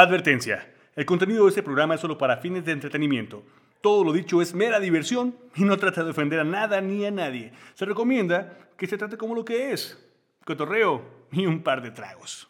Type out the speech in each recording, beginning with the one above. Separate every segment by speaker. Speaker 1: Advertencia. El contenido de este programa es solo para fines de entretenimiento. Todo lo dicho es mera diversión y no trata de ofender a nada ni a nadie. Se recomienda que se trate como lo que es. Cotorreo y un par de tragos.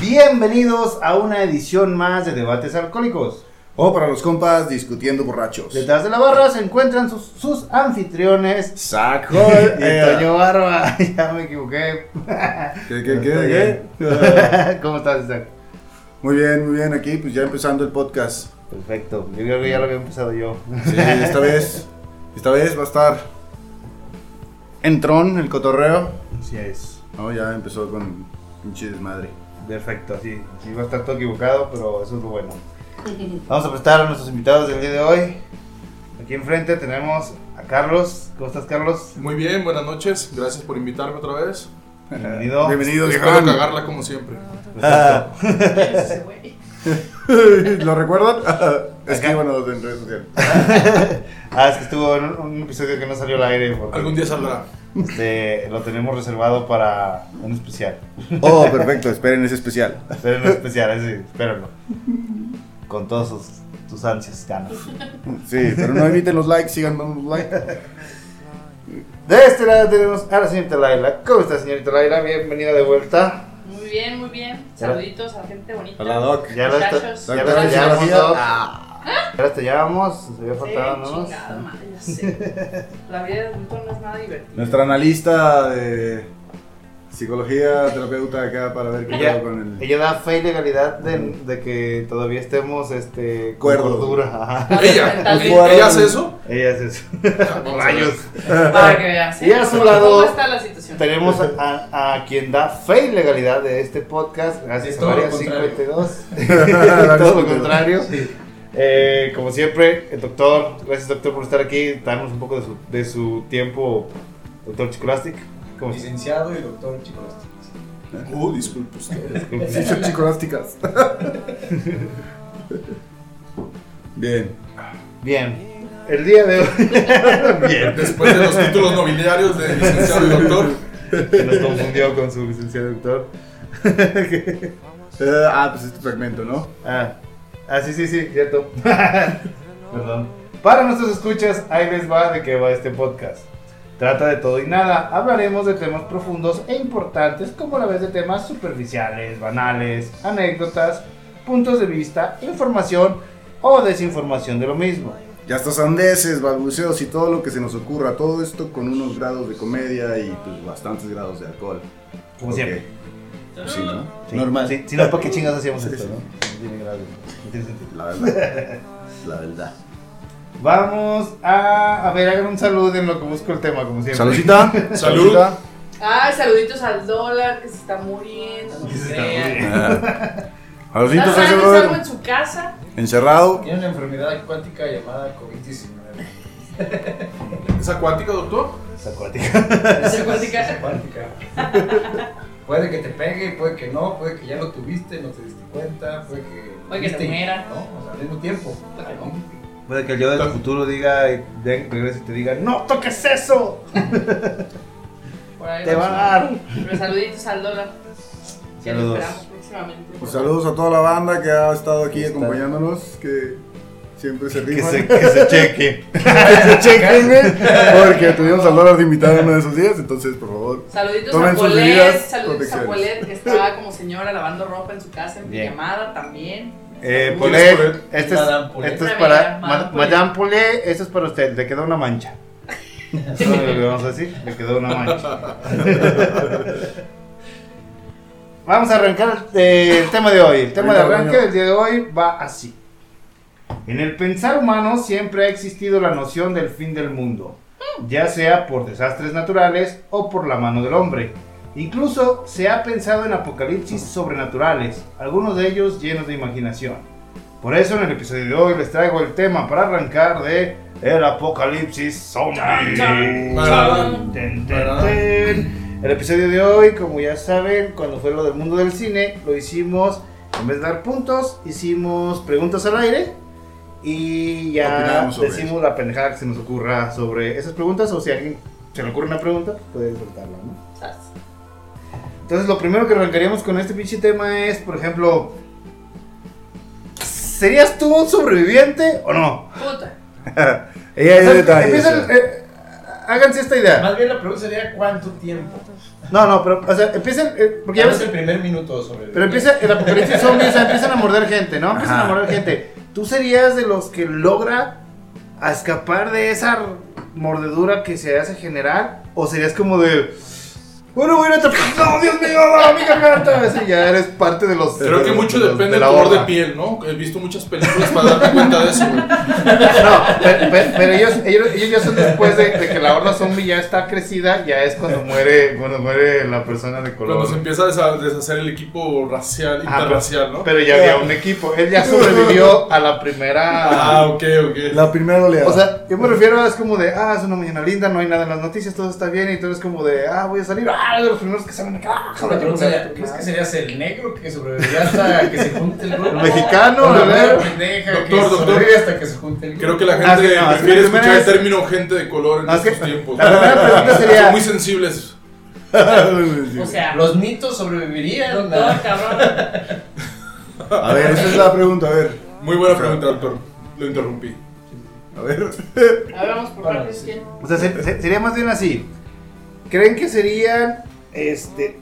Speaker 2: Bienvenidos a una edición más de Debates Alcohólicos.
Speaker 3: O para los compas discutiendo borrachos.
Speaker 2: Detrás de la barra se encuentran sus, sus anfitriones.
Speaker 3: Saco.
Speaker 2: Jorge y Toño Barba, ya me equivoqué.
Speaker 3: eh,
Speaker 2: Este,
Speaker 3: ¿Qué, qué, qué,
Speaker 2: ¿Cómo estás, Isaac?
Speaker 3: Muy bien, muy bien. Aquí pues ya empezando el podcast.
Speaker 2: Perfecto, yo creo que ya lo había empezado yo.
Speaker 3: Sí, esta vez, esta vez va a estar entrón el cotorreo.
Speaker 2: Así es.
Speaker 3: No, ya empezó con pinche desmadre.
Speaker 2: Perfecto, sí, sí va a estar todo equivocado, pero eso es lo bueno. Vamos a presentar a nuestros invitados del día de hoy. Aquí enfrente tenemos a Carlos. ¿Cómo estás, Carlos?
Speaker 4: Muy bien, buenas noches. Gracias por invitarme otra vez.
Speaker 2: Bienvenido.
Speaker 3: Bienvenido,
Speaker 4: Espero
Speaker 3: Iván.
Speaker 4: cagarla como siempre.
Speaker 2: Ah,
Speaker 3: ¿Lo recuerdan? Escríbanos en redes sociales.
Speaker 2: ah, es que estuvo en un, un episodio que no salió al aire. porque-
Speaker 4: Algún día saldrá.
Speaker 2: Este, lo tenemos reservado para un especial.
Speaker 3: Oh, perfecto. Esperen ese especial.
Speaker 2: Esperen un especial, ese, espérenlo. Con todos sus- tus ansias, ganas.
Speaker 3: Sí, pero no eviten los likes, sigan dando los likes.
Speaker 2: De este lado tenemos a la señorita Laila. ¿Cómo está, señorita Laila? Bienvenida de vuelta.
Speaker 5: Muy bien, muy bien. Saluditos a la gente bonita.
Speaker 3: Doc.
Speaker 2: Ya la, esta-
Speaker 5: Muchachos.
Speaker 2: ya la
Speaker 3: Doctora,
Speaker 2: estrellamos, Doc.
Speaker 3: ¿psicología?
Speaker 2: Ya la estrellamos, nos había
Speaker 5: Sí,
Speaker 2: faltado, ¿no?
Speaker 5: chingada madre, ya sé. La vida de adulto no es nada divertida.
Speaker 3: Nuestra analista de psicología, terapeuta acá para ver qué
Speaker 2: Ella,
Speaker 3: pedo con el.
Speaker 2: ella da fe y legalidad de, de que todavía estemos este, con
Speaker 3: Cuerdo.
Speaker 2: cordura. Ajá.
Speaker 4: ¿Ella?
Speaker 5: Tal vez.
Speaker 3: Fuera.
Speaker 4: ¿Ella hace eso?
Speaker 2: Ella es eso.
Speaker 4: Vamos a ver.
Speaker 2: Rayos.
Speaker 5: Para que veas. ¿eh?
Speaker 2: Y a su lado-
Speaker 5: ¿Cómo está la situación?
Speaker 2: Tenemos a, a- a quien da fe y legalidad de este podcast, gracias
Speaker 4: Es
Speaker 2: a
Speaker 4: todo
Speaker 2: María
Speaker 4: lo contrario.
Speaker 2: 52. todo lo contrario. Eh, como siempre, el doctor, gracias doctor por estar aquí, darnos un poco de su, de su tiempo, doctor Chicolastic. ¿Cómo se
Speaker 6: Licenciado y doctor en psicología.
Speaker 4: Oh, disculpe usted.
Speaker 3: Sí, son psicolásticas. Bien.
Speaker 2: Bien, el día de hoy. Bien,
Speaker 4: Después de los títulos nobiliarios de licenciado y doctor.
Speaker 2: se nos confundió con su licenciado doctor.
Speaker 3: Eh, ah, pues este fragmento, ¿no?
Speaker 2: Ah, ah, sí, sí, sí, cierto. Perdón. Para nuestros escuchas, ahí les va de qué va este podcast. Trata de todo y nada. Hablaremos de temas profundos e importantes, como a la vez de temas superficiales, banales, anécdotas, puntos de vista, información o desinformación de lo mismo.
Speaker 3: Ya hasta sandeces, balbuceos y todo lo que se nos ocurra. Todo esto con unos grados de comedia y pues bastantes grados de alcohol.
Speaker 2: Como
Speaker 3: Ok.
Speaker 2: siempre.
Speaker 3: Pues sí, ¿no?
Speaker 2: Sí,
Speaker 3: Normal.
Speaker 2: sí, si no, ¿para qué chingados hacíamos
Speaker 3: Sí,
Speaker 2: esto,
Speaker 3: sí.
Speaker 2: no? No tiene gracia, no tiene sentido.
Speaker 3: La verdad. La verdad.
Speaker 2: Vamos a. A ver, hagan un saludo en lo que busco el tema, como siempre.
Speaker 3: Saludita.
Speaker 4: Salud.
Speaker 3: Saludita.
Speaker 5: Ay, saluditos al dólar que se está muriendo. no
Speaker 2: Que se está
Speaker 5: crean.
Speaker 2: muriendo.
Speaker 3: Ah.
Speaker 5: Está
Speaker 3: Saludita,
Speaker 5: sano,
Speaker 3: brother.
Speaker 5: salvo en su casa.
Speaker 3: Encerrado.
Speaker 6: Tiene una enfermedad cuántica llamada COVID-19.
Speaker 4: ¿Es acuática, doctor?
Speaker 2: Es acuático.
Speaker 5: Se cuántica.
Speaker 6: Cuántica. puede que te pegue, puede que no, puede que ya lo tuviste, no te diste cuenta, puede que. lo
Speaker 5: Puede que te
Speaker 6: tuviste y-
Speaker 5: mueras.
Speaker 6: No, o sea, al mismo tiempo.
Speaker 5: Puede que no.
Speaker 2: Puede que el yo del futuro diga y de- regrese y te diga, no toques eso,
Speaker 5: Por ahí
Speaker 2: te va
Speaker 5: vamos.
Speaker 2: a dar.
Speaker 5: Pero saluditos al dólar. Que lo
Speaker 2: Saludos.
Speaker 5: esperamos próximamente.
Speaker 3: Pues saludos a toda la banda que ha estado aquí acompañándonos, que siempre se
Speaker 2: Que
Speaker 3: rifan.
Speaker 2: se, que se cheque.
Speaker 3: se chequen, güey, porque tuvimos al dólar de invitar uno de esos días, entonces, por favor.
Speaker 5: Saluditos
Speaker 3: Tomen
Speaker 5: a
Speaker 3: sus
Speaker 5: Polet,
Speaker 3: medidas,
Speaker 5: saluditos a
Speaker 3: protecciones.
Speaker 5: Polet que estaba como señora lavando ropa en su casa en
Speaker 2: Bien.
Speaker 5: llamada también.
Speaker 2: Eh,
Speaker 5: Saludos.
Speaker 2: Polet,
Speaker 4: ¿Quién es Polet?
Speaker 2: este es,
Speaker 6: Madame Polet.
Speaker 2: este es
Speaker 5: Una
Speaker 2: para.
Speaker 5: bella
Speaker 2: Ma-
Speaker 5: Madame
Speaker 2: Madame Polet, esto es para usted, le quedó una mancha. Eso es lo que le vamos a decir, le quedó una mancha. Vamos a arrancar eh, el tema de hoy. El tema de
Speaker 3: Ahorita,
Speaker 2: arranque
Speaker 3: Toño.
Speaker 2: del día de hoy va así. En el pensar humano siempre ha existido la noción del fin del mundo, ya sea por desastres naturales o por la mano del hombre. Incluso se ha pensado en apocalipsis sobrenaturales, algunos de ellos llenos de imaginación. Por eso en el episodio de hoy les traigo el tema para arrancar de El apocalipsis zombie.
Speaker 5: Chan,
Speaker 4: chan.
Speaker 2: Ten, ten, ten. El episodio de hoy, como ya saben, cuando fue lo del mundo del cine, lo hicimos, en vez de dar puntos, hicimos preguntas al aire y ya
Speaker 3: Opinábamos sobre
Speaker 2: decimos la pendejada que se nos ocurra sobre esas preguntas o si a alguien se le ocurre una pregunta, puede soltarla, ¿no?
Speaker 5: Sas.
Speaker 2: Entonces lo primero que arrancaríamos con este pinche tema es, por ejemplo, ¿serías tú un sobreviviente o no?
Speaker 5: Puta.
Speaker 3: Ella
Speaker 2: O
Speaker 3: es
Speaker 2: sea,
Speaker 3: detalle.
Speaker 2: empiecen,
Speaker 3: o sea.
Speaker 2: eh, háganse esta idea.
Speaker 6: Más bien la pregunta sería cuánto tiempo.
Speaker 2: No, no, pero, o sea, empiecen, eh, porque ya
Speaker 6: Tal vez
Speaker 2: ves,
Speaker 6: el primer minuto sobre
Speaker 2: pero empieza el apocalipsis zombie, o sea, empiezan a morder gente, ¿no? Empiezan a
Speaker 3: Ajá.
Speaker 2: morder gente. ¿Tú serías de los que logra a escapar de esa mordedura que se hace generar? ¿O serías como de... Bueno, voy a ir a otra- ¡No, Dios mío! ¡No, mi garganta! Así ya eres parte de los...
Speaker 4: Creo
Speaker 2: de
Speaker 4: que
Speaker 2: los-
Speaker 4: mucho
Speaker 2: de los-
Speaker 4: depende
Speaker 2: de
Speaker 4: del
Speaker 2: la
Speaker 4: color
Speaker 2: horda.
Speaker 4: de piel, ¿no? He visto muchas películas para darme cuenta de eso, güey.
Speaker 2: No, pero, pero- pero ellos, ellos, ellos ya son después de, de que la horda zombie ya está crecida, ya es cuando muere, cuando muere la persona de
Speaker 4: Cuando
Speaker 2: color.
Speaker 4: se empieza a desa- deshacer el equipo racial,
Speaker 2: Ah,
Speaker 4: interracial, ¿no?
Speaker 2: Pero ya había un equipo, él ya sobrevivió a la
Speaker 4: Ah,
Speaker 2: primera...
Speaker 4: ok, ok.
Speaker 3: La primera oleada.
Speaker 2: O sea, yo me refiero a es como de, ah, es una mañana linda, no hay nada en las noticias, todo está bien, y tú eres como de, ah, voy a salir, ah, de los primeros que salen acá. ah,
Speaker 6: Ahora
Speaker 2: joder,
Speaker 6: te
Speaker 2: yo
Speaker 6: preguntaría,
Speaker 2: me-
Speaker 6: ¿crees que serías el negro que sobrevivirá hasta que se junte el grupo?
Speaker 2: El mexicano,
Speaker 6: O la
Speaker 2: a ver.
Speaker 6: güera pendeja que
Speaker 4: Doctor, doctor.
Speaker 6: sobrevive hasta que se junte el grupo.
Speaker 4: Creo que la
Speaker 2: Ah, sí,
Speaker 4: gente
Speaker 2: no, es que
Speaker 4: prefiere
Speaker 2: la primera
Speaker 4: escuchar el
Speaker 2: es-
Speaker 4: término gente de color en
Speaker 2: Ah, es que-
Speaker 4: estos tiempos.
Speaker 2: la primera pregunta sería-
Speaker 4: Son muy sensibles.
Speaker 5: O sea,
Speaker 6: Los mitos sobrevivirían.
Speaker 5: doctor,
Speaker 6: ¿no?
Speaker 5: cabrón.
Speaker 3: A ver, esa es la pregunta, a ver.
Speaker 4: Muy buena pregunta, doctor. Lo interrumpí.
Speaker 3: A ver.
Speaker 5: Hablamos por
Speaker 6: Bueno,
Speaker 5: partes.
Speaker 6: sí.
Speaker 5: ¿quién?
Speaker 2: O sea, se- se- sería más bien así. ¿Creen que serían este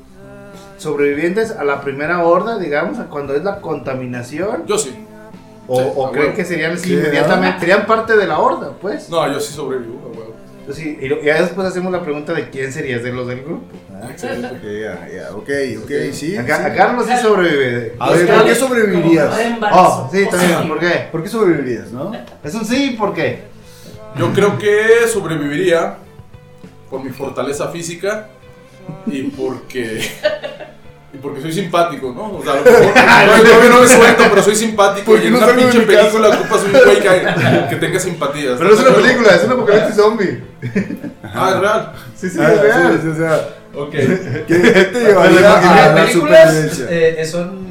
Speaker 2: sobrevivientes a la primera horda, digamos, a cuando es la contaminación?
Speaker 4: Yo sí.
Speaker 2: ¿O,
Speaker 4: Sí,
Speaker 2: o
Speaker 4: a
Speaker 2: creen
Speaker 4: huevo.
Speaker 2: que serían así
Speaker 3: Sí,
Speaker 2: inmediatamente?
Speaker 3: ¿verdad?
Speaker 2: Serían parte de la horda, pues.
Speaker 4: No, yo sí sobrevivo, a huevo.
Speaker 2: Entonces, y, y lo- ya después hacemos la pregunta de quién serías de los del grupo.
Speaker 3: Ok, ya, ya, ok, ok, Ah, sí.
Speaker 2: Acá,
Speaker 3: sí.
Speaker 2: a Carlos sí sobrevive.
Speaker 5: Ah,
Speaker 3: A ver, ¿por qué sobrevivirías?
Speaker 5: Como embarazo.
Speaker 2: Oh, Ah, sí, también. ¿Por qué?
Speaker 3: ¿Por qué sobrevivirías, no?
Speaker 2: Es un sí, ¿por qué?
Speaker 4: Yo creo que sobreviviría por mi fortaleza física y porque. Y porque soy simpático, ¿no? O sea, a lo mejor. No, creo que no me suelto, pero soy simpático.
Speaker 3: Porque
Speaker 4: Y en
Speaker 3: no
Speaker 4: una
Speaker 3: salgo de
Speaker 4: pinche
Speaker 3: mi casa.
Speaker 4: película ocupas un güey que, que tenga simpatía.
Speaker 2: Pero no es una
Speaker 4: ¿estás de acuerdo?
Speaker 2: película, es un apocalipsis zombie.
Speaker 4: Ah, es real.
Speaker 2: Sí, sí,
Speaker 3: Ah,
Speaker 2: es real.
Speaker 3: sí, o sea,
Speaker 4: Ok.
Speaker 3: ¿qué, qué te
Speaker 2: Me lo
Speaker 3: llevaría
Speaker 2: imaginé
Speaker 6: Ah,
Speaker 3: a
Speaker 2: en
Speaker 3: la
Speaker 6: las películas
Speaker 3: supervivencia?
Speaker 6: eh, eh, son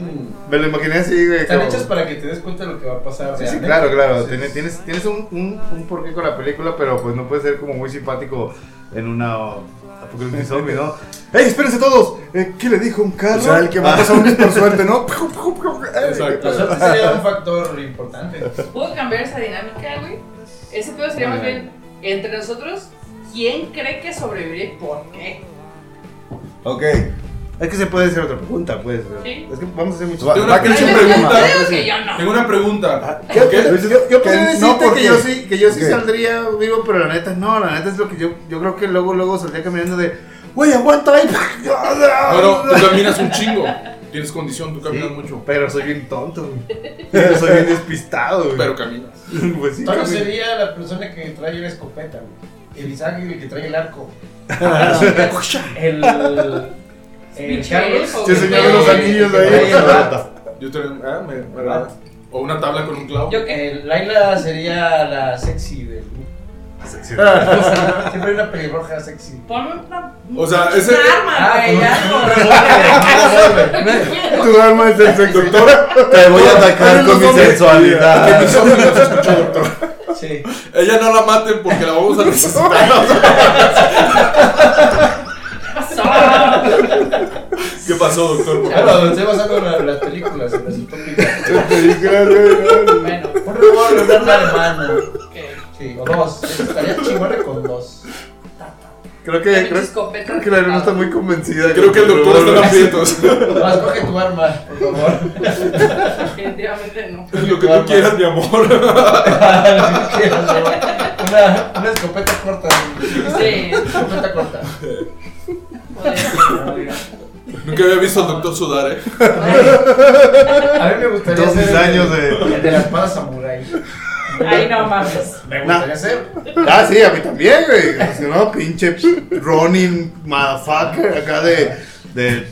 Speaker 2: Me lo imaginé así, güey.
Speaker 6: están
Speaker 2: como-
Speaker 6: hechas para que te des cuenta de lo que va a pasar.
Speaker 2: Sí, sí,
Speaker 5: ¿eh?
Speaker 6: realmente.
Speaker 2: claro, claro.
Speaker 6: Entonces,
Speaker 2: Tienes, tienes, tienes un, un, un porqué con la película, pero pues no puede ser como muy simpático en una oh, apocalipsis zombie, ¿no? ¡Ey, espérense todos! Eh, ¿Qué le dijo un
Speaker 3: O
Speaker 2: carro?
Speaker 3: sea, el que mata zombies por suerte, ¿no? Ah. Exacto.
Speaker 6: La suerte pues, sería un factor importante.
Speaker 5: ¿Puedo cambiar esa dinámica, güey? Ese pedo sería más bien entre nosotros. ¿Quién cree que sobreviviría y por qué?
Speaker 3: Ok,
Speaker 2: Es que se puede hacer otra pregunta, pues. pero-
Speaker 5: Sí.
Speaker 2: Es que vamos a hacer muchas
Speaker 3: Va-
Speaker 4: Tengo
Speaker 2: preguntas.
Speaker 3: ¿Para
Speaker 4: una
Speaker 3: qué
Speaker 4: pinche
Speaker 5: Yo- yo
Speaker 4: pregunta.
Speaker 5: creo que yo no.
Speaker 4: Tengo una pregunta.
Speaker 2: ¿Qué?
Speaker 4: ¿Por
Speaker 2: Yo,
Speaker 4: qué?
Speaker 2: yo, yo podría
Speaker 3: Que no,
Speaker 2: decirte
Speaker 3: ¿por
Speaker 2: que
Speaker 3: qué?
Speaker 2: yo sí, que yo sí
Speaker 3: Ok.
Speaker 2: saldría vivo, pero la neta, no, la neta es lo que yo, yo creo que luego, luego saldría caminando de, güey, aguanta ahí.
Speaker 4: Bueno, tú caminas un chingo. Tienes condición, tú caminas
Speaker 2: Sí,
Speaker 4: mucho.
Speaker 2: Pero soy bien tonto, güey. Pero soy bien despistado, güey.
Speaker 4: Pero caminas.
Speaker 2: pues sí,
Speaker 6: Tano
Speaker 2: camino.
Speaker 6: sería la persona que trae la escopeta, güey. El Isaac el que trae el arco. El. El
Speaker 5: Pinche
Speaker 6: Carlos.
Speaker 5: elfo,
Speaker 2: Sí, señor de los
Speaker 6: el-
Speaker 2: anillos
Speaker 6: el que trae
Speaker 2: ahí.
Speaker 6: el arco.
Speaker 4: Yo tengo. Ah, me, ¿verdad? O una tabla con un clavo.
Speaker 5: Yo qué.
Speaker 6: El Laila sería la sexy del grupo. Siempre hay una pelirroja sexy.
Speaker 5: Ponme una.
Speaker 4: O sea,
Speaker 5: una
Speaker 4: ese-
Speaker 5: arma, güey.
Speaker 6: como-
Speaker 5: ya,
Speaker 6: como-
Speaker 5: por-
Speaker 3: tu arma es el sexo. Doctor, te voy a atacar con mi
Speaker 4: Que
Speaker 3: sensualidad.
Speaker 4: mis ojos no se escuchó, doctor.
Speaker 6: Sí.
Speaker 4: Ella no la maten porque la vamos a necesitar.
Speaker 5: Pasó.
Speaker 4: ¿Qué pasó, doctor? Por
Speaker 6: Claro,
Speaker 4: favor.
Speaker 6: avancemos algo en la- las películas, en las utópicas.
Speaker 5: Bueno,
Speaker 6: Por favor, Leonardo Alemán.
Speaker 5: ok.
Speaker 6: Sí, o dos. Estaría chingona con dos.
Speaker 2: Creo
Speaker 5: La
Speaker 2: que,
Speaker 5: pinche
Speaker 2: creo,
Speaker 5: escopeta
Speaker 2: creo que la Elena
Speaker 5: atrapada.
Speaker 2: está muy convencida.
Speaker 4: Creo que el doctor está en
Speaker 2: haciendo
Speaker 4: aprietos.
Speaker 6: Más coge tu arma, por favor.
Speaker 5: Definitivamente no.
Speaker 4: Lo que tú quieras, mi amor.
Speaker 6: una, una escopeta corta.
Speaker 5: Sí.
Speaker 6: Escopeta corta.
Speaker 5: Joder.
Speaker 4: Nunca había visto al doctor sudar, ¿eh?
Speaker 6: A mí me gustaría
Speaker 2: Todos
Speaker 6: ser.
Speaker 2: mis
Speaker 6: el-
Speaker 2: años de-
Speaker 6: El de la espada samurái.
Speaker 5: Ahí no mames.
Speaker 6: Me gustaría ser. pues,
Speaker 2: Ah, sí, a mí también, güey. O sea, no, pinche Ronin motherfucker acá de. de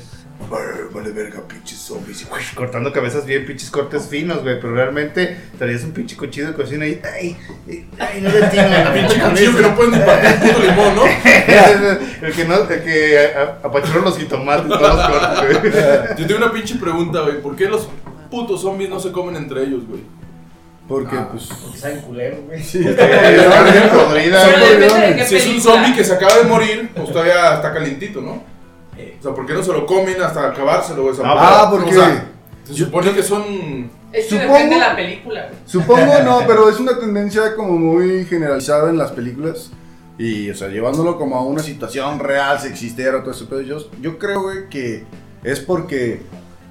Speaker 3: "Arr, Vale verga, pinches zombies. y-
Speaker 2: Cortando cabezas bien, pinches cortes finos, güey. Pero realmente traías un pinche cuchillo de cocina y. ¡Ay! ay, ¡Ay! No le tino, güey.
Speaker 4: Pinche cuchillo que no puedes ni partir un puto limón, ¿no?
Speaker 2: El que no. El que a- a- apachurró los jitomates y todos los cortes, güey.
Speaker 4: Yo tengo una pinche pregunta, güey. ¿Por qué los putos zombies no se comen entre ellos, güey?
Speaker 3: Porque,
Speaker 2: Ah.
Speaker 3: pues.
Speaker 6: Porque saben culero, güey.
Speaker 2: Está bien podrida,
Speaker 5: Pero
Speaker 2: güey.
Speaker 5: depende de qué
Speaker 4: Si es un
Speaker 5: película.
Speaker 4: zombie que se acaba de morir, pues todavía está calientito, ¿no? O sea, ¿por qué no se lo comen hasta acabárselo, güey? O sea,
Speaker 3: Ah,
Speaker 4: o
Speaker 3: porque.
Speaker 4: sea, se supone que son.
Speaker 5: Es que
Speaker 3: Supongo-
Speaker 5: depende de la película, güey.
Speaker 3: Supongo no, pero es una tendencia como muy generalizada en las películas. Y, o sea, llevándolo como a una situación real, si existiera, todo ese pedo. Yo, yo creo, güey, que es porque,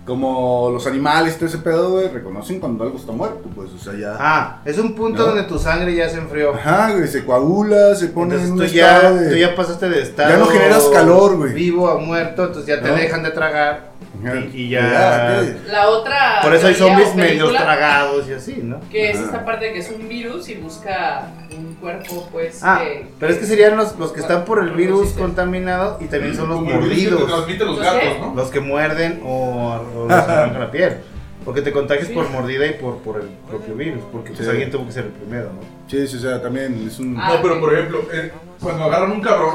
Speaker 3: como los animales, todo ese pedo, güey, reconocen cuando algo está muerto, pues, o sea, ya.
Speaker 2: Ah, es un punto
Speaker 3: No.
Speaker 2: donde tu sangre ya se enfrió.
Speaker 3: Ajá, güey, se coagula, se pone
Speaker 2: Entonces
Speaker 3: en un
Speaker 2: tú ya,
Speaker 3: estado de.
Speaker 2: tú ya pasaste de estado.
Speaker 3: Ya no generas calor, güey.
Speaker 2: Vivo a muerto, entonces ya te
Speaker 3: ¿No?
Speaker 2: dejan de tragar.
Speaker 3: Ajá.
Speaker 2: y- y ya-
Speaker 3: ¿qué?
Speaker 5: La otra.
Speaker 2: Por eso hay
Speaker 5: teoría
Speaker 2: zombies
Speaker 5: o película,
Speaker 2: medio tragados y así, ¿no?
Speaker 5: Que es
Speaker 3: Ajá.
Speaker 5: esta parte de que es un virus y busca un cuerpo, pues.
Speaker 2: Ah,
Speaker 5: que-
Speaker 2: pero es que serían los, los que están por el
Speaker 5: No
Speaker 2: virus
Speaker 5: existe. Ah.
Speaker 2: contaminados y también son los
Speaker 4: como el virus que te
Speaker 2: mordidos.
Speaker 4: transmite los
Speaker 5: ¿Los
Speaker 4: gatos,
Speaker 5: qué?
Speaker 4: ¿no?
Speaker 2: Los que muerden o, o los que van con la piel. Porque te contagias por mordida y por, por el propio virus. Porque pues
Speaker 3: Sí.
Speaker 2: alguien tuvo que ser el primero, ¿no?
Speaker 3: Sí, sí, o sea, también es un.
Speaker 5: Ah.
Speaker 4: No, pero por ejemplo, eh, cuando agarran un cabrón,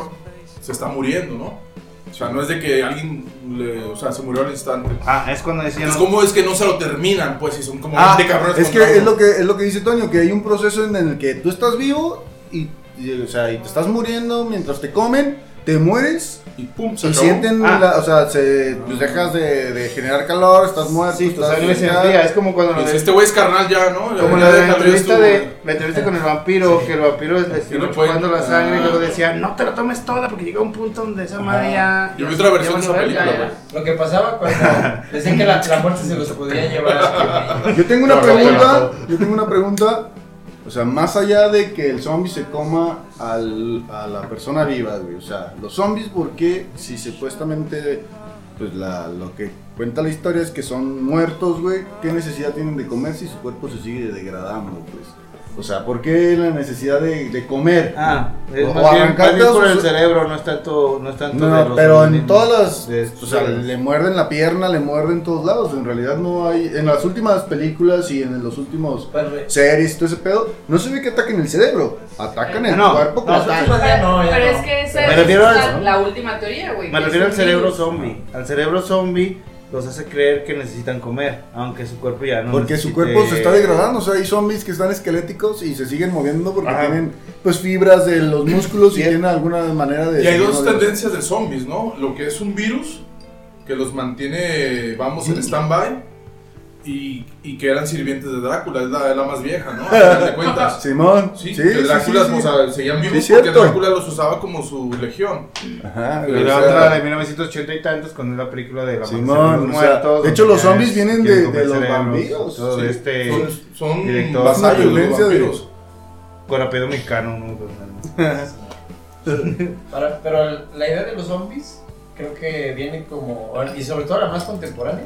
Speaker 4: se está muriendo, ¿no? O sea, no es de que alguien le, o sea, se murió al instante.
Speaker 2: Ah, es cuando decían.
Speaker 4: Es como es que no se lo terminan, pues, si son como
Speaker 3: Ah,
Speaker 4: 20 cabrones.
Speaker 3: es que
Speaker 4: contra
Speaker 3: es
Speaker 4: uno.
Speaker 3: lo que es lo que dice Toño, que hay un proceso en el que tú estás vivo y, y, o sea, y te estás muriendo mientras te comen, te mueres
Speaker 4: Y pum, se
Speaker 3: y
Speaker 4: acabó.
Speaker 3: sienten
Speaker 2: Ah.
Speaker 3: la- o sea, se, pues dejas de, de generar calor, estás muerto,
Speaker 2: Sí, tu
Speaker 3: estás
Speaker 2: sangre se
Speaker 3: ya-
Speaker 2: enfría. Es como cuando
Speaker 4: Pues,
Speaker 2: nos
Speaker 4: este güey es carnal ya, ¿no? Ya-
Speaker 2: Como
Speaker 4: ya
Speaker 2: la, de la
Speaker 4: déjalo, ya
Speaker 2: entrevista
Speaker 4: estuvo.
Speaker 2: de la entrevista con el vampiro, que el vampiro le
Speaker 4: no
Speaker 2: estuvo
Speaker 4: puede-
Speaker 2: chupando la sangre y luego
Speaker 4: Ah.
Speaker 2: decía, no te la tomes toda porque llega un punto donde esa madre ya.
Speaker 4: Yo vi
Speaker 2: ya-
Speaker 4: otra
Speaker 2: ya
Speaker 4: versión de
Speaker 2: valió
Speaker 4: esa
Speaker 2: verga,
Speaker 4: película,
Speaker 2: ya".
Speaker 4: güey.
Speaker 6: Lo que pasaba cuando decían que la, la muerte se los podía llevar.
Speaker 3: Yo tengo una
Speaker 2: No, no,
Speaker 3: pregunta,
Speaker 2: no,
Speaker 3: yo tengo una pregunta, o sea, más allá de que el zombie se coma al, a la persona viva, güey, o sea, los zombies, ¿por qué si supuestamente, pues la, lo que cuenta la historia es que son muertos, güey, qué necesidad tienen de comer si su cuerpo se sigue degradando, pues? O sea, ¿por qué la necesidad de, de comer?
Speaker 2: Ah, es
Speaker 3: O
Speaker 2: más bien,
Speaker 3: arrancar
Speaker 2: más bien por
Speaker 3: pedazos-
Speaker 2: el cerebro, no es tanto, no es tanto de
Speaker 3: No,
Speaker 2: los
Speaker 3: pero en
Speaker 2: organismos.
Speaker 3: todas las.
Speaker 2: de-
Speaker 3: O sea, le muerden la pierna, le muerden todos lados. En realidad no hay. En las últimas películas y en los últimos
Speaker 6: Pues,
Speaker 3: series y todo ese pedo, no se ve que ataquen el cerebro, atacan el
Speaker 2: No,
Speaker 3: cuerpo como
Speaker 6: no,
Speaker 3: tal.
Speaker 6: no, ya no, ya
Speaker 5: pero
Speaker 6: no.
Speaker 5: es que esa
Speaker 2: Me
Speaker 5: es
Speaker 2: refiero al-
Speaker 5: la, la última teoría, güey.
Speaker 2: Me
Speaker 5: que
Speaker 2: refiero
Speaker 5: es
Speaker 2: al
Speaker 5: un
Speaker 2: cerebro
Speaker 5: virus.
Speaker 2: zombie. Al cerebro zombie los hace creer que necesitan comer, aunque su cuerpo ya no.
Speaker 3: Porque su
Speaker 2: necesite-
Speaker 3: cuerpo se está degradando, o sea, hay zombies que están esqueléticos y se siguen moviendo porque
Speaker 2: Ajá.
Speaker 3: tienen pues fibras de los músculos y
Speaker 2: Bien.
Speaker 3: tienen alguna manera de...
Speaker 4: Y hay dos
Speaker 3: seguirnos de-
Speaker 4: tendencias de zombies, ¿no? Lo que es un virus, que los mantiene, vamos, en stand-by, y, y que eran sirvientes de Drácula, es la, es la más vieja, ¿no? A final de cuentas.
Speaker 3: Simón,
Speaker 4: Sí,
Speaker 3: sí,
Speaker 4: que
Speaker 3: sí,
Speaker 4: Drácula,
Speaker 3: sí, sí.
Speaker 4: o sea, seguían vivos
Speaker 3: Sí,
Speaker 4: porque
Speaker 3: cierto.
Speaker 4: Drácula los usaba como su legión.
Speaker 3: Ajá,
Speaker 2: Y
Speaker 3: güey,
Speaker 2: la
Speaker 3: o sea,
Speaker 2: otra de 1980 y tantos con la película de la
Speaker 3: Simón,
Speaker 2: Amanecer de los
Speaker 3: o sea,
Speaker 2: muertos.
Speaker 3: de hecho, los
Speaker 2: donde ya
Speaker 3: zombies
Speaker 2: es-
Speaker 3: vienen
Speaker 2: quieren
Speaker 3: de-
Speaker 2: comer
Speaker 3: de los
Speaker 2: cerebros,
Speaker 3: vampiros,
Speaker 2: todo
Speaker 4: Sí,
Speaker 2: este
Speaker 4: son son
Speaker 2: director.
Speaker 3: Es una
Speaker 4: vasallos de los
Speaker 3: violencia Eh, de-
Speaker 4: vampiros.
Speaker 2: corapedo mexicano. ¿no? Pues,
Speaker 6: para- pero la idea de los zombies creo que viene como, y sobre todo la más contemporánea,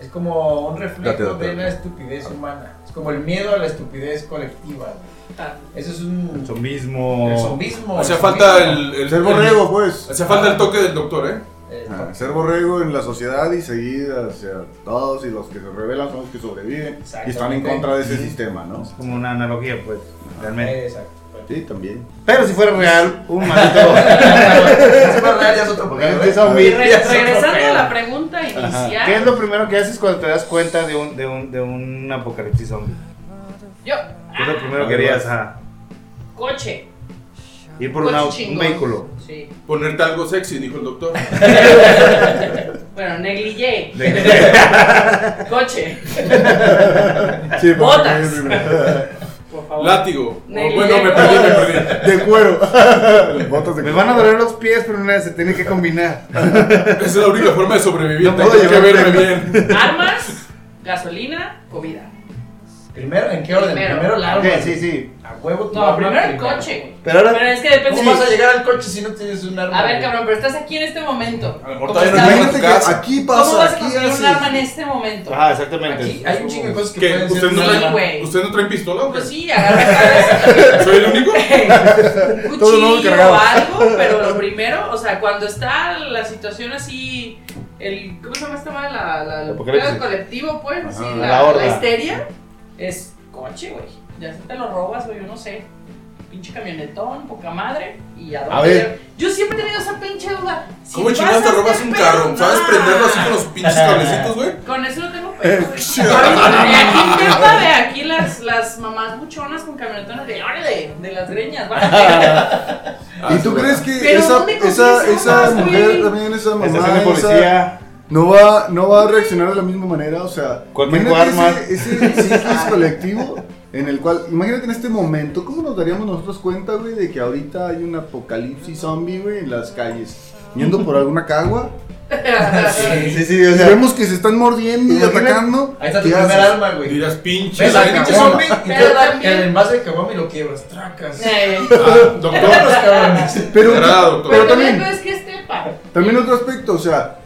Speaker 6: es como un
Speaker 3: Date,
Speaker 6: reflejo
Speaker 3: date,
Speaker 6: de
Speaker 3: date.
Speaker 6: la estupidez humana. Es como el miedo a la estupidez colectiva. güey.
Speaker 5: Ah,
Speaker 6: Eso es un...
Speaker 2: El zombismo.
Speaker 6: El zombismo.
Speaker 4: Hacía
Speaker 6: el
Speaker 4: falta
Speaker 6: zombismo.
Speaker 4: el, el,
Speaker 3: Ser borrego, pues.
Speaker 4: Hacía falta el toque del doctor, ¿eh?
Speaker 6: Eh,
Speaker 3: Ajá, ser borrego en la sociedad y seguir hacia todos y los que se rebelan son los que sobreviven y están en
Speaker 6: Exactamente.
Speaker 3: contra de ese sistema, ¿no?
Speaker 2: Es como una analogía, pues, realmente.
Speaker 6: eh, Exacto. Bueno.
Speaker 3: Sí, también.
Speaker 2: Pero si fuera real, un maldito.
Speaker 6: Es para real, ya es otro
Speaker 2: Porque
Speaker 6: pedo,
Speaker 2: este
Speaker 6: ¿eh?
Speaker 5: y
Speaker 2: zombie.
Speaker 5: re-
Speaker 6: es otro
Speaker 5: regresando a
Speaker 6: pedo.
Speaker 5: la pregunta inicial.
Speaker 2: ¿Qué es lo primero que haces cuando te das cuenta de un, de un, de un apocalipsis zombie?
Speaker 5: Yo,
Speaker 2: ¿Qué es lo primero que
Speaker 3: Ah,
Speaker 2: harías? Ajá.
Speaker 5: coche.
Speaker 2: Ir por
Speaker 5: coche
Speaker 2: una- un
Speaker 5: Pues chingón.
Speaker 2: vehículo.
Speaker 5: Sí.
Speaker 4: Ponerte algo sexy, dijo el doctor.
Speaker 5: Bueno, negligé.
Speaker 2: De-
Speaker 5: Coche.
Speaker 3: Sí,
Speaker 5: Botas. Por favor.
Speaker 4: Látigo.
Speaker 5: Negligente.
Speaker 4: Bueno, me perdí, me perdí.
Speaker 3: De cuero. Botas de
Speaker 2: Me
Speaker 3: cuero.
Speaker 2: van a doler los pies, pero nada, se tiene que combinar.
Speaker 4: Esa es la única forma de sobrevivir.
Speaker 3: No
Speaker 4: Tengo
Speaker 3: puedo
Speaker 4: que
Speaker 3: llevarte.
Speaker 4: verme bien.
Speaker 5: Armas, gasolina, comida.
Speaker 6: Primero, ¿en qué orden?
Speaker 5: Primero.
Speaker 6: Primero, la
Speaker 2: Ok,
Speaker 6: arma.
Speaker 2: sí, sí.
Speaker 6: A huevo tu
Speaker 5: No,
Speaker 6: arma
Speaker 5: primero el coche, güey.
Speaker 2: Pero ahora-
Speaker 5: Pero es que depende.
Speaker 6: ¿Cómo vas a llegar al coche si no tienes un arma?
Speaker 5: A ver, cabrón, pero estás aquí en este momento.
Speaker 4: A lo mejor
Speaker 5: ¿Cómo
Speaker 4: todavía no
Speaker 5: estás?
Speaker 4: llega.
Speaker 3: Imagínate que aquí pasa.
Speaker 5: ¿Cómo vas a
Speaker 3: aquí
Speaker 5: conseguir
Speaker 3: haces.
Speaker 5: un arma en este momento?
Speaker 2: Ajá, exactamente.
Speaker 5: Aquí
Speaker 6: Hay un chingo de cosas que
Speaker 4: ¿Qué?
Speaker 6: pueden ser
Speaker 4: ¿Ustedes no,
Speaker 6: un
Speaker 5: Sí,
Speaker 4: traen,
Speaker 6: arma.
Speaker 5: güey.
Speaker 4: ¿Usted no traen pistola? o qué?
Speaker 5: Pues sí, agarras
Speaker 4: ¿Soy el único?
Speaker 5: un
Speaker 3: Todo el mundo
Speaker 5: cuchillo o
Speaker 3: cargado.
Speaker 5: algo, pero lo primero, o sea, cuando está la situación así el ¿cómo se llama esta madre? La, la, la-
Speaker 2: Apocalipsis.
Speaker 5: el colectivo, pues, así,
Speaker 3: Ajá,
Speaker 5: la,
Speaker 2: la horda.
Speaker 5: la histeria es coche, güey. Ya si te lo robas, güey, yo no sé. Pinche camionetón, poca madre, y a, dónde
Speaker 2: ver.
Speaker 5: Yo siempre he tenido esa pinche duda. Si
Speaker 4: ¿Cómo
Speaker 5: vas
Speaker 4: chingados te
Speaker 5: a
Speaker 4: robas
Speaker 5: hacer
Speaker 4: un carro?
Speaker 5: pedo-
Speaker 4: ¿Sabes
Speaker 5: Nah.
Speaker 4: prenderlo así con los pinches cablecitos, güey?
Speaker 5: Con eso no tengo pedo. güey. Y aquí intenta de aquí las, las mamás buchonas con camionetones de órale, de las greñas, va.
Speaker 4: Ah,
Speaker 3: ¿Y tú
Speaker 4: sí,
Speaker 3: crees
Speaker 4: güey.
Speaker 3: que
Speaker 5: Pero
Speaker 3: esa,
Speaker 5: ¿dónde
Speaker 3: esa,
Speaker 5: consigues
Speaker 3: esa
Speaker 5: armas,
Speaker 3: mujer,
Speaker 5: güey?
Speaker 3: también esa mamá,
Speaker 2: Estación de
Speaker 3: esa-
Speaker 2: policía.
Speaker 3: no, va, no va a reaccionar de la misma manera? O sea,
Speaker 2: Cualquier
Speaker 3: imagínate ese, ese ciclo colectivo en el cual, imagínate en este momento, ¿cómo nos daríamos nosotros cuenta, güey, de que ahorita hay un apocalipsis zombie, güey, en las calles? Yendo por alguna cagua,
Speaker 2: Sí, sí, sí, o
Speaker 3: y
Speaker 2: sea,
Speaker 3: vemos que se están mordiendo y
Speaker 2: Imagínate-
Speaker 3: atacando.
Speaker 6: Ahí está tu
Speaker 3: ¿qué
Speaker 6: primer
Speaker 3: haces?
Speaker 6: arma, güey.
Speaker 4: Dirás pinches.
Speaker 6: Ves al pinche
Speaker 4: cabrón.
Speaker 6: zombie y
Speaker 5: Pero
Speaker 6: te da
Speaker 5: también-
Speaker 6: el envase de caguama y lo quiebras. Tracas.
Speaker 5: Eh,
Speaker 4: Ah, Doctor.
Speaker 6: Todos los cabrones.
Speaker 3: Pero,
Speaker 4: Agrada, doctor.
Speaker 3: pero
Speaker 5: Pero también Ah,
Speaker 3: también,
Speaker 5: no es que esté pa.
Speaker 3: también otro aspecto, o sea,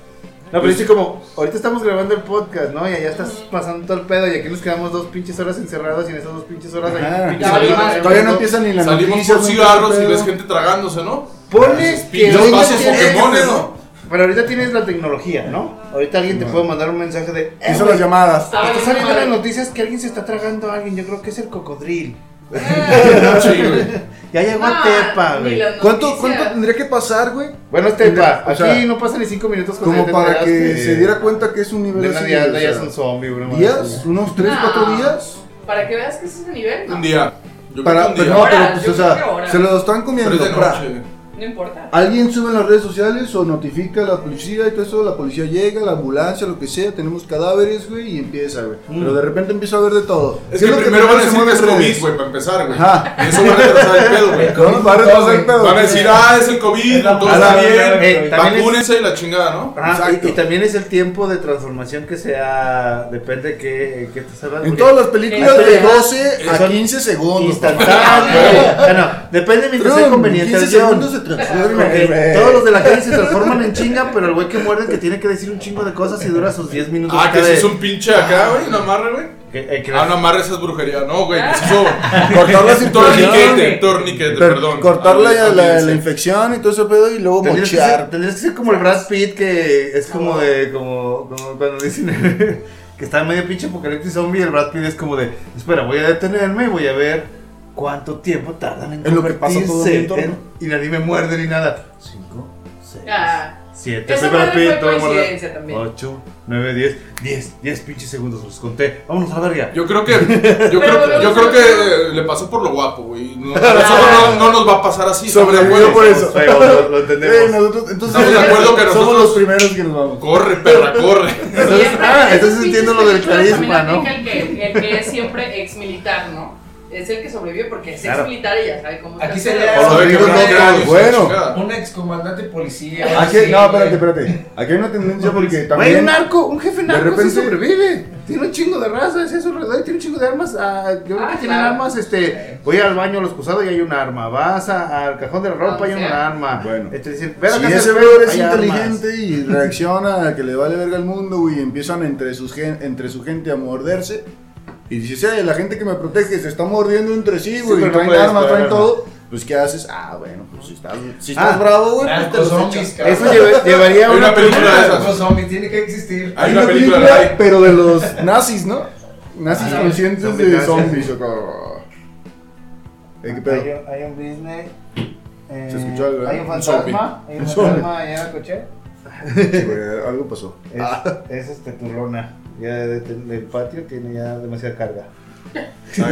Speaker 2: No, pero es que como, ahorita estamos grabando el podcast, ¿no? Y allá estás pasando todo el pedo y aquí nos quedamos dos pinches horas encerrados y en esas dos pinches horas hay
Speaker 3: Ajá.
Speaker 2: un pinche
Speaker 5: Ya
Speaker 2: zombie
Speaker 5: valimos.
Speaker 2: alrededor.
Speaker 3: ah, todavía no empieza ni la
Speaker 4: Salimos
Speaker 3: noticia,
Speaker 4: por
Speaker 3: no empieza
Speaker 4: cigarros
Speaker 3: el
Speaker 4: y
Speaker 3: pedo.
Speaker 4: ves gente tragándose, ¿no?
Speaker 2: Ponle que
Speaker 4: Pinches
Speaker 2: ahorita
Speaker 4: vasos
Speaker 2: tienes-
Speaker 4: Pokémon, ¿no?
Speaker 2: Pero ahorita tienes la tecnología, ¿no? Ahorita alguien te
Speaker 3: No.
Speaker 2: puede mandar un mensaje de... "Eh,
Speaker 3: Hizo
Speaker 2: güey,
Speaker 3: las llamadas.
Speaker 5: Ah,
Speaker 2: Está saliendo en
Speaker 5: madre.
Speaker 2: las noticias que alguien se está tragando a alguien, yo creo que es el cocodril.
Speaker 5: Ah,
Speaker 4: Sí, güey.
Speaker 2: Ya llegó a
Speaker 5: No,
Speaker 2: Tepa,
Speaker 5: Ah, ni
Speaker 2: güey.
Speaker 5: las
Speaker 3: ¿Cuánto,
Speaker 5: noticias.
Speaker 3: cuánto tendría que pasar, güey?
Speaker 2: Bueno, es Tepa,
Speaker 3: O
Speaker 2: aquí
Speaker 3: sea,
Speaker 2: no pasan ni cinco minutos con
Speaker 3: Como
Speaker 2: el
Speaker 3: para
Speaker 2: Tepa,
Speaker 3: que
Speaker 2: sí.
Speaker 3: se diera cuenta que es un nivel
Speaker 2: De
Speaker 3: así.
Speaker 2: nadie
Speaker 3: o
Speaker 2: anda, ya es
Speaker 3: sea,
Speaker 2: un zombie, bro.
Speaker 3: días, unos 3, 4
Speaker 5: No.
Speaker 3: días.
Speaker 5: Para que veas que ese es el nivel,
Speaker 4: Un
Speaker 5: no,
Speaker 4: día. Yo
Speaker 3: Para,
Speaker 4: creo que
Speaker 3: pero
Speaker 4: un
Speaker 3: no,
Speaker 4: día.
Speaker 5: Horas,
Speaker 3: pero pues,
Speaker 5: yo
Speaker 3: o
Speaker 5: creo que
Speaker 3: sea,
Speaker 5: horas.
Speaker 3: se lo están comiendo.
Speaker 4: Tres de
Speaker 3: pra-
Speaker 4: noche.
Speaker 5: no importa.
Speaker 3: Alguien sube en las redes sociales o notifica a la policía y todo eso, la policía llega, la ambulancia, lo que sea, tenemos cadáveres, güey, y empieza, güey. Pero de repente empieza a ver de todo.
Speaker 4: Es
Speaker 3: ¿Qué
Speaker 4: que
Speaker 3: lo
Speaker 4: primero van a
Speaker 3: se
Speaker 4: decir que
Speaker 3: mueve
Speaker 4: es
Speaker 3: en redes?
Speaker 4: COVID, güey, para empezar, güey.
Speaker 3: Ajá.
Speaker 4: Y Eso va a retrasar el pedo, güey.
Speaker 3: No, va a retrasar el pedo.
Speaker 4: Van a decir, ah, es el COVID,
Speaker 6: Es la
Speaker 4: todo
Speaker 6: mala
Speaker 4: está
Speaker 6: vida,
Speaker 4: bien.
Speaker 2: Eh, también es- Ah,
Speaker 4: Vacúnense y la chingada, ¿no? Ah,
Speaker 2: Ajá,
Speaker 3: Exacto.
Speaker 2: y, y también es el tiempo de transformación que sea, depende de qué, qué estás hablando.
Speaker 3: En
Speaker 2: porque
Speaker 3: todas las películas de
Speaker 2: Eh,
Speaker 3: 12 a
Speaker 2: son
Speaker 3: 15 segundos.
Speaker 2: Instantáneo. bueno, depende mientras sea
Speaker 3: Trum,
Speaker 2: conveniente
Speaker 3: 15
Speaker 2: el guión.
Speaker 3: segundos se transforma.
Speaker 2: Porque todos los de la calle se transforman en chinga, pero el güey que muerden que tiene que decir un chingo de cosas y dura sus 10 minutos.
Speaker 4: Ah, que
Speaker 2: cada-
Speaker 4: si es un pinche acá, güey, una amarre, güey.
Speaker 2: que- eh, que-
Speaker 4: Ah, no amarre, esa es brujería. No, güey, que se hizo. Cortar la
Speaker 3: cinturón.
Speaker 4: Torniquete, torniquete,
Speaker 3: Per-
Speaker 4: perdón.
Speaker 3: Cortar la,
Speaker 4: Ah,
Speaker 3: la- la
Speaker 4: sí.
Speaker 3: infección y todo ese pedo y luego
Speaker 2: Tendrías que, ser,
Speaker 3: mochar.
Speaker 2: tendrías que ser como el Brad Pitt que es como de como, como cuando dicen que está en medio pinche apocalipsis zombie y el Brad Pitt es como de espera voy a detenerme y voy a ver cuánto tiempo tardan en
Speaker 3: Es lo que pasa todo
Speaker 2: convertirse
Speaker 3: en mi entorno.
Speaker 2: en- y nadie me muerde ni nada cinco seis
Speaker 5: Ah,
Speaker 2: siete
Speaker 5: esa
Speaker 2: soy Brad
Speaker 5: madre
Speaker 2: Pitt,
Speaker 5: fue
Speaker 2: todo me muerde.
Speaker 5: coincidencia también.
Speaker 2: ocho nueve diez diez diez pinches segundos los conté vámonos a la verga
Speaker 4: Yo creo que, yo creo,
Speaker 5: volvemos
Speaker 4: yo creo
Speaker 5: al
Speaker 4: que le pasó por lo guapo, güey. No, nosotros no, no nos va a pasar así. estamos de
Speaker 3: Sobrevivió
Speaker 4: acuerdo.
Speaker 3: por eso.
Speaker 2: Fuego, lo, lo
Speaker 3: Eh,
Speaker 2: entendemos
Speaker 3: nosotros- entonces,
Speaker 4: Estamos de acuerdo que
Speaker 3: somos
Speaker 4: nosotros-
Speaker 3: los primeros que nos vamos.
Speaker 4: Corre, perra, corre.
Speaker 2: Entonces-
Speaker 5: Siempre
Speaker 2: ah,
Speaker 5: en
Speaker 2: entonces
Speaker 5: esas
Speaker 2: entiendo
Speaker 5: pinches
Speaker 2: lo del
Speaker 5: películas también
Speaker 2: carisma, ¿no?
Speaker 5: aplica El que, el que es siempre ex militar, ¿no? Es el que sobrevive porque es
Speaker 2: Claro.
Speaker 5: ex militar y ya sabe cómo
Speaker 6: Aquí
Speaker 5: está el
Speaker 6: sería-
Speaker 5: pedo.
Speaker 4: Sabe
Speaker 3: Rodrigo
Speaker 4: quebrar
Speaker 3: López,
Speaker 4: cráneos,
Speaker 3: bueno.
Speaker 4: chingada.
Speaker 6: Un excomandante policía.
Speaker 3: Aquí,
Speaker 6: sí,
Speaker 3: Ah, no, espérate,
Speaker 6: güey.
Speaker 3: espérate. Aquí hay una tendencia porque
Speaker 2: Güey,
Speaker 3: también.
Speaker 2: un narco, un jefe narco
Speaker 3: repente-
Speaker 2: sí sobrevive. Tiene un chingo de raza, es eso, ¿verdad? Y Tiene un chingo de armas. ah, yo creo
Speaker 5: Ah,
Speaker 2: que tienen
Speaker 5: claro.
Speaker 2: armas, este. Voy al baño a los cruzados y hay un arma. Vas a- al cajón de la ropa y hay un
Speaker 5: O sea.
Speaker 2: arma.
Speaker 3: Bueno.
Speaker 2: Este, dicen, "Ven
Speaker 3: Si
Speaker 2: acá,
Speaker 3: ese
Speaker 2: Sergio,
Speaker 3: brother es
Speaker 2: hay armas".
Speaker 3: inteligente y reacciona a que le vale verga al mundo, güey, y empiezan entre, sus gen- entre su gente a morderse. Y dices, eh, la gente que me protege se está mordiendo entre sí, güey,
Speaker 2: pero no
Speaker 3: traen
Speaker 2: puedes
Speaker 3: armas, traen
Speaker 2: parar, ¿no?
Speaker 3: todo. Pues, ¿qué haces? Ah, bueno, pues si estás, si estás
Speaker 2: Ah.
Speaker 3: bravo, güey, pues te
Speaker 6: Narcos
Speaker 3: los
Speaker 6: zombies,
Speaker 3: echas.
Speaker 6: cabrón.
Speaker 2: Eso lleva- llevaría a
Speaker 4: Hay
Speaker 2: una
Speaker 4: una película de esas.
Speaker 6: Narcos zombies, tiene que existir.
Speaker 3: Ah.
Speaker 4: Hay una película de
Speaker 3: película, pero de los nazis, ¿no? Nazis
Speaker 6: Ah,
Speaker 3: conscientes
Speaker 2: zombie
Speaker 3: de
Speaker 2: nazis.
Speaker 3: zombies, o como- Eh, ¿Qué pedo?
Speaker 2: un- hay un business. eh,
Speaker 3: Se escuchó algo, ¿eh? Un
Speaker 2: Hay
Speaker 3: Un zombie.
Speaker 2: allá en el coche.
Speaker 3: Sí, güey, algo pasó.
Speaker 2: Es,
Speaker 3: Ah.
Speaker 2: es este turlona. Ya de- de- el patio tiene ya demasiada carga.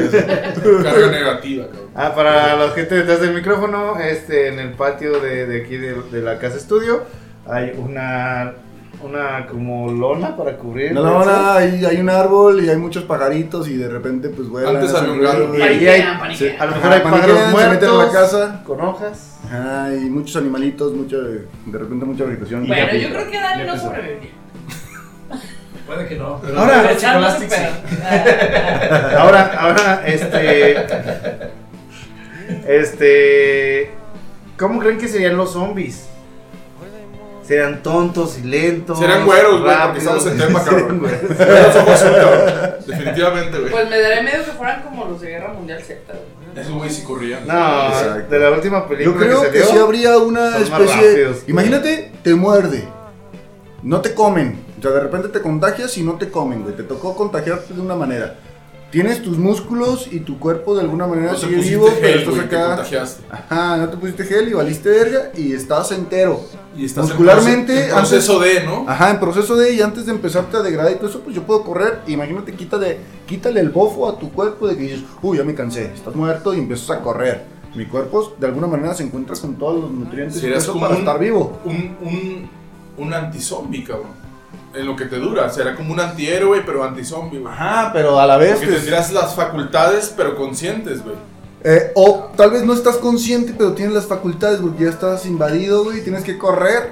Speaker 4: Carga negativa, cabrón.
Speaker 2: Ah, para la gente detrás del micrófono, este, en el patio de, de aquí de, de la casa estudio, hay una, una como lona para cubrir.
Speaker 3: No,
Speaker 2: eso.
Speaker 3: no, no, hay, hay un árbol y hay muchos pagaritos y de repente pues vuelan.
Speaker 4: Antes
Speaker 3: hacen
Speaker 4: había un gato.
Speaker 3: ruido,
Speaker 2: Y
Speaker 3: güey.
Speaker 2: ahí hay,
Speaker 5: Paniquean, paniquean.
Speaker 2: a lo mejor hay
Speaker 3: Ajá,
Speaker 2: pájaros
Speaker 3: paniquean, se meten a
Speaker 2: muertos
Speaker 3: la casa.
Speaker 2: con hojas.
Speaker 3: Ajá, y muchos animalitos, mucho, de repente mucha vegetación.
Speaker 5: Bueno,
Speaker 3: Y-
Speaker 5: yo creo que Dani
Speaker 2: Ya
Speaker 5: no
Speaker 2: empezó.
Speaker 5: sobreviviría.
Speaker 6: Puede que no. Pero
Speaker 2: Ahora,
Speaker 6: no,
Speaker 5: Pero ya no se
Speaker 6: Scholastic Ah, sí.
Speaker 5: supera. Ah,
Speaker 2: Ahora, ahora, este, este, ¿cómo creen que serían los zombies? Serán tontos y lentos.
Speaker 4: Serán güeros, güey, porque
Speaker 2: rápidos,
Speaker 4: estamos en tema, cabrón.
Speaker 2: serán güeros.
Speaker 4: Los ojos son, cabrón. Definitivamente, güey.
Speaker 5: Pues me daré medio que fueran como los de Guerra Mundial Z. güey.
Speaker 4: Esos güey sí corrían.
Speaker 2: No,
Speaker 3: Exacto.
Speaker 2: de la última
Speaker 3: Yo
Speaker 2: película
Speaker 3: creo
Speaker 2: que
Speaker 3: que
Speaker 2: se
Speaker 3: sí
Speaker 2: vio.
Speaker 3: habría una
Speaker 2: Son más
Speaker 3: especie.
Speaker 2: rápidos.
Speaker 3: Imagínate, te muerde. no te comen. O sea, de repente te contagias y no te comen, güey. Te tocó contagiarte de una manera. Tienes tus músculos y tu cuerpo de alguna manera
Speaker 4: No te
Speaker 3: sigue
Speaker 4: pusiste
Speaker 3: vivo, pero
Speaker 4: gel,
Speaker 3: estás
Speaker 4: güey, te
Speaker 3: acá.
Speaker 4: contagiaste.
Speaker 3: Ajá, no te pusiste gel y valiste verga y estás entero.
Speaker 4: Y estás
Speaker 3: Muscularmente,
Speaker 4: en proceso, en proceso de, ¿no?
Speaker 3: Ajá, en proceso de y antes de empezarte a degradar y todo eso, pues yo puedo correr. Imagínate, quítale, quítale el bofo a tu cuerpo de que dices, uy, ya me cansé, estás muerto y empiezas a correr. Mi cuerpo de alguna manera se encuentra con todos los nutrientes y
Speaker 4: Serías
Speaker 3: todo eso
Speaker 4: como
Speaker 3: para
Speaker 4: un-
Speaker 3: estar vivo.
Speaker 4: Un, un, un antizombi, cabrón. En lo que te dura. Será como un antihéroe, pero antizombi, güey.
Speaker 3: Ajá, pero a la vez.
Speaker 4: Porque
Speaker 3: pues,
Speaker 4: tendrás las facultades, pero conscientes, güey.
Speaker 3: eh, o tal vez no estás consciente, pero tienes las facultades, porque ya estás invadido, güey, tienes que correr.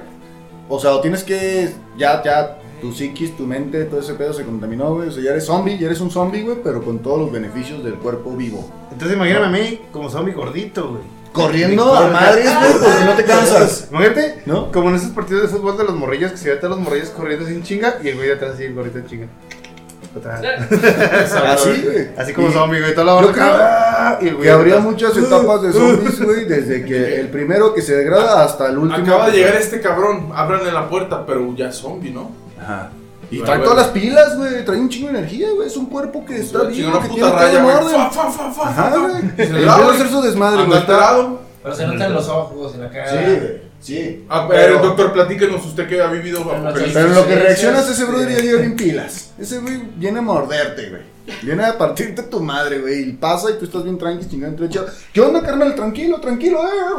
Speaker 3: O sea, o tienes que. Ya, ya, tu psiquis, tu mente, todo ese pedo se contaminó, güey. O sea, ya eres zombie, ya eres un zombie, güey, pero con todos los beneficios del cuerpo vivo.
Speaker 2: Entonces imagíname a mí como zombie gordito, güey.
Speaker 3: Corriendo a madres, güey, porque no te cansas.
Speaker 2: Imagínate,
Speaker 3: ¿No?
Speaker 2: Como en esos partidos de fútbol de los morrillos, que se ve a todos los morrillos corriendo sin chinga y el güey de atrás así, el gordito en chinga.
Speaker 6: Ah,
Speaker 2: Atrás.
Speaker 3: Así, Ah, güey.
Speaker 2: Así como
Speaker 3: Y-
Speaker 2: zombie, güey, toda la
Speaker 3: Yo
Speaker 2: hora.
Speaker 3: creo
Speaker 2: acá, y el güey
Speaker 3: Que habría
Speaker 2: atrás.
Speaker 3: muchas etapas de zombies, güey, desde que el primero que se degrada hasta el último.
Speaker 4: Acaba de llegar este cabrón. Ábranle la puerta, pero ya es zombie, ¿no?
Speaker 3: Ajá. Y
Speaker 4: Bueno,
Speaker 3: trae
Speaker 4: bueno.
Speaker 3: todas las pilas, güey, trae un chingo de energía, güey, es un cuerpo que está
Speaker 4: Tiene
Speaker 3: bien,
Speaker 4: una
Speaker 3: que
Speaker 4: puta
Speaker 3: tiene
Speaker 4: raya,
Speaker 3: todo en
Speaker 4: güey.
Speaker 3: orden.
Speaker 4: Fa, fa, fa, fa,
Speaker 3: Ajá,
Speaker 4: fa.
Speaker 3: güey.
Speaker 4: Y se le
Speaker 3: Empieza
Speaker 4: da,
Speaker 3: a
Speaker 4: güey.
Speaker 3: hacer su desmadre,
Speaker 4: Anda
Speaker 3: güey. está-
Speaker 4: alterado.
Speaker 6: Pero se notan los ojos, la cara.
Speaker 3: Sí, güey, sí.
Speaker 4: Ah, pero, doctor, platíquenos usted que ha vivido apocalipsis.
Speaker 3: Pero en lo que
Speaker 6: Sí, sí,
Speaker 3: reaccionas,
Speaker 6: sí.
Speaker 3: ese brother ya llega bien pilas. Ese güey viene a morderte, güey. Viene a partirte tu madre, güey. Y pasa y tú estás bien tranqui, chingando entre chavos. ¿Qué onda, carnal? Tranquilo, tranquilo, eh.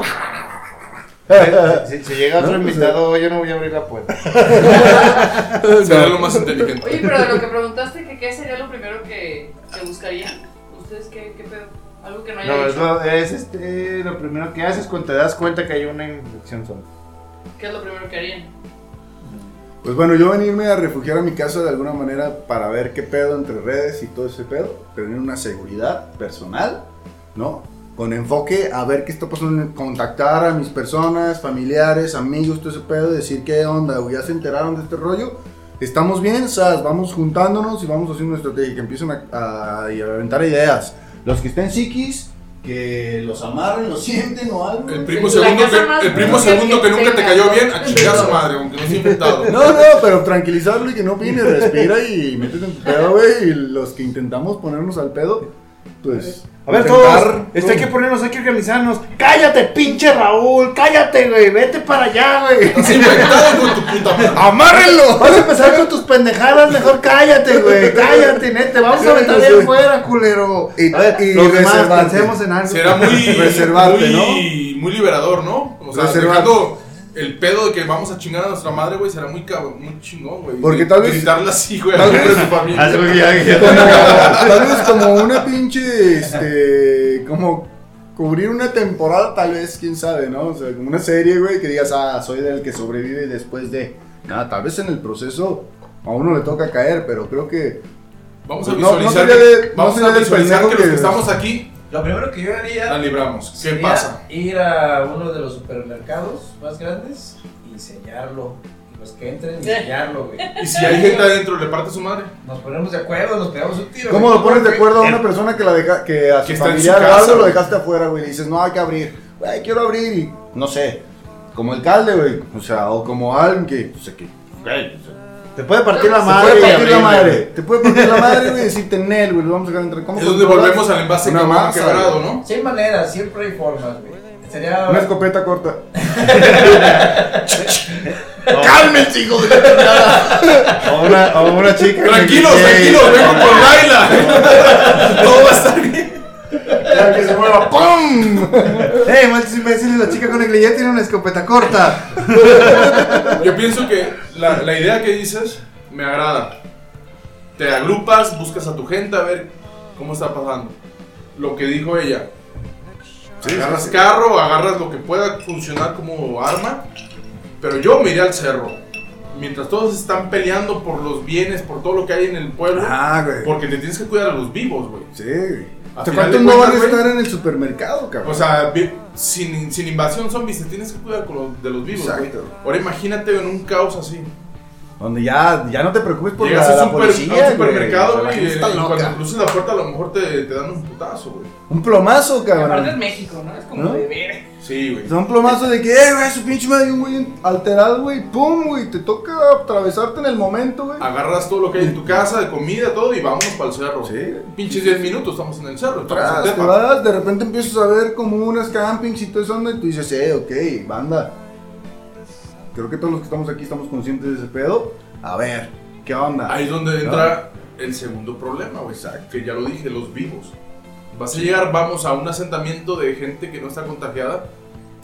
Speaker 2: Si, si llega otro
Speaker 3: No, pues,
Speaker 2: invitado, yo no voy a abrir la puerta.
Speaker 4: Será lo más inteligente.
Speaker 5: Oye, pero de lo que preguntaste, que ¿qué sería lo primero que, que buscarían? ¿Ustedes qué, qué pedo? Algo que no haya
Speaker 2: No, es
Speaker 5: hecho.
Speaker 2: lo, es este, lo primero que haces cuando te das cuenta que hay una infección zombie.
Speaker 5: ¿Qué es lo primero que harían?
Speaker 3: Pues bueno, yo venirme a refugiar a mi casa de alguna manera para ver qué pedo entre redes y todo ese pedo, tener una seguridad personal, ¿no? Con enfoque a ver qué está pasando, contactar a mis personas, familiares, amigos, todo ese pedo, decir qué onda, güey, ya se enteraron de este rollo, estamos bien, sas, vamos juntándonos y vamos haciendo una estrategia, que empiecen a, a- y a aventar ideas. Los que estén psiquis, que los amarren, los sienten o algo.
Speaker 4: El primo
Speaker 5: La
Speaker 4: segundo
Speaker 5: casa más
Speaker 4: que, el primo
Speaker 5: bonita
Speaker 4: segundo que
Speaker 5: que
Speaker 4: nunca te
Speaker 5: tenga.
Speaker 4: cayó bien, a chingar a su madre, aunque no sea infectado.
Speaker 3: No, no, pero tranquilizarlo y que no opine, respira y métete en tu pedo, güey. Y los que intentamos ponernos al pedo, pues.
Speaker 2: A ver, todos,
Speaker 3: intentar-
Speaker 2: este, hay que ponernos, hay que organizarnos. ¡Cállate, pinche Raúl! ¡Cállate, güey! ¡Vete para allá, güey!
Speaker 4: Estás infectado con tu puta madre.
Speaker 3: ¡Amárrenlo!
Speaker 2: Vas a empezar con tus pendejadas, mejor cállate, güey. Cállate, neta, vamos a aventar de afuera, culero.
Speaker 3: Y-
Speaker 2: a ver,
Speaker 3: y
Speaker 2: los demás
Speaker 3: reservante.
Speaker 2: pensemos en algo.
Speaker 4: Será muy,
Speaker 3: Reservarte,
Speaker 4: muy, muy liberador, ¿no? O sea,
Speaker 3: Reservarte.
Speaker 4: dejando el pedo de que vamos a chingar a nuestra madre, güey, será muy cabrón, muy chingón, güey.
Speaker 3: Porque tal vez-
Speaker 4: Gritarla así, güey,
Speaker 3: tal
Speaker 4: al nombre de
Speaker 3: vez-
Speaker 4: tu familia.
Speaker 3: Como, tal vez como una pinche. Este. Como cubrir una temporada, tal vez, quién sabe, ¿no? O sea, como una serie, güey, que digas, ah, soy del que sobrevive después de. Nada, tal vez en el proceso a uno le toca caer, pero creo que.
Speaker 4: Vamos a
Speaker 3: No, no
Speaker 4: visualizar,
Speaker 3: sería
Speaker 4: que-
Speaker 3: de- no
Speaker 4: vamos
Speaker 3: sería
Speaker 4: a
Speaker 3: del
Speaker 4: visualizar que
Speaker 3: pendejo
Speaker 4: los que
Speaker 3: que-
Speaker 4: estamos aquí
Speaker 6: Lo primero que yo
Speaker 4: la
Speaker 6: haría
Speaker 4: libramos. ¿Qué
Speaker 6: sería
Speaker 4: pasa?
Speaker 6: ir a uno de los supermercados más grandes y sellarlo. Y los que entren, y
Speaker 5: Eh.
Speaker 6: sellarlo, güey.
Speaker 4: Y si hay gente adentro, le parte su madre.
Speaker 6: Nos ponemos de acuerdo, nos pegamos un tiro.
Speaker 3: ¿Cómo
Speaker 6: güey.
Speaker 3: lo pones de acuerdo a una persona que la deja, que a su
Speaker 4: Que está en
Speaker 3: familiar
Speaker 4: su
Speaker 3: o
Speaker 4: casa,
Speaker 3: algo lo
Speaker 4: güey.
Speaker 3: dejaste afuera, güey? Le dices, no, hay que abrir. Güey, quiero abrir y no sé. Como alcalde, güey. O sea, o como alguien que. O sea, que. güey, o sea,
Speaker 2: Te puede partir la
Speaker 5: Se
Speaker 3: te
Speaker 2: madre. y
Speaker 3: puede partir la
Speaker 2: abrirla,
Speaker 3: madre. Te puede partir la madre, güey, y decirte Nel, güey, lo vamos a dejar entrar. ¿Cómo
Speaker 4: Es donde
Speaker 3: controlas?
Speaker 4: volvemos al envase
Speaker 3: Una
Speaker 4: que
Speaker 3: masa,
Speaker 4: quebrado,
Speaker 3: güey.
Speaker 4: ¿no?
Speaker 6: Sí hay maneras, siempre hay formas, güey. Sería.
Speaker 3: Una escopeta corta.
Speaker 2: güey. O una, o una chica.
Speaker 4: Tranquilos,
Speaker 2: que-
Speaker 4: tranquilos, vengo con Laila. Todo va a estar bien.
Speaker 3: Para que se mueva. ¡Pum!
Speaker 2: ¡Ey, malditos imbéciles! La chica con el ya tiene una escopeta corta.
Speaker 4: Yo pienso que la, la idea que dices me agrada. Te agrupas, buscas a tu gente a ver cómo está pasando. Lo que dijo ella. agarras carro, agarras lo que pueda funcionar como arma. Pero yo me iré al cerro. Mientras todos están peleando por los bienes, por todo lo que hay en el pueblo.
Speaker 3: Ah, güey.
Speaker 4: Porque te tienes que cuidar a los vivos, güey.
Speaker 3: Sí, güey.
Speaker 4: A
Speaker 3: ¿Hasta
Speaker 4: final
Speaker 3: cuánto
Speaker 4: de
Speaker 3: no van a
Speaker 4: cuentas, güey, Pues,
Speaker 3: estar en el supermercado, cabrón?
Speaker 4: O sea, vi- sin, sin invasión zombie, te tienes que cuidar con los- de los vivos, güey.
Speaker 3: Exacto.
Speaker 4: Ahora imagínate en un caos así.
Speaker 3: Donde ya, ya no te preocupes por
Speaker 4: Llegas
Speaker 3: la,
Speaker 4: a
Speaker 3: la
Speaker 4: un super-
Speaker 3: policía.
Speaker 4: a un
Speaker 3: güey. O
Speaker 4: supermercado,
Speaker 3: sea, la
Speaker 4: güey,
Speaker 3: gente
Speaker 4: y
Speaker 3: está loca.
Speaker 4: cuando cruces la puerta a lo mejor te, te dan un putazo, güey.
Speaker 3: Un plomazo,
Speaker 5: Aparte es
Speaker 3: cabrón.
Speaker 5: México, ¿no? Es como
Speaker 3: ¿No?
Speaker 5: de ver.
Speaker 4: Sí, güey.
Speaker 3: O sea, un plomazo de que, eh, güey, su pinche madre, un güey alterado, güey, pum, güey, te toca atravesarte en el momento, güey.
Speaker 4: Agarras todo lo que hay en tu casa, de comida, todo, y vámonos para el cerro.
Speaker 3: Sí.
Speaker 4: Pinches 10 minutos, estamos en el cerro, estamos en
Speaker 3: Tras, te
Speaker 4: Tepa.
Speaker 3: vas, de repente empiezas a ver como unas campings y todo eso, onda, y tú dices, eh, ok, banda. Creo que todos los que estamos aquí estamos conscientes de ese pedo. A ver, ¿qué onda?
Speaker 4: Ahí es donde entra
Speaker 3: Ah.
Speaker 4: el segundo problema, güey. Que ya lo dije, los vivos. Vas a llegar, vamos a un asentamiento de gente que no está contagiada.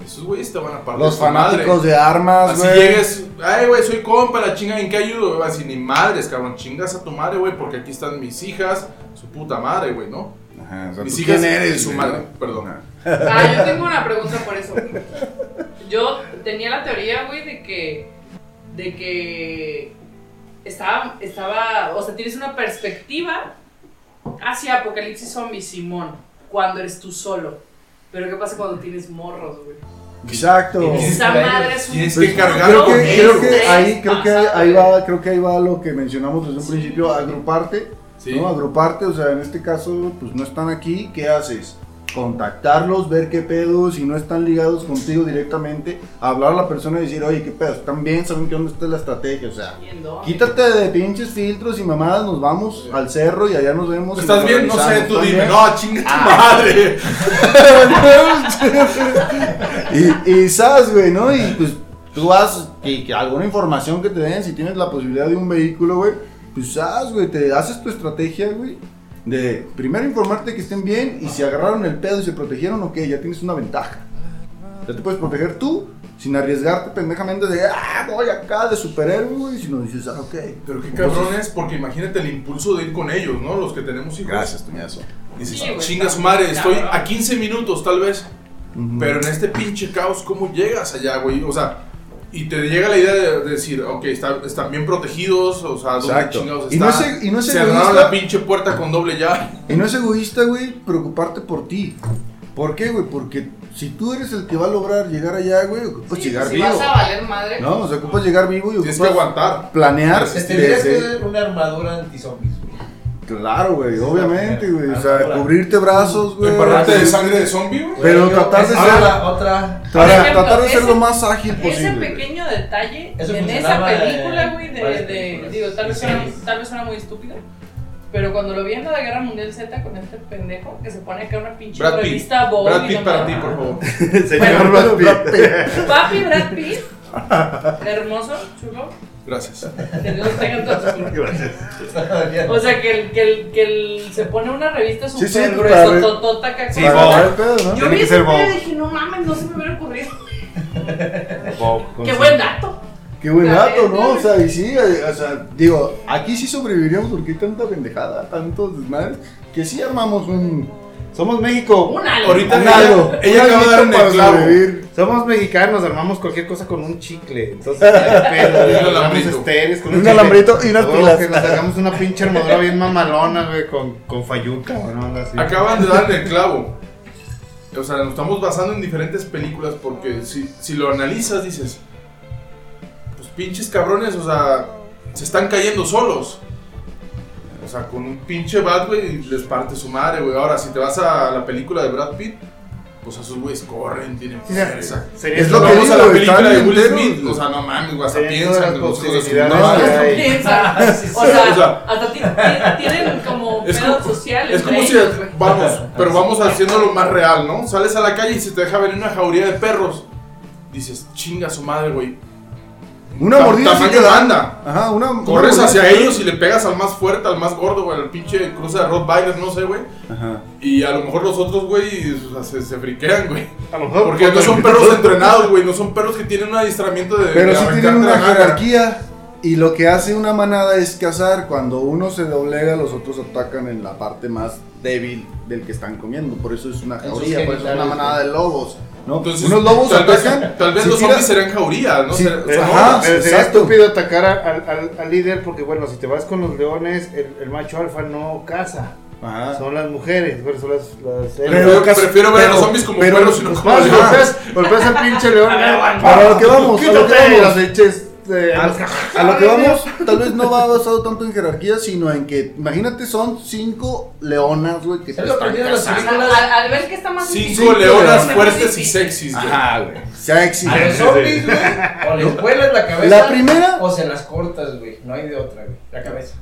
Speaker 4: Esos güeyes te van a partir
Speaker 3: Los
Speaker 4: su madre.
Speaker 3: fanáticos de armas,
Speaker 4: Así
Speaker 3: güey.
Speaker 4: llegues, ay, güey, soy compa, la chinga, ¿en qué ayudo? güey? Así ni madres, cabrón, chingas a tu madre, güey, porque aquí están mis hijas, su puta madre, güey, ¿no?
Speaker 3: Ajá, o sea,
Speaker 4: Mis
Speaker 3: ¿tú
Speaker 4: hijas
Speaker 3: quién
Speaker 4: y su
Speaker 3: güey?
Speaker 4: madre, perdón.
Speaker 3: Ajá.
Speaker 5: Ah, yo tengo una pregunta por eso. Yo tenía la teoría, güey, de que. de que. Estaba, estaba. O sea, tienes una perspectiva hacia Apocalipsis Zombie Simón cuando eres tú solo. Pero ¿qué pasa cuando tienes morros, güey?
Speaker 3: Exacto.
Speaker 4: Tienes-
Speaker 5: Esa madre es un.
Speaker 4: tienes que
Speaker 5: un
Speaker 4: cargar
Speaker 3: Creo
Speaker 4: con
Speaker 3: que,
Speaker 4: ellos,
Speaker 3: creo que
Speaker 5: estrés
Speaker 3: ahí, creo que
Speaker 5: pasado,
Speaker 3: ahí
Speaker 5: güey.
Speaker 3: va, creo que ahí va lo que mencionamos desde un
Speaker 5: Sí.
Speaker 3: principio, agruparte,
Speaker 4: Sí.
Speaker 3: ¿no? Agruparte, o sea, en este caso, pues no están aquí, ¿qué haces? Contactarlos, ver qué pedo, si no están ligados contigo directamente, hablar a la persona y decir, oye, qué pedo, están bien, saben que dónde está la estrategia, o sea,
Speaker 5: ¿Y en dónde?
Speaker 3: quítate de pinches filtros y mamadas, nos vamos al cerro y allá nos vemos. y
Speaker 4: ¿Estás
Speaker 3: nos
Speaker 4: bien? No sé,
Speaker 3: organizamos, Ah.
Speaker 4: tú
Speaker 3: ¿están
Speaker 4: dime.
Speaker 3: bien?
Speaker 4: No, chinga tu madre.
Speaker 3: y, y sabes, güey, ¿no? Y pues tú vas, y que alguna información que te den, si tienes la posibilidad de un vehículo, güey, pues sabes, güey, te haces tu estrategia, güey. De primero informarte que estén bien y si agarraron el pedo y se protegieron, ok, ya tienes una ventaja. Ya te puedes proteger tú sin arriesgarte pendejamente de, ah, voy acá de superhéroe, güey, sino dices, ah, ok.
Speaker 4: Pero qué
Speaker 3: Entonces-
Speaker 4: cabrón es, porque imagínate el impulso de ir con ellos, ¿no? Los que tenemos hijos.
Speaker 3: Toñazo.
Speaker 4: Dices, "Ah,
Speaker 5: Sí, güey,
Speaker 4: chinga
Speaker 5: está
Speaker 4: su madre,
Speaker 5: muy
Speaker 4: estoy
Speaker 5: cabrón.
Speaker 4: a 15 minutos tal vez.
Speaker 3: Ujú.
Speaker 4: Pero en este pinche caos, ¿cómo llegas allá, güey? O sea, y te llega la idea de decir, ok, está- están bien protegidos, o sea, ¿dónde
Speaker 3: Exacto.
Speaker 4: chingados
Speaker 3: Y no
Speaker 4: están?
Speaker 3: es- y no es
Speaker 4: Cerraron
Speaker 3: egoísta.
Speaker 4: la pinche puerta con doble llave.
Speaker 3: Y no es egoísta, güey, preocuparte por ti. ¿Por qué, güey? Porque si tú eres el que va a lograr llegar allá, güey, ocupas
Speaker 5: Sí,
Speaker 3: Pues
Speaker 5: pues,
Speaker 3: llegar
Speaker 5: si
Speaker 3: vivo.
Speaker 5: vas a valer madre.
Speaker 3: No, o sea, ocupas llegar vivo y ocupas
Speaker 4: Tienes que aguantar.
Speaker 3: planear. Este,
Speaker 6: Te
Speaker 3: de-
Speaker 6: tendrías
Speaker 3: de-
Speaker 6: Pues que dar una armadura anti-zombies, güey.
Speaker 3: Claro, güey,
Speaker 6: Esa es la
Speaker 3: obviamente,
Speaker 6: primera.
Speaker 3: güey. O sea,
Speaker 6: Ahora.
Speaker 3: cubrirte brazos, güey.
Speaker 4: Emparrarte de
Speaker 3: Sí,
Speaker 4: sangre
Speaker 3: güey.
Speaker 4: de zombie, güey.
Speaker 3: Pero
Speaker 6: Güey,
Speaker 3: tratar de
Speaker 6: esa
Speaker 3: ser-
Speaker 6: es la otra.
Speaker 3: Tra-
Speaker 5: Por ejemplo,
Speaker 3: tratar de ser
Speaker 5: ese-
Speaker 3: lo más ágil
Speaker 5: Ese
Speaker 3: posible. güey.
Speaker 5: pequeño detalle
Speaker 6: Eso
Speaker 5: en esa
Speaker 6: funcionaba
Speaker 5: película,
Speaker 6: en
Speaker 5: güey, de,
Speaker 6: varias
Speaker 5: de-
Speaker 6: películas.
Speaker 5: digo, tal vez,
Speaker 6: Y
Speaker 5: suena,
Speaker 6: series.
Speaker 5: tal vez suena muy estúpido, pero cuando lo vi en la de Guerra Mundial Z con este pendejo que se pone acá una pinche
Speaker 4: Brad Pitt.
Speaker 5: revista Vogue
Speaker 4: Brad
Speaker 5: y
Speaker 4: Pitt
Speaker 5: no
Speaker 4: para ti,
Speaker 5: mames.
Speaker 4: por favor.
Speaker 3: Señor Brad Pitt.
Speaker 5: Papi Brad Pitt, hermoso, chulo,
Speaker 4: Gracias.
Speaker 5: que Dios tenga todo su culo.
Speaker 6: Todavía.
Speaker 5: O sea, que el, que el, que el se pone una revista
Speaker 3: Sí, sí,
Speaker 5: súper
Speaker 3: pues, para
Speaker 5: grueso,
Speaker 3: ver-
Speaker 5: totota, acá
Speaker 2: Sí,
Speaker 5: con-
Speaker 3: Para
Speaker 2: Bob.
Speaker 3: agarrar el pedo, ¿no?
Speaker 5: Yo
Speaker 2: Tiene
Speaker 5: vi
Speaker 2: que
Speaker 5: ese
Speaker 2: ser
Speaker 5: pedo y
Speaker 2: Bob.
Speaker 5: dije, no mames, no se me hubiera ocurrido.
Speaker 2: Bob, con
Speaker 5: Qué
Speaker 2: su-
Speaker 5: buen dato.
Speaker 3: Qué buen
Speaker 5: La
Speaker 3: dato, ¿no?
Speaker 5: neta.
Speaker 3: O sea, y sí, eh, o sea, digo, aquí sí sobreviviríamos porque hay tanta pendejada, tantos desmadres, que sí armamos un.
Speaker 2: Somos México.
Speaker 5: Un algo.
Speaker 4: Ahorita
Speaker 3: un
Speaker 4: ella-
Speaker 3: algo,
Speaker 4: ella
Speaker 3: un
Speaker 4: acaba de dar en
Speaker 3: alguito
Speaker 4: el clavo.
Speaker 2: Somos mexicanos, armamos cualquier cosa con un chicle. Entonces, no hay pedo, güey,
Speaker 4: Un
Speaker 2: armamos
Speaker 4: alambrito.
Speaker 2: estéreos con
Speaker 3: Un alambrito y unas
Speaker 2: Luego
Speaker 3: pilas.
Speaker 2: Que nos hagamos una pinche armadura bien mamalona, güey, con, con fayuca o no, algo así.
Speaker 4: Acaban de darle el clavo. O sea, nos estamos basando en diferentes películas porque si, si lo analizas dices, pues pinches cabrones, o sea, se están cayendo solos. O sea, con un pinche bat, güey, les parte su madre, güey. Ahora, si te vas a la película de Brad Pitt, pues esos güeyes corren, tienen
Speaker 2: Sí, sea,
Speaker 4: fuerza.
Speaker 2: sería
Speaker 3: Es
Speaker 4: Es
Speaker 3: lo
Speaker 4: lo
Speaker 3: que
Speaker 4: vamos
Speaker 3: digo,
Speaker 4: a la
Speaker 3: güey,
Speaker 4: película
Speaker 3: están
Speaker 4: de Will
Speaker 3: enteros,
Speaker 4: Smith,
Speaker 3: güey.
Speaker 4: o sea, no mames, güey, hasta
Speaker 2: Serían
Speaker 4: piensan
Speaker 2: todas
Speaker 4: que
Speaker 2: las
Speaker 4: los hijos de su
Speaker 2: posibilidades
Speaker 4: madre-
Speaker 2: que hay.
Speaker 5: Piensa.
Speaker 6: Ah,
Speaker 5: O
Speaker 4: O
Speaker 5: sea,
Speaker 4: sea,
Speaker 5: hasta ti- ti- tienen como
Speaker 4: Es
Speaker 5: pedos
Speaker 4: como-
Speaker 5: sociales.
Speaker 4: Es como
Speaker 5: güey.
Speaker 4: si, vamos, pero vamos haciéndolo más real, ¿no? Sales a la calle y se te deja venir una jauría de perros. Dices, chinga su madre, güey.
Speaker 3: Una
Speaker 4: Ta-
Speaker 3: mordida sí
Speaker 4: tamaño
Speaker 3: te dan.
Speaker 4: banda.
Speaker 3: Ajá, una. una
Speaker 4: Corres
Speaker 3: mordida
Speaker 4: hacia
Speaker 3: sí te-
Speaker 4: ellos y le pegas al más fuerte, al más gordo, güey, al pinche cruce de Rottweiler, no sé, güey.
Speaker 3: Ajá.
Speaker 4: Y a lo mejor los otros, güey, o sea, se, se friquean, güey.
Speaker 2: A lo mejor
Speaker 4: Porque no son perros entrenados, güey. No son perros que tienen un adiestramiento de.
Speaker 3: Pero
Speaker 4: de
Speaker 3: sí tienen
Speaker 4: arrancarte
Speaker 3: una
Speaker 4: la naca.
Speaker 3: jerarquía. Y lo que hace una manada es cazar. Cuando uno se doblega, los otros atacan en la parte más débil del que están comiendo. Por eso es una
Speaker 6: En sus
Speaker 3: jauría, por eso es una
Speaker 6: genitales,
Speaker 3: manada de lobos. ¿no?
Speaker 4: Entonces,
Speaker 3: Unos lobos
Speaker 4: tal vez-
Speaker 3: atacan.
Speaker 4: tal vez
Speaker 3: si
Speaker 4: los
Speaker 3: tira-
Speaker 4: zombies serán jaurías, ¿no?
Speaker 3: Sí,
Speaker 4: Ser-
Speaker 2: Pero,
Speaker 4: son
Speaker 3: Ajá,
Speaker 4: hordas.
Speaker 2: pero Eh, sería
Speaker 3: exacto.
Speaker 2: estúpido atacar a- al, al- al líder porque, bueno, si te vas con los leones, el, el macho alfa no caza.
Speaker 3: Ajá.
Speaker 2: Son las mujeres, pero son las... las
Speaker 4: Prefiero-
Speaker 3: casi-
Speaker 4: Ah. prefiero ver a los
Speaker 3: pero-
Speaker 4: zombies como
Speaker 3: pero-
Speaker 4: perros y no como
Speaker 2: Vas,
Speaker 4: leones.
Speaker 2: golpeas, golpeas al pinche león.
Speaker 5: A ver,
Speaker 2: eh,
Speaker 5: aguanta.
Speaker 3: Para lo que vamos, a lo que
Speaker 2: Quítate.
Speaker 3: vamos, las leches.
Speaker 2: eh,
Speaker 3: A, a lo que vamos, tal vez no va basado tanto en jerarquía, sino en que, imagínate, son cinco leonas, güey, que te
Speaker 6: ¿Sabes lo
Speaker 3: están
Speaker 6: aprendido de las
Speaker 3: cazando.
Speaker 6: películas?
Speaker 5: Al, al ver que está más
Speaker 4: Cinco
Speaker 5: difícil.
Speaker 4: leonas
Speaker 5: Está más
Speaker 4: fuertes y
Speaker 5: difícil.
Speaker 4: sexys, güey.
Speaker 3: Ajá, güey. Sexy.
Speaker 6: A los zombies, güey, o les vuelas la cabeza.
Speaker 3: La primera-
Speaker 6: O se las cortas, güey. No hay de otra, güey. La cabeza.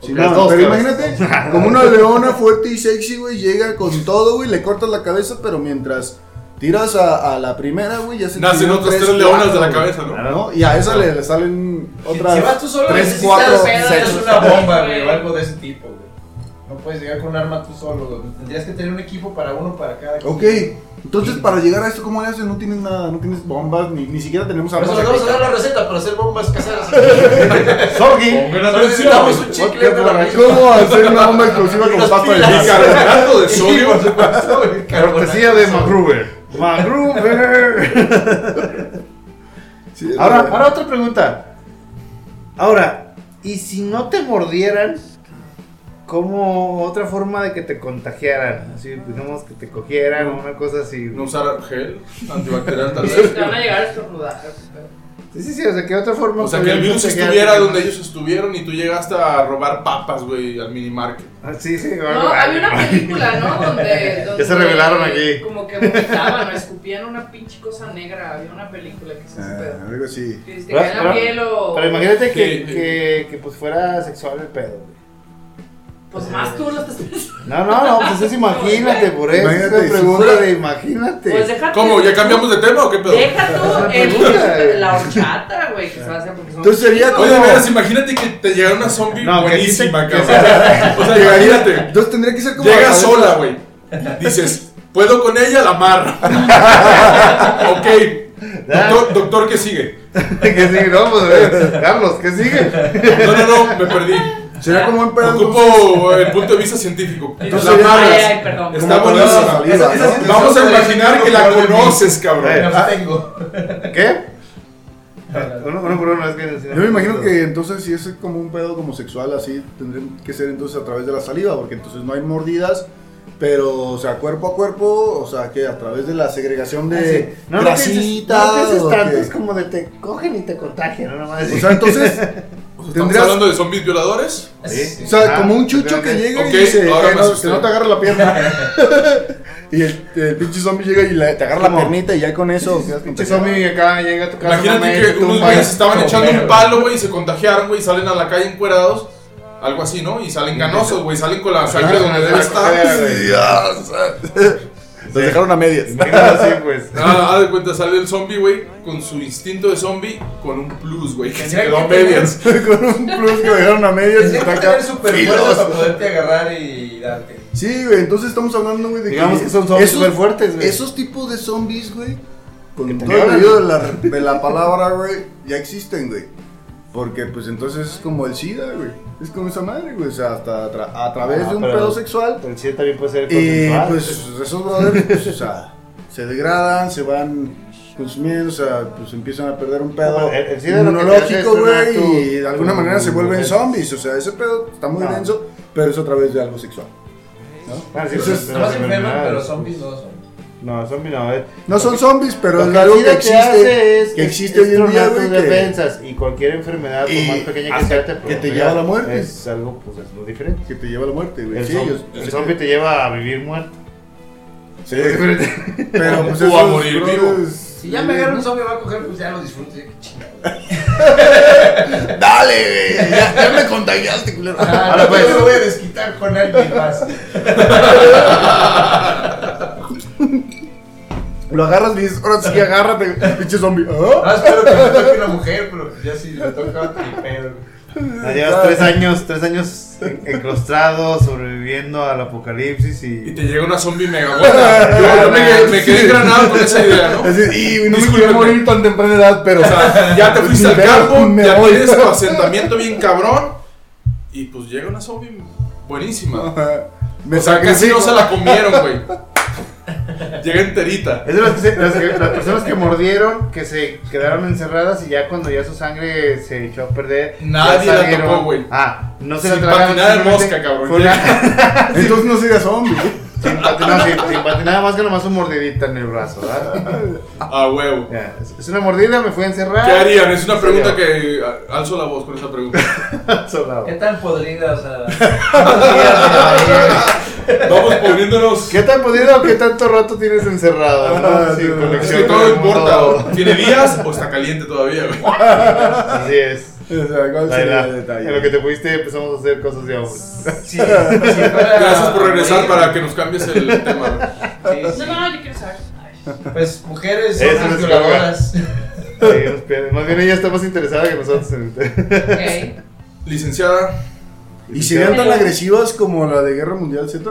Speaker 3: Sí,
Speaker 2: Ok,
Speaker 3: no,
Speaker 2: las dos,
Speaker 3: pero
Speaker 2: las
Speaker 3: imagínate, como una leona fuerte y sexy, güey, llega con todo, güey, le cortas la cabeza, pero mientras tiras a, a la primera, güey, ya se te
Speaker 4: Nacen
Speaker 3: dieron
Speaker 4: otras tres leonas de la
Speaker 3: cuatro,
Speaker 4: cabeza,
Speaker 3: güey,
Speaker 4: ¿no?
Speaker 3: ¿no? Y a esa le, le salen otras
Speaker 6: si vas tú solo,
Speaker 3: tres,
Speaker 6: necesitas
Speaker 3: cuatro
Speaker 5: pedo,
Speaker 6: necesitas
Speaker 3: sexos.
Speaker 6: una bomba, güey, o algo de ese tipo, güey. No puedes llegar con un arma tú solo, güey. Tendrías que tener un equipo para uno para cada equipo.
Speaker 3: Ok, entonces para llegar a esto, ¿cómo le haces? No tienes nada, no tienes bombas, ni, ni siquiera tenemos
Speaker 6: Por
Speaker 3: armas.
Speaker 6: eso les vamos a
Speaker 3: aquí.
Speaker 6: dar la receta para hacer bombas caseras.
Speaker 2: Sorgi.
Speaker 4: Pongan
Speaker 6: Solo
Speaker 4: atención.
Speaker 6: necesitamos un chicle
Speaker 3: Ok,
Speaker 6: de la
Speaker 3: pero ¿Cómo hacer una bomba explosiva con
Speaker 6: Unas
Speaker 3: pasta de
Speaker 6: pilas.
Speaker 3: jícara?
Speaker 4: Bicarbonato de sodio.
Speaker 2: Cortesía de MacGruber. MacGruber.
Speaker 3: Sí, es
Speaker 2: Ahora,
Speaker 3: verdad.
Speaker 2: ahora otra pregunta. Ahora, ¿y si no te mordieran? ¿Cómo otra forma de que te contagiaran? Así, digamos que te cogieran o una cosa así.
Speaker 4: No usar gel antibacterial tal
Speaker 5: Te van a
Speaker 4: vez.
Speaker 5: llegar a estornudar.
Speaker 2: Sí, sí, sí, o sea, que otra forma.
Speaker 4: O sea, que el virus
Speaker 2: podrían
Speaker 4: estuviera
Speaker 2: contagiarte?
Speaker 4: donde ellos estuvieron y tú llegaste a robar papas, güey, al minimarket.
Speaker 2: Ah, Sí, sí,
Speaker 5: No, había una película, ¿no? Donde, donde
Speaker 2: Ya se revelaron aquí.
Speaker 5: Como que vomitaban o escupían una pinche cosa negra. Había una película que se hizo
Speaker 3: Ah,
Speaker 5: pedo.
Speaker 3: algo así.
Speaker 5: Que se te caía la
Speaker 2: Pero-
Speaker 5: piel o.
Speaker 2: Pero imagínate que,
Speaker 4: Sí, sí.
Speaker 2: que, que pues fuera sexual el pedo. güey.
Speaker 5: Pues más tú lo estás pensando.
Speaker 2: No, no, no, pues es imagínate, por eso.
Speaker 3: Imagínate,
Speaker 2: es una
Speaker 3: si
Speaker 2: pregunta
Speaker 3: fuera-
Speaker 2: de imagínate.
Speaker 5: Pues deja tú-
Speaker 4: ¿Cómo? ¿Ya cambiamos de tema o qué pedo?
Speaker 5: Deja tú
Speaker 2: pregunta,
Speaker 5: el,
Speaker 2: güey.
Speaker 5: la horchata, güey, que se va a hacer porque son.
Speaker 3: Entonces sería como...
Speaker 4: Oye, veras, imagínate que te llegara una zombie
Speaker 2: No, que
Speaker 4: buenísima,
Speaker 2: sí se-
Speaker 4: cabrón. O sea, imagínate.
Speaker 3: Entonces tendría que ser como...
Speaker 4: Llega
Speaker 3: la-
Speaker 4: sola, güey. Dices, puedo con ella, la amarra. ok. Doctor, doctor, ¿qué sigue?
Speaker 2: ¿Qué sigue? No, pues, eh, Carlos, ¿qué sigue?
Speaker 4: No, no, no, me perdí.
Speaker 3: Sería como un pedazo-
Speaker 6: pues,
Speaker 4: Ocupo eh, el punto de vista científico.
Speaker 5: Entonces,
Speaker 4: la amarras.
Speaker 5: ay, ay, perdón.
Speaker 4: Está
Speaker 3: Como
Speaker 4: buenísima.
Speaker 3: una salida,
Speaker 6: Esa- esa-
Speaker 3: ¿no?
Speaker 4: Vamos a imaginar que la conoces, cabrón.
Speaker 6: No tengo.
Speaker 2: ¿Qué? Uno, uno por uno, es que.
Speaker 3: Yo me imagino que entonces si es como un pedo como sexual así, tendría que ser entonces a través de la saliva, porque entonces no hay mordidas, pero o sea, cuerpo a cuerpo, o sea, que a través de la segregación de
Speaker 2: Ah, No, no pienses,
Speaker 3: grasita.
Speaker 2: no pienses
Speaker 3: o
Speaker 2: tanto,
Speaker 3: que-
Speaker 2: es como de te cogen y te contagian, no nomás.
Speaker 3: O sea, entonces,
Speaker 6: Eh,
Speaker 4: ¿Estamos
Speaker 3: tendrías,
Speaker 4: hablando de zombies violadores?
Speaker 2: Sí.
Speaker 3: o sea,
Speaker 2: Ah,
Speaker 3: como un chucho que
Speaker 2: obviamente.
Speaker 3: llega
Speaker 4: Ok,
Speaker 3: y dice,
Speaker 4: ahora
Speaker 3: que
Speaker 4: me
Speaker 3: no,
Speaker 4: asusté.
Speaker 3: que no te agarre la pierna. y el, el pinche zombie llega y la- te agarra la
Speaker 2: Como-
Speaker 3: piernita y ya con eso quedas
Speaker 2: Pinche
Speaker 3: contagiado.
Speaker 2: zombie acá llega a tu casa. mamá,
Speaker 4: Imagínate
Speaker 2: y te
Speaker 4: que unos
Speaker 2: tumba.
Speaker 4: güeyes estaban
Speaker 6: como
Speaker 4: echando
Speaker 6: perro.
Speaker 4: un palo, güey, y se contagiaron, güey, y salen a la calle encuerados. Algo así, ¿no? Y salen ganosos, güey, salen con la sangre donde debe estar.
Speaker 3: Los dejaron a medias.
Speaker 2: Imagínate así, pues.
Speaker 4: Ah, haz de cuenta, sale el zombie, güey, con su instinto de zombie, con un plus, güey, que se
Speaker 6: Tendría
Speaker 4: quedó a
Speaker 6: que tener-
Speaker 4: medias.
Speaker 3: con un plus que me dejaron a medias y
Speaker 6: Tendrías
Speaker 3: está
Speaker 6: que
Speaker 3: acá.
Speaker 6: tener super
Speaker 3: filoso.
Speaker 6: para poderte agarrar y darte.
Speaker 3: Sí, güey, entonces estamos hablando, güey, de
Speaker 2: Digamos que son zombies
Speaker 3: esos-
Speaker 2: superfuertes, güey.
Speaker 3: Esos tipos de zombies, güey,
Speaker 2: Que
Speaker 3: con
Speaker 2: te
Speaker 3: todo el
Speaker 2: violan.
Speaker 3: sentido de la, de la palabra, güey, ya existen, güey. Porque, pues, entonces es como el SIDA, güey. Es como esa madre, güey. O sea, hasta a, tra- a través
Speaker 2: Ah,
Speaker 3: de un
Speaker 2: pero-
Speaker 3: pedo sexual.
Speaker 2: Pero sí, también puede ser
Speaker 3: Y,
Speaker 2: consensual.
Speaker 3: pues, esos brothers, pues, o sea, se degradan, se van consumiendo, o sea, pues empiezan a perder un pedo
Speaker 2: El- el SIDA lo que te hace es
Speaker 3: inmunológico,
Speaker 2: un
Speaker 3: güey,
Speaker 2: acto-
Speaker 3: y de alguna manera se vuelven zombies. O sea, ese pedo está muy
Speaker 2: No.
Speaker 3: denso, pero es a través de algo sexual.
Speaker 2: Ah, sí,
Speaker 3: Entonces,
Speaker 2: pero-
Speaker 6: No se enferman,
Speaker 2: enfermedades.
Speaker 6: pero zombies no son.
Speaker 2: No, zombie no. eh.
Speaker 3: No son zombies, pero
Speaker 2: Lo
Speaker 3: es
Speaker 2: que el
Speaker 3: algo que
Speaker 2: SIDA te hace
Speaker 3: existe,
Speaker 2: es-
Speaker 3: que
Speaker 2: es-
Speaker 3: existe
Speaker 2: es
Speaker 3: hoy en día,
Speaker 2: tronar
Speaker 3: güey,
Speaker 2: tus
Speaker 3: que,
Speaker 2: defensas y cualquier enfermedad, por
Speaker 3: Y
Speaker 2: más pequeña que
Speaker 3: hasta
Speaker 2: sea, te
Speaker 3: que te
Speaker 2: provoca-
Speaker 3: lleva a la muerte.
Speaker 2: Es algo, pues, es lo diferente.
Speaker 3: que te lleva a la muerte, güey.
Speaker 2: El,
Speaker 3: Sí,
Speaker 2: zom-
Speaker 3: ellos-
Speaker 2: el zombie te lleva a vivir muerto.
Speaker 3: Sí, pero pues
Speaker 4: O a
Speaker 3: esos
Speaker 4: morir
Speaker 3: brothers-
Speaker 4: vivo.
Speaker 6: Si ya me agarra un zombie, va a coger, pues ya lo disfruto. ya qué chingado.
Speaker 3: Dale, güey. Ya, ya me contagiaste, culero.
Speaker 4: Ah,
Speaker 6: Ahora pues. Yo me voy a desquitar con alguien más.
Speaker 3: Lo agarras y dices, ahora sí, agárrate, pinche zombie.
Speaker 6: No,
Speaker 3: Ah,
Speaker 6: espero que me toque una mujer, pero pues ya si le toca otro ni pedo.
Speaker 2: Ya llevas tres años, tres años en- encrostrado, sobreviviendo al apocalipsis
Speaker 4: Y
Speaker 2: y.
Speaker 4: te llega una zombie mega buena. Yo, yo me, quedé- me quedé engranado con esa idea, ¿no?
Speaker 3: Así, y güey, no me quiero
Speaker 4: Discúlpeme.
Speaker 3: morir tan temprana edad, pero.
Speaker 4: O sea, ya te fuiste al
Speaker 3: Me
Speaker 4: campo,
Speaker 3: voy.
Speaker 4: ya tienes tu asentamiento bien cabrón. Y pues llega una zombie buenísima.
Speaker 3: Ajá. Me
Speaker 4: o sea,
Speaker 3: saqué
Speaker 4: casi no se la comieron, güey. Llega enterita.
Speaker 2: Es de las, que se- las que- las personas que mordieron, que se quedaron encerradas y ya cuando ya su sangre se echó a perder. ya
Speaker 4: Nadie la
Speaker 2: salieron.
Speaker 4: tocó, güey.
Speaker 2: Ah, no se
Speaker 4: Sin
Speaker 2: la tragaron.
Speaker 4: patinar de
Speaker 2: simplemente
Speaker 4: mosca, cabrón.
Speaker 2: fue una-
Speaker 3: Entonces no sería zombie.
Speaker 2: Sin pati, no, sin, sin pati, nada más que nomás una mordidita en el brazo, ¿verdad?
Speaker 4: A huevo.
Speaker 2: Ya, es- Es una mordida, me fui a encerrar.
Speaker 4: ¿Qué harían? Es una pregunta que a- alzo la voz con esa pregunta.
Speaker 2: Solado.
Speaker 6: ¿Qué tan podrida, o sea? podrida
Speaker 4: Vamos poniéndonos.
Speaker 2: ¿Qué tan podrido o qué tanto rato tienes encerrado?
Speaker 3: Ah,
Speaker 2: ¿no? Sin
Speaker 3: no.
Speaker 4: Es
Speaker 2: conexión
Speaker 4: que
Speaker 2: con
Speaker 4: todo
Speaker 2: el
Speaker 4: importa.
Speaker 2: mundo.
Speaker 4: ¿Tiene días o está caliente todavía? güey?
Speaker 2: Así es.
Speaker 3: O sea, ¿cuál sería
Speaker 2: Laila,
Speaker 3: el detalle?
Speaker 2: en lo que te fuiste empezamos a hacer cosas de hombres.
Speaker 6: Sí, sí, fuera-
Speaker 4: Gracias por regresar para que nos cambies el tema.
Speaker 6: Sí, sí.
Speaker 5: No, no, yo quiero saber. Ay.
Speaker 6: Pues mujeres
Speaker 2: Eso
Speaker 6: son
Speaker 2: es
Speaker 6: las violadoras.
Speaker 2: Sí, nos pierde. Más bien ella está más interesada que nosotros en el tema.
Speaker 5: Ok.
Speaker 4: Licenciada,
Speaker 3: Y serían tan agresivas como la de Guerra Mundial Z.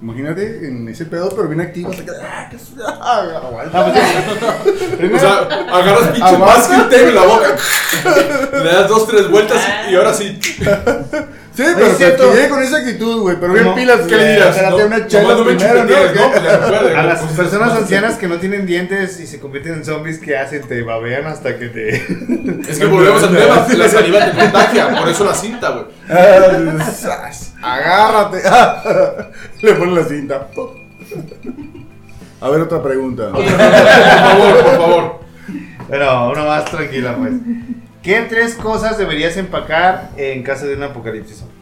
Speaker 3: Imagínate en ese pedo, pero bien activos. Ah, que- ah, aguanta.
Speaker 4: pues, o sea, agarras pinche
Speaker 3: Aguanta.
Speaker 4: masking tape en la boca, le das dos, tres vueltas
Speaker 6: Ah.
Speaker 4: y ahora sí.
Speaker 3: Sí,
Speaker 2: Oye,
Speaker 3: pero
Speaker 2: es
Speaker 3: o sea,
Speaker 2: cierto.
Speaker 3: que llegue con esa actitud, güey. Pero bien
Speaker 2: No,
Speaker 3: pilas.
Speaker 4: ¿Qué le dirás?
Speaker 3: Espérate
Speaker 4: No,
Speaker 3: una chela
Speaker 4: nomás no me
Speaker 3: primero,
Speaker 4: chupetees,
Speaker 3: ¿no?
Speaker 4: ¿no? Pues, ya, recuerde,
Speaker 2: A las
Speaker 4: pues,
Speaker 2: personas
Speaker 4: más-
Speaker 2: ancianas que no tienen dientes y se convierten en zombies, ¿qué hacen? Te babean hasta que te.
Speaker 4: Es que volvemos al tema, la saliva te contagia, por eso la cinta, güey.
Speaker 3: Ah, sas, Agárrate. Ah, Le ponen la cinta. A ver, otra pregunta.
Speaker 4: Por favor, por favor.
Speaker 2: Bueno, una más tranquila, pues. ¿Qué tres cosas deberías empacar en caso de un apocalipsis zombie?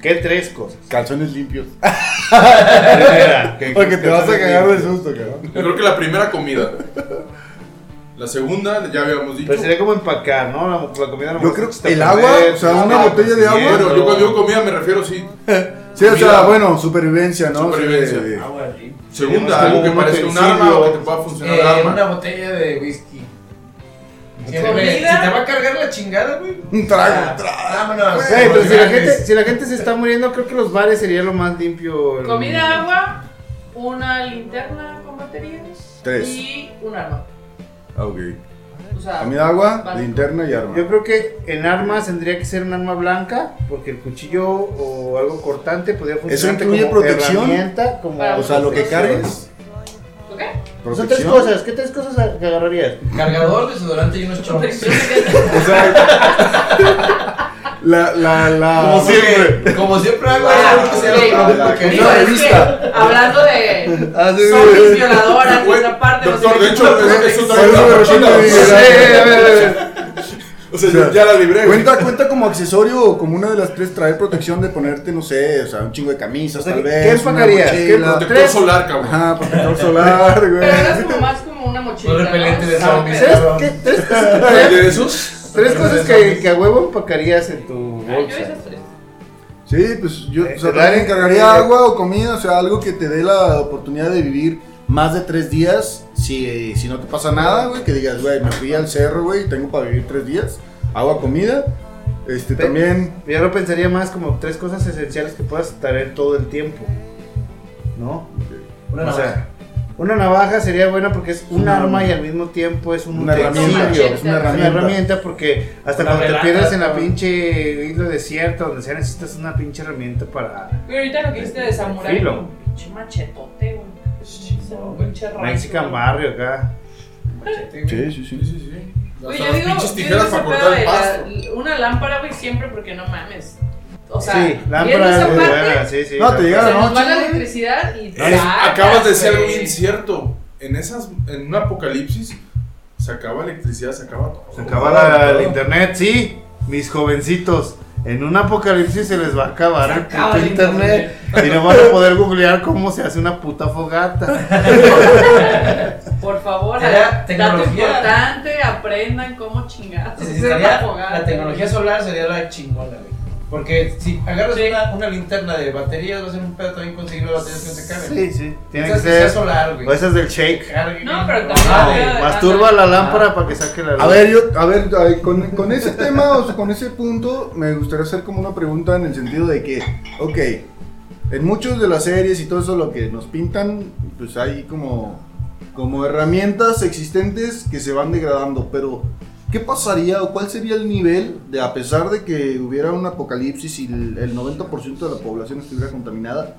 Speaker 2: ¿Qué tres cosas?
Speaker 3: Calzones limpios.
Speaker 2: Primera, que-
Speaker 3: Porque te vas a cagar de susto,
Speaker 4: Yo
Speaker 3: cabrón.
Speaker 4: creo que la primera comida. La segunda, ya habíamos dicho.
Speaker 2: Pero sería como empacar, ¿no? La, la comida a lo
Speaker 3: Yo
Speaker 2: mejor
Speaker 3: creo
Speaker 2: se
Speaker 3: que
Speaker 2: te
Speaker 3: el
Speaker 2: puede-
Speaker 3: agua, o sea, una
Speaker 2: Ah,
Speaker 3: botella de agua.
Speaker 4: Bueno, yo cuando digo comida me refiero, sí.
Speaker 3: Sí, o sea,
Speaker 4: Mira.
Speaker 3: bueno, supervivencia, ¿no?
Speaker 4: Supervivencia.
Speaker 3: Sí, sí.
Speaker 6: Agua limpia.
Speaker 4: Segunda,
Speaker 2: Como
Speaker 4: algo que
Speaker 2: un
Speaker 4: parezca un
Speaker 2: utensilio.
Speaker 4: arma o que te pueda funcionar el
Speaker 6: Eh, una
Speaker 4: arma.
Speaker 6: botella de whisky. Siempre, si te
Speaker 5: ¿Comida?
Speaker 6: va a cargar la chingada, güey. Ah,
Speaker 3: Un trago, un trago.
Speaker 6: Vámonos.
Speaker 2: Güey, pero
Speaker 6: Los
Speaker 2: si la, gente,
Speaker 6: grandes.
Speaker 2: si la gente se está muriendo, creo que los bares sería lo más limpio. el-
Speaker 5: Comida, agua, una linterna con baterías.
Speaker 3: Tres.
Speaker 5: Y un arma.
Speaker 3: Ah, ok.
Speaker 5: O sea,
Speaker 3: Comida, agua,
Speaker 5: Vale.
Speaker 3: linterna y arma.
Speaker 2: Yo creo que en armas tendría que ser un arma blanca, porque el cuchillo o algo cortante podría funcionar
Speaker 3: incluye
Speaker 2: como
Speaker 3: protección?
Speaker 2: herramienta, como
Speaker 5: Para
Speaker 3: O sea, lo que cargues.
Speaker 5: ¿ok?
Speaker 2: Son tres
Speaker 3: protección.
Speaker 2: cosas, ¿qué tres cosas a- que agarrarías?
Speaker 6: Cargador, desodorante y unos chores.
Speaker 3: O sea, la, la, la.
Speaker 2: Como si- Siempre.
Speaker 6: Como siempre hago,
Speaker 5: Ah,
Speaker 6: algo que sea
Speaker 5: ok.
Speaker 6: lo primero que
Speaker 5: Digo,
Speaker 3: Una
Speaker 5: es
Speaker 3: revista.
Speaker 5: que, hablando de
Speaker 2: Ah, sí,
Speaker 5: zombies
Speaker 2: güey.
Speaker 5: violadoras y
Speaker 4: Güey,
Speaker 5: esa parte. no sé
Speaker 4: doctor,
Speaker 5: qué
Speaker 4: de hecho,
Speaker 5: tipo
Speaker 4: es- es
Speaker 5: protección.
Speaker 4: otra
Speaker 3: Por eso me resulta
Speaker 2: Sí,
Speaker 3: bien.
Speaker 2: a ver, a ver.
Speaker 4: O sea, yo ya la libré. güey.
Speaker 3: Cuenta, cuenta como accesorio o como una de las tres traer protección de ponerte, no sé, o sea, un chingo de camisas,
Speaker 2: O sea,
Speaker 3: tal
Speaker 2: ¿qué
Speaker 3: vez. una
Speaker 2: empacarías? ¿Qué
Speaker 3: mochila.
Speaker 2: prote-
Speaker 4: Protector
Speaker 2: Tres.
Speaker 4: solar, cabrón.
Speaker 3: Ajá, protector solar, güey.
Speaker 5: Pero es como más como una mochila. Ah,
Speaker 6: Un repelente de
Speaker 5: O sea,
Speaker 6: zombies.
Speaker 5: pero-
Speaker 2: ¿Sabes qué? Tres,
Speaker 4: ¿Hay
Speaker 2: tres-
Speaker 4: de esos?
Speaker 2: tres cosas que, que a huevo empacarías en tu
Speaker 5: Ah, Yo
Speaker 2: bolsa.
Speaker 5: esas tres.
Speaker 3: Sí, pues yo o sea,
Speaker 2: Eh,
Speaker 3: también
Speaker 2: eh, eh,
Speaker 3: encargaría agua o comida, o sea, algo que te dé la oportunidad de vivir más de tres días. Si, si no te pasa nada, güey, que digas, güey, me fui al cerro, güey, y tengo para vivir tres días. Agua, comida. Este,
Speaker 2: Pe-
Speaker 3: también.
Speaker 2: Yo lo pensaría más como tres cosas esenciales que puedas traer todo el tiempo. ¿No?
Speaker 6: Una
Speaker 2: o
Speaker 6: navaja.
Speaker 2: sea, una navaja sería buena porque es un
Speaker 3: Una
Speaker 2: arma
Speaker 3: arma.
Speaker 2: y al mismo tiempo es un
Speaker 3: Una herramienta,
Speaker 2: utensilio.
Speaker 5: machete.
Speaker 3: es una
Speaker 2: Es una
Speaker 3: herramienta.
Speaker 2: herramienta porque hasta
Speaker 6: Una
Speaker 2: cuando te
Speaker 6: velada,
Speaker 2: pierdas en la
Speaker 6: ¿no?
Speaker 2: pinche isla desierta, donde sea, necesitas una pinche herramienta para
Speaker 5: Pero ahorita lo que hiciste de samurái.
Speaker 2: Filo.
Speaker 5: Un pinche machetote, un pinche- un pinche rayo.
Speaker 2: Mexican Barrio acá.
Speaker 6: Machete, güey.
Speaker 3: sí,
Speaker 4: Sí, sí, sí.
Speaker 5: Güey,
Speaker 4: Hasta
Speaker 5: yo
Speaker 4: las
Speaker 5: digo,
Speaker 4: pinches
Speaker 5: yo
Speaker 4: tijeras
Speaker 5: digo
Speaker 4: para
Speaker 5: ese pedo
Speaker 4: cortar
Speaker 5: de
Speaker 4: el pasto.
Speaker 5: la- una lámpara, güey, siempre, porque no mames. O sea,
Speaker 2: sí,
Speaker 5: viendo
Speaker 2: lámpara
Speaker 5: esa
Speaker 2: es muy
Speaker 5: parte,
Speaker 2: buena, sí, sí.
Speaker 3: No, te llega
Speaker 5: se
Speaker 3: la
Speaker 5: nos
Speaker 3: noche.
Speaker 5: va la
Speaker 3: güey.
Speaker 5: electricidad y
Speaker 4: Es-
Speaker 5: sacas,
Speaker 4: acabas de ser
Speaker 5: güey.
Speaker 4: algo incierto. En esas, en un apocalipsis, se acaba electricidad, se acaba todo.
Speaker 2: Se acaba la, el internet, sí, mis jovencitos. En un apocalipsis se les va a acabar
Speaker 5: Se
Speaker 2: el
Speaker 5: acaba
Speaker 2: puto
Speaker 5: el
Speaker 2: internet y no van a poder googlear cómo se hace una puta fogata.
Speaker 5: Por favor,
Speaker 6: Sería
Speaker 5: dato
Speaker 6: tecnología.
Speaker 5: importante, aprendan cómo chingados.
Speaker 6: Necesitaría
Speaker 5: hacer una fogata.
Speaker 6: la tecnología solar sería la chingona, güey. Porque si agarras
Speaker 5: Sí.
Speaker 6: una, una linterna de baterías, va a ser un pedo también conseguir las baterías que no se carguen.
Speaker 2: Sí, sí. Tiene que
Speaker 6: Esas sea
Speaker 2: ser. pues,
Speaker 6: solar, güey.
Speaker 2: O esas del
Speaker 6: Que
Speaker 2: shake.
Speaker 6: cargue,
Speaker 5: No,
Speaker 6: güey.
Speaker 5: pero
Speaker 6: No,
Speaker 5: también-
Speaker 6: güey.
Speaker 5: Ah,
Speaker 2: Masturba la lámpara para que saque la luz.
Speaker 3: A ver, yo, a ver, a ver, con, con ese tema, o sea, con ese punto, me gustaría hacer como una pregunta en el sentido de que, ok, en muchas de las series y todo eso lo que nos pintan, pues hay como, como herramientas existentes que se van degradando, pero ¿qué pasaría o cuál sería el nivel de, a pesar de que hubiera un apocalipsis y el el 90% de la población estuviera contaminada,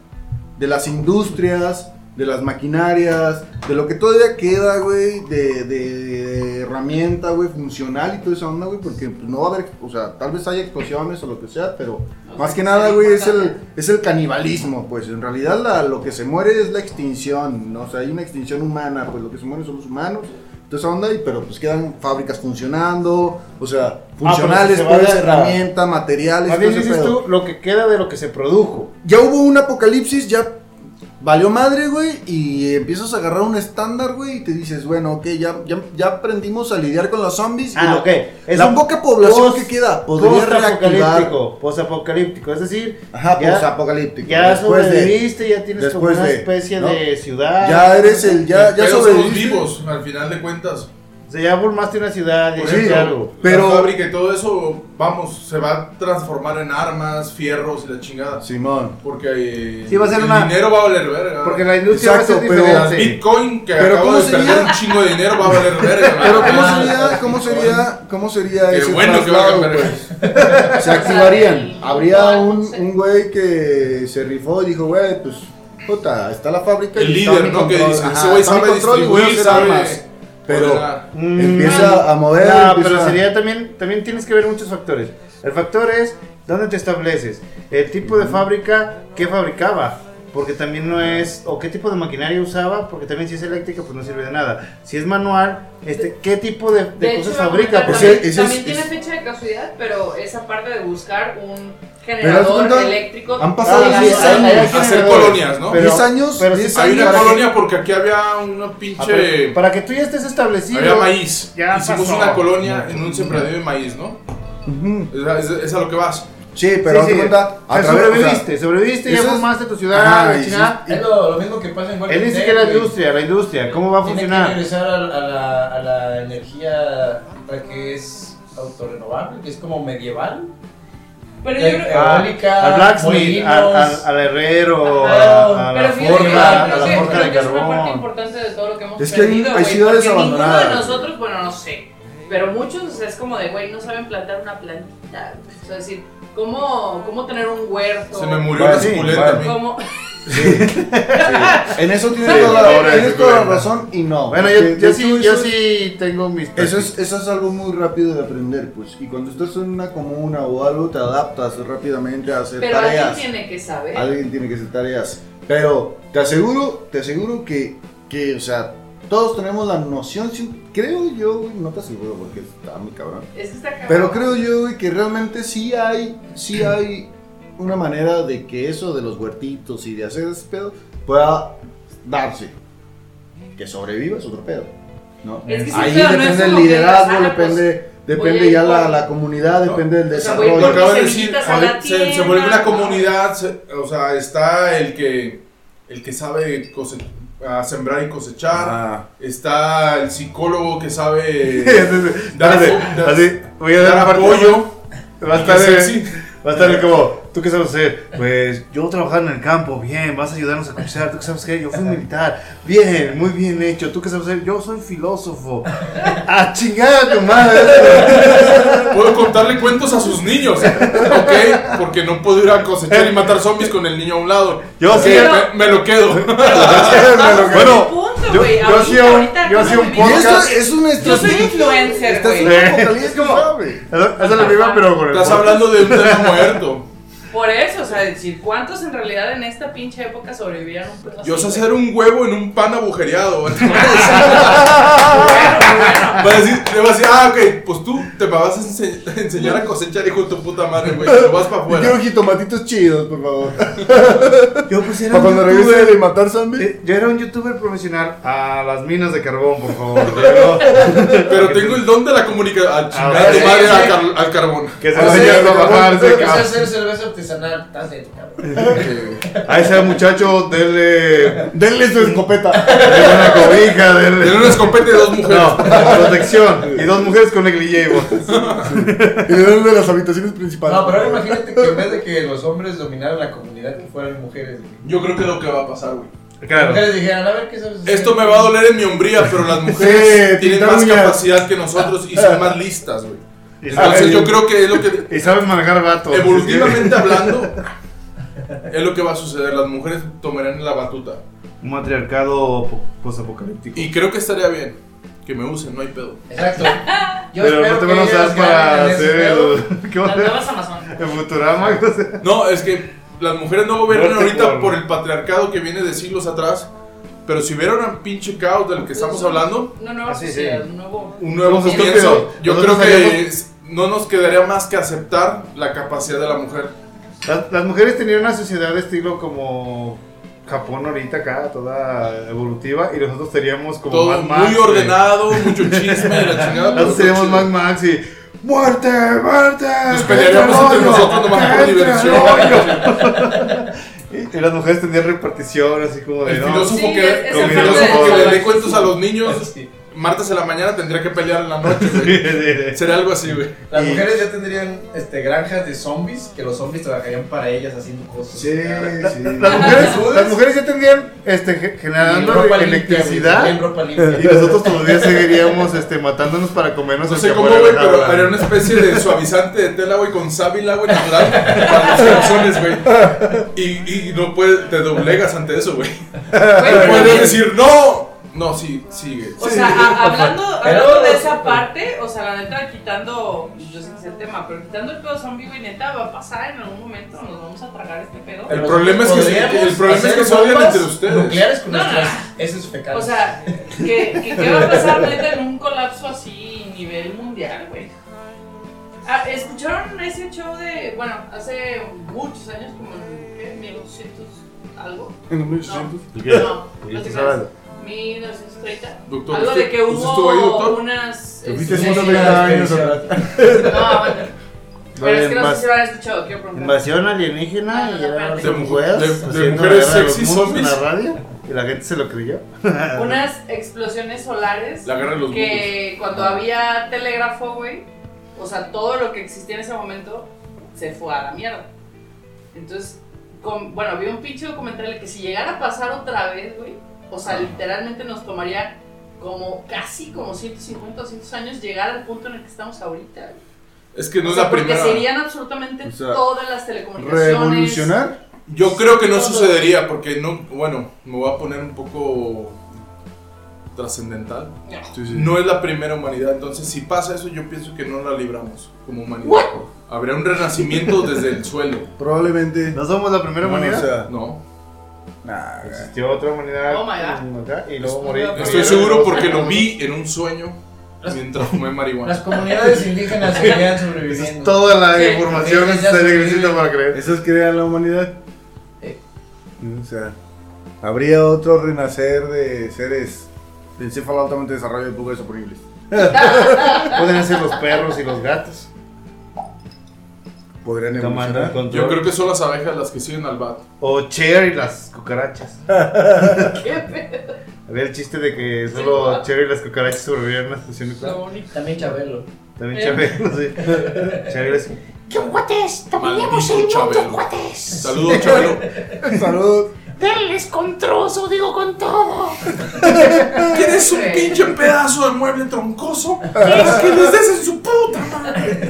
Speaker 3: de las industrias, de las maquinarias, de lo que todavía queda, güey, de, de- de herramienta, güey, funcional y toda esa onda, güey, porque pues, no va a haber, o sea, tal vez haya explosiones o lo que sea, pero
Speaker 5: No,
Speaker 3: más
Speaker 5: sí,
Speaker 3: que
Speaker 5: sí,
Speaker 3: nada,
Speaker 5: sí,
Speaker 3: güey, es
Speaker 5: importante.
Speaker 3: el, es el canibalismo, pues en realidad la- lo que se muere es la extinción, ¿no? o sea, hay una extinción humana, pues lo que se muere son los humanos. toda esa onda, y, pero pues quedan fábricas funcionando, o sea,
Speaker 2: Ah, pero
Speaker 3: funcionales,
Speaker 2: se va
Speaker 3: pues,
Speaker 2: de-
Speaker 3: herramienta, materiales,
Speaker 2: Más
Speaker 3: todo
Speaker 2: bien
Speaker 3: ese
Speaker 2: dices
Speaker 3: pedo
Speaker 2: tú lo que queda de lo que se produjo.
Speaker 3: ya hubo un apocalipsis, ya valió madre, güey, y empiezas a agarrar un estándar, güey, y te dices, bueno, ok, ya, ya, ya aprendimos a lidiar con los zombies. y
Speaker 2: Ah,
Speaker 3: lo-
Speaker 2: ok. Es
Speaker 3: la
Speaker 2: un
Speaker 3: poca población
Speaker 2: post-
Speaker 3: que queda podría reactivar.
Speaker 2: Postapocalíptico, postapocalíptico, es decir,
Speaker 3: Ajá,
Speaker 2: Ya-
Speaker 3: posapocalíptico.
Speaker 2: ya
Speaker 3: Después de,
Speaker 2: sobreviviste, ya tienes como
Speaker 3: después
Speaker 2: una
Speaker 3: de,
Speaker 2: especie
Speaker 3: ¿no?
Speaker 2: de ciudad.
Speaker 3: ya eres el, ya, ya
Speaker 4: pero somos
Speaker 3: sobreviviste.
Speaker 4: vivos, al final de cuentas.
Speaker 2: O sea, ya formaste una ciudad, ya
Speaker 4: Por
Speaker 2: hiciste
Speaker 4: ejemplo,
Speaker 2: algo.
Speaker 3: pero-
Speaker 4: la fábrica y todo eso, vamos, se va a transformar en armas, fierros y la chingada.
Speaker 3: Simón.
Speaker 4: Porque eh,
Speaker 2: Sí, va a ser
Speaker 4: el
Speaker 2: una-
Speaker 4: dinero va a valer verga.
Speaker 2: Porque la industria
Speaker 3: Exacto,
Speaker 2: va a ser
Speaker 3: pero-
Speaker 4: Las
Speaker 2: diferente.
Speaker 4: Bitcoin que
Speaker 3: Pero
Speaker 4: acabo
Speaker 3: ¿cómo
Speaker 4: de perder
Speaker 3: sería?
Speaker 4: un chingo de dinero va a valer verga.
Speaker 3: Pero
Speaker 4: güey.
Speaker 3: cómo
Speaker 4: Ah,
Speaker 3: sería,
Speaker 4: las
Speaker 3: cómo
Speaker 4: Bitcoin.
Speaker 3: sería, cómo sería
Speaker 4: Qué
Speaker 3: ese
Speaker 4: bueno que va a
Speaker 3: traslado,
Speaker 4: cambiar
Speaker 3: güey?
Speaker 4: eso.
Speaker 3: se activarían. Habría un, un güey que se rifó y dijo, güey, pues, puta, está la fábrica.
Speaker 4: El
Speaker 3: y está
Speaker 4: líder,
Speaker 3: mi
Speaker 4: ¿no?
Speaker 3: control".
Speaker 4: Que dice,
Speaker 3: Ajá,
Speaker 4: ese güey
Speaker 3: está mi
Speaker 4: sabe
Speaker 3: control y voy a
Speaker 4: distribuir,
Speaker 3: hacer
Speaker 4: sabe
Speaker 3: armas. Pero
Speaker 4: ordenar.
Speaker 2: Mm,
Speaker 3: empieza a mover.
Speaker 2: No,
Speaker 3: empieza-
Speaker 2: pero sería también, también tienes que ver muchos factores. El factor es dónde te estableces, el tipo de fábrica que fabricaba, porque también no es, o qué tipo de maquinaria usaba, porque también si es eléctrica pues no sirve de nada. Si es manual, este, qué tipo de, de
Speaker 5: De
Speaker 2: cosas
Speaker 5: hecho,
Speaker 2: fabrica,
Speaker 5: fabrica,
Speaker 2: porque
Speaker 5: también,
Speaker 3: ese pues, es-
Speaker 5: también
Speaker 3: es-
Speaker 5: tiene fecha de casualidad, pero esa parte de buscar un
Speaker 3: haz de
Speaker 5: generador
Speaker 3: cuenta,
Speaker 5: eléctrico.
Speaker 3: han
Speaker 2: Ah,
Speaker 3: pasado
Speaker 5: para-
Speaker 3: 10 años.
Speaker 2: hay- hay
Speaker 4: Hacer
Speaker 2: generadores,
Speaker 4: colonias, ¿no?
Speaker 2: pero-
Speaker 3: 10 años,
Speaker 2: pero
Speaker 3: 10
Speaker 2: sí-
Speaker 4: Hay una
Speaker 3: años.
Speaker 4: colonia porque aquí había una
Speaker 2: Ah, pero
Speaker 4: pinche.
Speaker 2: para que tú ya estés establecido.
Speaker 4: Había maíz.
Speaker 6: Ya
Speaker 4: Hicimos
Speaker 6: pasó.
Speaker 4: una colonia en un sembradío de maíz, ¿no?
Speaker 3: Ujú.
Speaker 4: Es a- Es es a lo que vas.
Speaker 3: Sí,
Speaker 2: Sí,
Speaker 3: pero haz
Speaker 2: sí.
Speaker 3: de cuenta,
Speaker 2: O
Speaker 3: a
Speaker 2: sea,
Speaker 3: través o sea,
Speaker 2: sobreviviste, sobreviviste, ya
Speaker 3: eso es-
Speaker 2: formaste tu ciudad,
Speaker 3: Ajá,
Speaker 2: la
Speaker 3: y-
Speaker 2: chingada.
Speaker 6: Es lo, lo mismo que pasa en Walking
Speaker 2: Él dice
Speaker 6: Dead,
Speaker 2: que la
Speaker 6: güey.
Speaker 2: industria, la industria, ¿cómo va a
Speaker 6: Tiene que
Speaker 2: funcionar?
Speaker 6: regresar a, a la, a la energía la que es autorrenovable, que es como medieval.
Speaker 5: Pero yo
Speaker 6: Que hay
Speaker 5: creo-
Speaker 2: Ah,
Speaker 6: eólica,
Speaker 2: Al blacksmith, al, al,
Speaker 6: molinos.
Speaker 2: al herrero,
Speaker 6: Ajá.
Speaker 2: a, a la
Speaker 5: pero fíjate que
Speaker 2: forja,
Speaker 5: creo
Speaker 2: a la
Speaker 5: que-
Speaker 2: forja
Speaker 5: creo
Speaker 2: de
Speaker 5: que es una parte
Speaker 2: carbón.
Speaker 5: importante de todo lo que hemos
Speaker 3: Es que hay-
Speaker 5: perdido,
Speaker 3: hay
Speaker 5: güey,
Speaker 3: ciudades
Speaker 5: porque
Speaker 3: abandonadas.
Speaker 5: Ninguno de nosotros, bueno, no sé, pero muchos o sea, es como de, güey, no saben plantar una plantita. güey. O sea, es decir, ¿cómo, cómo tener un huerto?
Speaker 4: Se me murió
Speaker 3: Vale,
Speaker 4: la
Speaker 3: sí,
Speaker 4: suculenta
Speaker 3: vale.
Speaker 4: a mí.
Speaker 5: ¿Cómo?
Speaker 3: En eso tienes
Speaker 5: Sí,
Speaker 3: toda, la-
Speaker 5: ahora
Speaker 3: tienes
Speaker 4: es
Speaker 3: toda la
Speaker 4: cruel.
Speaker 3: razón y no.
Speaker 2: Bueno,
Speaker 3: Porque
Speaker 2: yo, yo
Speaker 3: de hecho
Speaker 2: sí, yo
Speaker 3: eso-
Speaker 2: sí tengo mis.
Speaker 3: Eso es, eso es algo muy rápido de aprender, pues. Y cuando estás en una comuna o algo, te adaptas rápidamente a hacer
Speaker 5: Pero alguien
Speaker 3: tareas.
Speaker 5: tiene que saber.
Speaker 3: Alguien tiene que hacer tareas. Pero te aseguro, te aseguro que, que o sea, todos tenemos la noción, sí, creo yo, güey, no te aseguro porque está muy cabrón.
Speaker 5: Es que está cabrón.
Speaker 3: Pero creo yo, güey, que realmente sí hay, sí hay una manera de que eso de los huertitos y de hacer ese pedo pueda darse. Que sobreviva es otro pedo. ¿no?
Speaker 5: Es que sí,
Speaker 3: Ahí
Speaker 5: pero no es
Speaker 3: depende el
Speaker 5: como que
Speaker 3: liderazgo,
Speaker 5: digas, ah,
Speaker 3: depende,
Speaker 5: voy
Speaker 3: depende
Speaker 5: a
Speaker 3: ya
Speaker 5: ir
Speaker 3: la,
Speaker 5: por-
Speaker 3: la comunidad, depende del
Speaker 5: O sea, voy a ir
Speaker 3: desarrollo.
Speaker 4: Lo
Speaker 5: por
Speaker 4: acabo de
Speaker 5: mis
Speaker 4: decir,
Speaker 5: semillitas a
Speaker 4: a
Speaker 5: la
Speaker 4: ver, se, se
Speaker 5: tienda.
Speaker 4: vuelve la comunidad, se- o sea, está el que el que sabe cose- a sembrar y cosechar,
Speaker 3: Ah.
Speaker 4: está el psicólogo que sabe dar, dar-
Speaker 2: Así, voy a
Speaker 4: dar
Speaker 2: dar una parte-
Speaker 4: apoyo,
Speaker 2: Va a
Speaker 4: que
Speaker 2: estar,
Speaker 4: es
Speaker 2: eh,
Speaker 4: sexy.
Speaker 2: va a estar eh, como, ¿tú qué sabes hacer? Pues yo trabajar en el campo, bien, vas a ayudarnos a cosechar. ¿Tú qué sabes hacer? Yo fui militar, bien, muy bien hecho. ¿Tú qué sabes hacer? Yo soy filósofo. ¡A chingar a tu madre!
Speaker 4: Puedo contarle cuentos a sus niños, ¿ok? Porque no puedo ir a cosechar y matar zombies con el niño a un lado.
Speaker 2: Yo
Speaker 4: Ok,
Speaker 2: sí.
Speaker 4: me- me lo quedo.
Speaker 2: Bueno,
Speaker 5: punto,
Speaker 2: yo-
Speaker 5: güey.
Speaker 2: yo
Speaker 5: Ahorita,
Speaker 2: sí hago-
Speaker 5: ahorita
Speaker 2: yo
Speaker 5: no
Speaker 2: sí hago
Speaker 5: me
Speaker 2: un
Speaker 3: Y
Speaker 5: vengas-
Speaker 3: esto es una
Speaker 5: Yo soy
Speaker 3: estrategia.
Speaker 5: influencer,
Speaker 3: Estás en
Speaker 5: güey.
Speaker 3: un apocalipsis, ¿sabes?
Speaker 2: Eso eso es lo mismo, pero con el
Speaker 4: Estás
Speaker 2: podcast.
Speaker 4: hablando de un tema muerto.
Speaker 5: Por eso, o sea, decir, ¿cuántos en realidad en esta pinche época sobrevivieron? un pedo
Speaker 4: Yo sé
Speaker 5: así, güey?
Speaker 4: hacer un huevo en un pan agujereado.
Speaker 5: Bueno, bueno.
Speaker 4: Va a decir, le va a decir, ah, ok, pues tú te me vas a ense- a enseñar a cosechar, hijo de tu puta madre, güey. Te vas para
Speaker 3: Yo quiero
Speaker 4: afuera.
Speaker 3: jitomatitos chidos, por favor.
Speaker 2: Yo pues era
Speaker 3: Para
Speaker 2: un
Speaker 3: cuando regrese
Speaker 2: youtuber.
Speaker 3: de matar zombies.
Speaker 2: Eh, Yo era un youtuber profesional a las minas de carbón, por favor. Yo-
Speaker 4: Pero tengo el don de la comunicación. A chingar
Speaker 2: Ah,
Speaker 4: a tu
Speaker 6: sí,
Speaker 4: madre
Speaker 6: sí.
Speaker 4: al car- al carbón.
Speaker 2: Que se
Speaker 6: Ah, sí,
Speaker 2: vayan a
Speaker 6: sí,
Speaker 2: trabajar,
Speaker 3: sí,
Speaker 2: se
Speaker 6: Empecé a
Speaker 2: cabrón.
Speaker 6: hacer cerveza artesanal, estás de cabrón.
Speaker 2: A ese muchacho, denle,
Speaker 3: Denle su escopeta.
Speaker 2: denle una cobija, denle.
Speaker 4: Tener una escopeta de dos mujeres.
Speaker 2: No, protección. Y dos mujeres con negligé. güey.
Speaker 3: Y le dan una de las habitaciones principales.
Speaker 6: No, pero ahora imagínate que en vez de que los hombres dominaran la comunidad, que fueran mujeres. güey.
Speaker 4: Yo creo que es lo que va a pasar, güey.
Speaker 6: Las
Speaker 2: Claro.
Speaker 6: mujeres dijeran, a ver qué sabes hacer?"
Speaker 4: Esto me va a doler en mi hombría, pero las mujeres
Speaker 3: Sí,
Speaker 4: tienen
Speaker 3: pintar
Speaker 4: más
Speaker 3: uñas.
Speaker 4: capacidad que nosotros y son más listas, güey.
Speaker 2: Y
Speaker 4: Entonces
Speaker 2: sabes-
Speaker 4: yo creo que es lo que,
Speaker 2: Y sabes manejar vatos.
Speaker 4: evolutivamente hablando, es lo que va a suceder. Las mujeres tomarán la batuta.
Speaker 2: un matriarcado po- posapocalíptico.
Speaker 4: Y creo que estaría bien que me usen, no hay pedo.
Speaker 6: Exacto. Yo
Speaker 2: Pero no
Speaker 6: espero
Speaker 2: te
Speaker 6: que
Speaker 2: van a
Speaker 6: ellos
Speaker 2: usar
Speaker 6: ganen
Speaker 2: para
Speaker 6: en ese
Speaker 2: hacer
Speaker 6: pedo.
Speaker 2: el. ¿Qué va a
Speaker 5: Las
Speaker 2: ser?
Speaker 5: nuevas Amazonas.
Speaker 2: El Futurama. o sea.
Speaker 4: No, es que las mujeres no gobiernan
Speaker 2: No te
Speaker 4: ahorita
Speaker 2: puedo.
Speaker 4: por el patriarcado que viene de siglos atrás. Pero si hubiera un pinche caos del que estamos hablando,
Speaker 5: Una nueva
Speaker 6: Ah, sí, sí.
Speaker 5: sociedad, un nuevo.
Speaker 4: un nuevo
Speaker 3: Pues
Speaker 2: Somos
Speaker 4: comienzo,
Speaker 2: estúpidos.
Speaker 4: yo creo
Speaker 2: Nosotros
Speaker 4: que
Speaker 2: haríamos-
Speaker 4: no nos quedaría más que aceptar la capacidad de la mujer.
Speaker 2: Las, las mujeres tenían una sociedad de estilo como Japón ahorita acá, toda evolutiva, y nosotros teníamos como
Speaker 4: Todo
Speaker 2: Mad Max,
Speaker 4: muy
Speaker 2: güey.
Speaker 4: ordenado, mucho chisme y la chingada. pero
Speaker 2: Nosotros teníamos
Speaker 4: chido.
Speaker 2: Mad Max y ¡Muerte! ¡Muerte!
Speaker 4: Nos pelearíamos entre
Speaker 2: ¡Entre
Speaker 4: nosotros nomás por
Speaker 2: ¡Entre
Speaker 4: diversión.
Speaker 2: Y, y las mujeres tenían repartición así como de
Speaker 4: El
Speaker 2: no.
Speaker 4: filósofo
Speaker 5: Sí,
Speaker 4: que,
Speaker 5: es-
Speaker 2: es
Speaker 4: el
Speaker 2: el
Speaker 4: filósofo
Speaker 2: problema.
Speaker 4: que le lee cuentos a los
Speaker 6: Eso
Speaker 4: niños,
Speaker 6: sí.
Speaker 4: martes en la mañana tendría que pelear en la noche, güey. Sería algo así, güey.
Speaker 6: Las
Speaker 2: Y-
Speaker 6: mujeres ya tendrían este, granjas de zombies que los zombies trabajarían para ellas haciendo cosas.
Speaker 3: Sí, sí.
Speaker 2: Las mujeres, las mujeres ya tendrían este, ge- generando electricidad.
Speaker 6: En ropa limpia.
Speaker 2: Y nosotros todavía seguiríamos este, matándonos para comernos
Speaker 4: No
Speaker 2: el
Speaker 4: sé
Speaker 2: que
Speaker 4: cómo,
Speaker 2: afuera
Speaker 4: güey,
Speaker 2: dejaba.
Speaker 4: pero haría una especie de suavizante de tela, güey, con sábila, güey, natural para los calzones, güey. Y, y no puedes, te doblegas ante eso, güey.
Speaker 5: Güey, pero
Speaker 4: Puedes
Speaker 5: bien.
Speaker 4: decir, no, no, sí, sigue.
Speaker 5: O sea, a- hablando,
Speaker 6: Pero-
Speaker 5: hablando de esa parte, o sea, la neta, quitando, pues, yo sé que es el tema, pero quitando el pedo zombie, güey, neta, va a pasar en algún momento, nos vamos a tragar este pedo.
Speaker 4: El problema es que se-
Speaker 6: Podríamos
Speaker 4: el problema es que
Speaker 6: hacer
Speaker 4: se odian
Speaker 6: bombas
Speaker 4: entre ustedes.
Speaker 6: Nucleares con
Speaker 5: No,
Speaker 6: nuestras
Speaker 5: no,
Speaker 6: heces fecales.
Speaker 5: O sea, ¿qué, qué, qué va a pasar neta en un colapso así nivel mundial, güey? Ah, ¿Escucharon ese show de, bueno, hace muchos años, como en, ¿qué? 1800 algo?
Speaker 3: En los
Speaker 5: No, no,
Speaker 2: ¿De qué
Speaker 5: no te
Speaker 2: estás
Speaker 5: creas.
Speaker 2: hablando?
Speaker 5: 1930.
Speaker 4: Doctor,
Speaker 5: algo
Speaker 4: ¿usted-
Speaker 5: de que
Speaker 4: usted estuvo ahí, doctor?
Speaker 5: hubo unas...
Speaker 3: ¿Te fuiste
Speaker 6: Sí,
Speaker 5: este,
Speaker 6: sí,
Speaker 3: haciendo
Speaker 6: sí,
Speaker 3: 30
Speaker 6: la
Speaker 3: años?
Speaker 6: experiencia.
Speaker 5: No, aguanta.
Speaker 2: Lo
Speaker 5: Pero es
Speaker 2: de
Speaker 5: que no sé
Speaker 2: invas-
Speaker 5: si lo han escuchado, quiero preguntar.
Speaker 2: Invasión alienígena y eran
Speaker 5: De
Speaker 4: mu-
Speaker 2: mujeres
Speaker 4: Ah, de- de
Speaker 2: haciendo
Speaker 4: mujeres
Speaker 2: guerra a los
Speaker 4: sexy
Speaker 2: mundos
Speaker 4: zombies.
Speaker 2: en la radio y la gente se lo creyó.
Speaker 5: Unas explosiones solares
Speaker 4: La guerra de los mundos.
Speaker 5: que cuando había telégrafo, güey, o sea, todo lo que existía en ese momento se fue a la mierda. Entonces, con- bueno, vi un pinche documental que si llegara a pasar otra vez, güey, o sea, literalmente nos tomaría como casi como 150 o 200 años llegar al punto en el que estamos ahorita. güey.
Speaker 4: Es que no
Speaker 5: O
Speaker 4: es
Speaker 5: sea,
Speaker 4: la
Speaker 5: porque
Speaker 4: primera.
Speaker 5: serían absolutamente
Speaker 3: O sea,
Speaker 5: todas las telecomunicaciones.
Speaker 3: Revolucionar.
Speaker 4: Yo creo que no sucedería porque no, bueno, me voy a poner un poco trascendental.
Speaker 3: Sí, sí.
Speaker 4: No es la primera humanidad, entonces si pasa eso yo pienso que no la libramos como humanidad. Habrá un renacimiento desde el suelo.
Speaker 3: Probablemente.
Speaker 2: No somos la primera
Speaker 3: No,
Speaker 2: humanidad.
Speaker 3: o sea,
Speaker 4: No,
Speaker 3: nah, güey.
Speaker 2: Existió otra humanidad
Speaker 5: Oh my
Speaker 2: acá y luego
Speaker 5: Estoy-
Speaker 2: morí.
Speaker 4: estoy seguro porque lo vi en un sueño mientras fumé
Speaker 6: Las
Speaker 4: marihuana.
Speaker 6: comunidades indígenas seguían
Speaker 2: Esa es
Speaker 6: sobreviviendo.
Speaker 2: toda la
Speaker 5: Sí.
Speaker 2: información
Speaker 6: Sí, ya
Speaker 2: necesaria que
Speaker 6: sé.
Speaker 2: necesito para creer.
Speaker 3: Eso es crear la humanidad.
Speaker 6: Eh.
Speaker 3: O sea, habría otro renacer de seres de encéfalo altamente desarrollado y poco desoponibles.
Speaker 2: Pueden ser los perros y los gatos.
Speaker 3: Podrían
Speaker 2: Tomando el
Speaker 3: evolucionar.
Speaker 4: Yo creo
Speaker 2: control.
Speaker 4: que son las abejas las que siguen al bat.
Speaker 2: O Cher y las cucarachas.
Speaker 5: ¿Qué pedo?
Speaker 2: Había el chiste de que solo Cher y las cucarachas sobrevivieron a una estación nuclear.
Speaker 5: Lo único.
Speaker 6: También Chabelo.
Speaker 2: También
Speaker 5: Eh.
Speaker 2: Cher, no sé. Cher y las
Speaker 4: Maldito Chabelo. Saludos Chabelo.
Speaker 3: Salud.
Speaker 4: ¿Quieres un pinche pedazo de mueble troncoso? ¿Quieres que les des en su puta madre?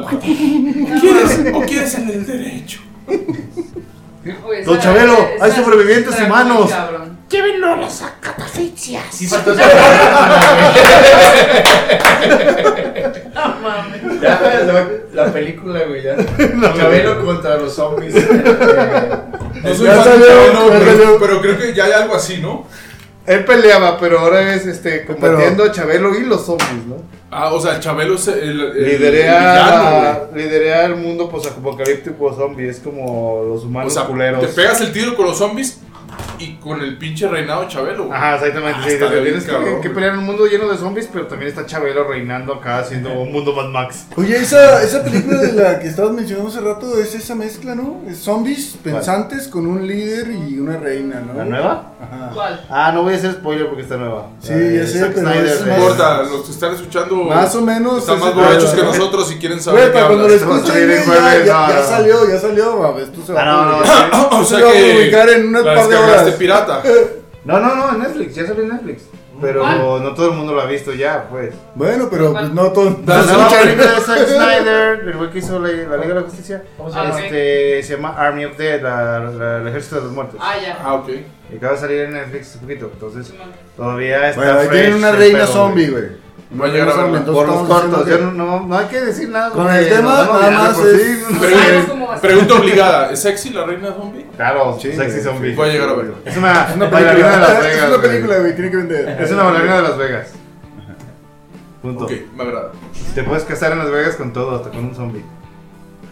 Speaker 4: ¿Quieres un disparo o lo que hay en mi bolsillo izquierdo? ¿Quieres o quieres en el derecho?
Speaker 5: Pues,
Speaker 2: Don
Speaker 5: esa-
Speaker 2: Chabelo,
Speaker 5: esa-
Speaker 2: hay sobrevivientes
Speaker 5: está
Speaker 2: humanos.
Speaker 5: muy cabrón.
Speaker 6: Sí, faltó esa-
Speaker 5: No mames.
Speaker 6: Ya, la, la película, güey, ya. Chabelo contra los zombies. Eh,
Speaker 4: No soy
Speaker 3: Ya
Speaker 4: fan de
Speaker 3: salió,
Speaker 4: Chabelo,
Speaker 3: ya
Speaker 4: pero,
Speaker 3: salió.
Speaker 4: pero creo que ya hay algo así, ¿no?
Speaker 2: Él peleaba, pero ahora es este combatiendo a Chabelo y los zombies, ¿no?
Speaker 4: Ah, o sea, Chabelo es el, el- el villano, güey.
Speaker 2: Liderea, liderea el mundo posapocalíptico zombie, es como los
Speaker 4: O
Speaker 2: humanos
Speaker 4: sea,
Speaker 2: culeros.
Speaker 4: te pegas el tiro con los zombies y con el pinche reinado de Chabelo. güey.
Speaker 2: Ajá, exactamente.
Speaker 4: Ah,
Speaker 2: sí,
Speaker 4: está
Speaker 2: te- te
Speaker 4: bien,
Speaker 2: tienes que-
Speaker 4: cabrón,
Speaker 2: que,
Speaker 4: güey.
Speaker 2: pelear en un mundo lleno de zombies, pero también está Chabelo reinando acá haciendo un mundo Mad Max.
Speaker 3: Oye, esa, esa película de la que estabas mencionando hace rato es esa mezcla, ¿no? Es zombies pensantes con un líder y una reina, ¿no?
Speaker 2: ¿La nueva?
Speaker 3: Ajá.
Speaker 5: ¿Cuál?
Speaker 2: Ah, no voy a hacer spoiler porque está nueva.
Speaker 3: Sí,
Speaker 2: La de
Speaker 3: ya sé,
Speaker 2: Zack
Speaker 3: pero
Speaker 2: Snyder,
Speaker 3: es
Speaker 4: No
Speaker 2: eh.
Speaker 4: importa, los que están escuchando
Speaker 3: Más o menos.
Speaker 4: están
Speaker 3: ese
Speaker 4: más
Speaker 3: pedo.
Speaker 4: borrachos que nosotros si quieren saber.
Speaker 3: Güey,
Speaker 4: de qué
Speaker 3: para cuando lo
Speaker 4: hablas.
Speaker 2: hablas?
Speaker 3: escuchen,
Speaker 2: Se va a
Speaker 3: ya,
Speaker 2: salir en jueves,
Speaker 3: ya, ya-
Speaker 2: no,
Speaker 3: ya
Speaker 2: no.
Speaker 3: salió, ya salió, mames. Esto se va
Speaker 2: Ah, no, no,
Speaker 3: a
Speaker 2: no.
Speaker 4: o
Speaker 3: Se
Speaker 4: sea
Speaker 3: va a
Speaker 4: que
Speaker 3: publicar en unas
Speaker 4: la
Speaker 3: par de
Speaker 4: descargaste
Speaker 3: horas.
Speaker 4: pirata.
Speaker 2: No, no, no, en Netflix, ya salió en Netflix. Pero
Speaker 5: ¿Cuál?
Speaker 2: no todo el mundo lo ha visto ya, pues.
Speaker 3: Bueno, pero pues, no todo.
Speaker 2: La nueva
Speaker 3: escucha.
Speaker 2: película de Zack Snyder, el güey que hizo la, la Liga de la Justicia,
Speaker 6: ¿Cómo se
Speaker 5: Ah,
Speaker 6: llama?
Speaker 5: ok.
Speaker 2: este, se llama Army of Dead, la- la- el ejército de los muertos.
Speaker 5: Ah, ya.
Speaker 4: Ah, ok.
Speaker 2: Y acaba de salir en Netflix hace poquito, entonces
Speaker 5: Simón.
Speaker 2: todavía está
Speaker 3: Bueno, ahí
Speaker 2: fresh
Speaker 3: tienen una
Speaker 2: el
Speaker 3: reina
Speaker 2: pedo,
Speaker 3: zombie, güey.
Speaker 4: Voy a llegar a verla.
Speaker 2: Por los
Speaker 3: estamos diciendo
Speaker 2: cortos,
Speaker 3: que-
Speaker 2: yo no, no, no hay que decir nada.
Speaker 3: Con
Speaker 2: porque
Speaker 3: el tema,
Speaker 2: nos van a
Speaker 3: nada
Speaker 2: odiar de
Speaker 3: más
Speaker 2: por
Speaker 3: es-
Speaker 2: sí.
Speaker 5: Sabemos cómo va
Speaker 4: Pregunta,
Speaker 5: a ser.
Speaker 4: pregunta obligada. ¿Es sexy la reina zombie?
Speaker 2: Claro,
Speaker 3: Sí,
Speaker 2: sexy
Speaker 3: güey,
Speaker 2: zombie.
Speaker 3: sí.
Speaker 4: Voy a llegar a verla.
Speaker 2: Pues, Es una,
Speaker 3: Es una
Speaker 2: bailarina
Speaker 3: película,
Speaker 2: de Las
Speaker 3: es
Speaker 2: Vegas.
Speaker 3: una
Speaker 2: güey.
Speaker 3: película, güey, tiene que vender.
Speaker 2: Es una bailarina de Las Vegas. Punto.
Speaker 4: Ok, me agrada.
Speaker 2: Te puedes casar en Las Vegas con todo, hasta con un zombie.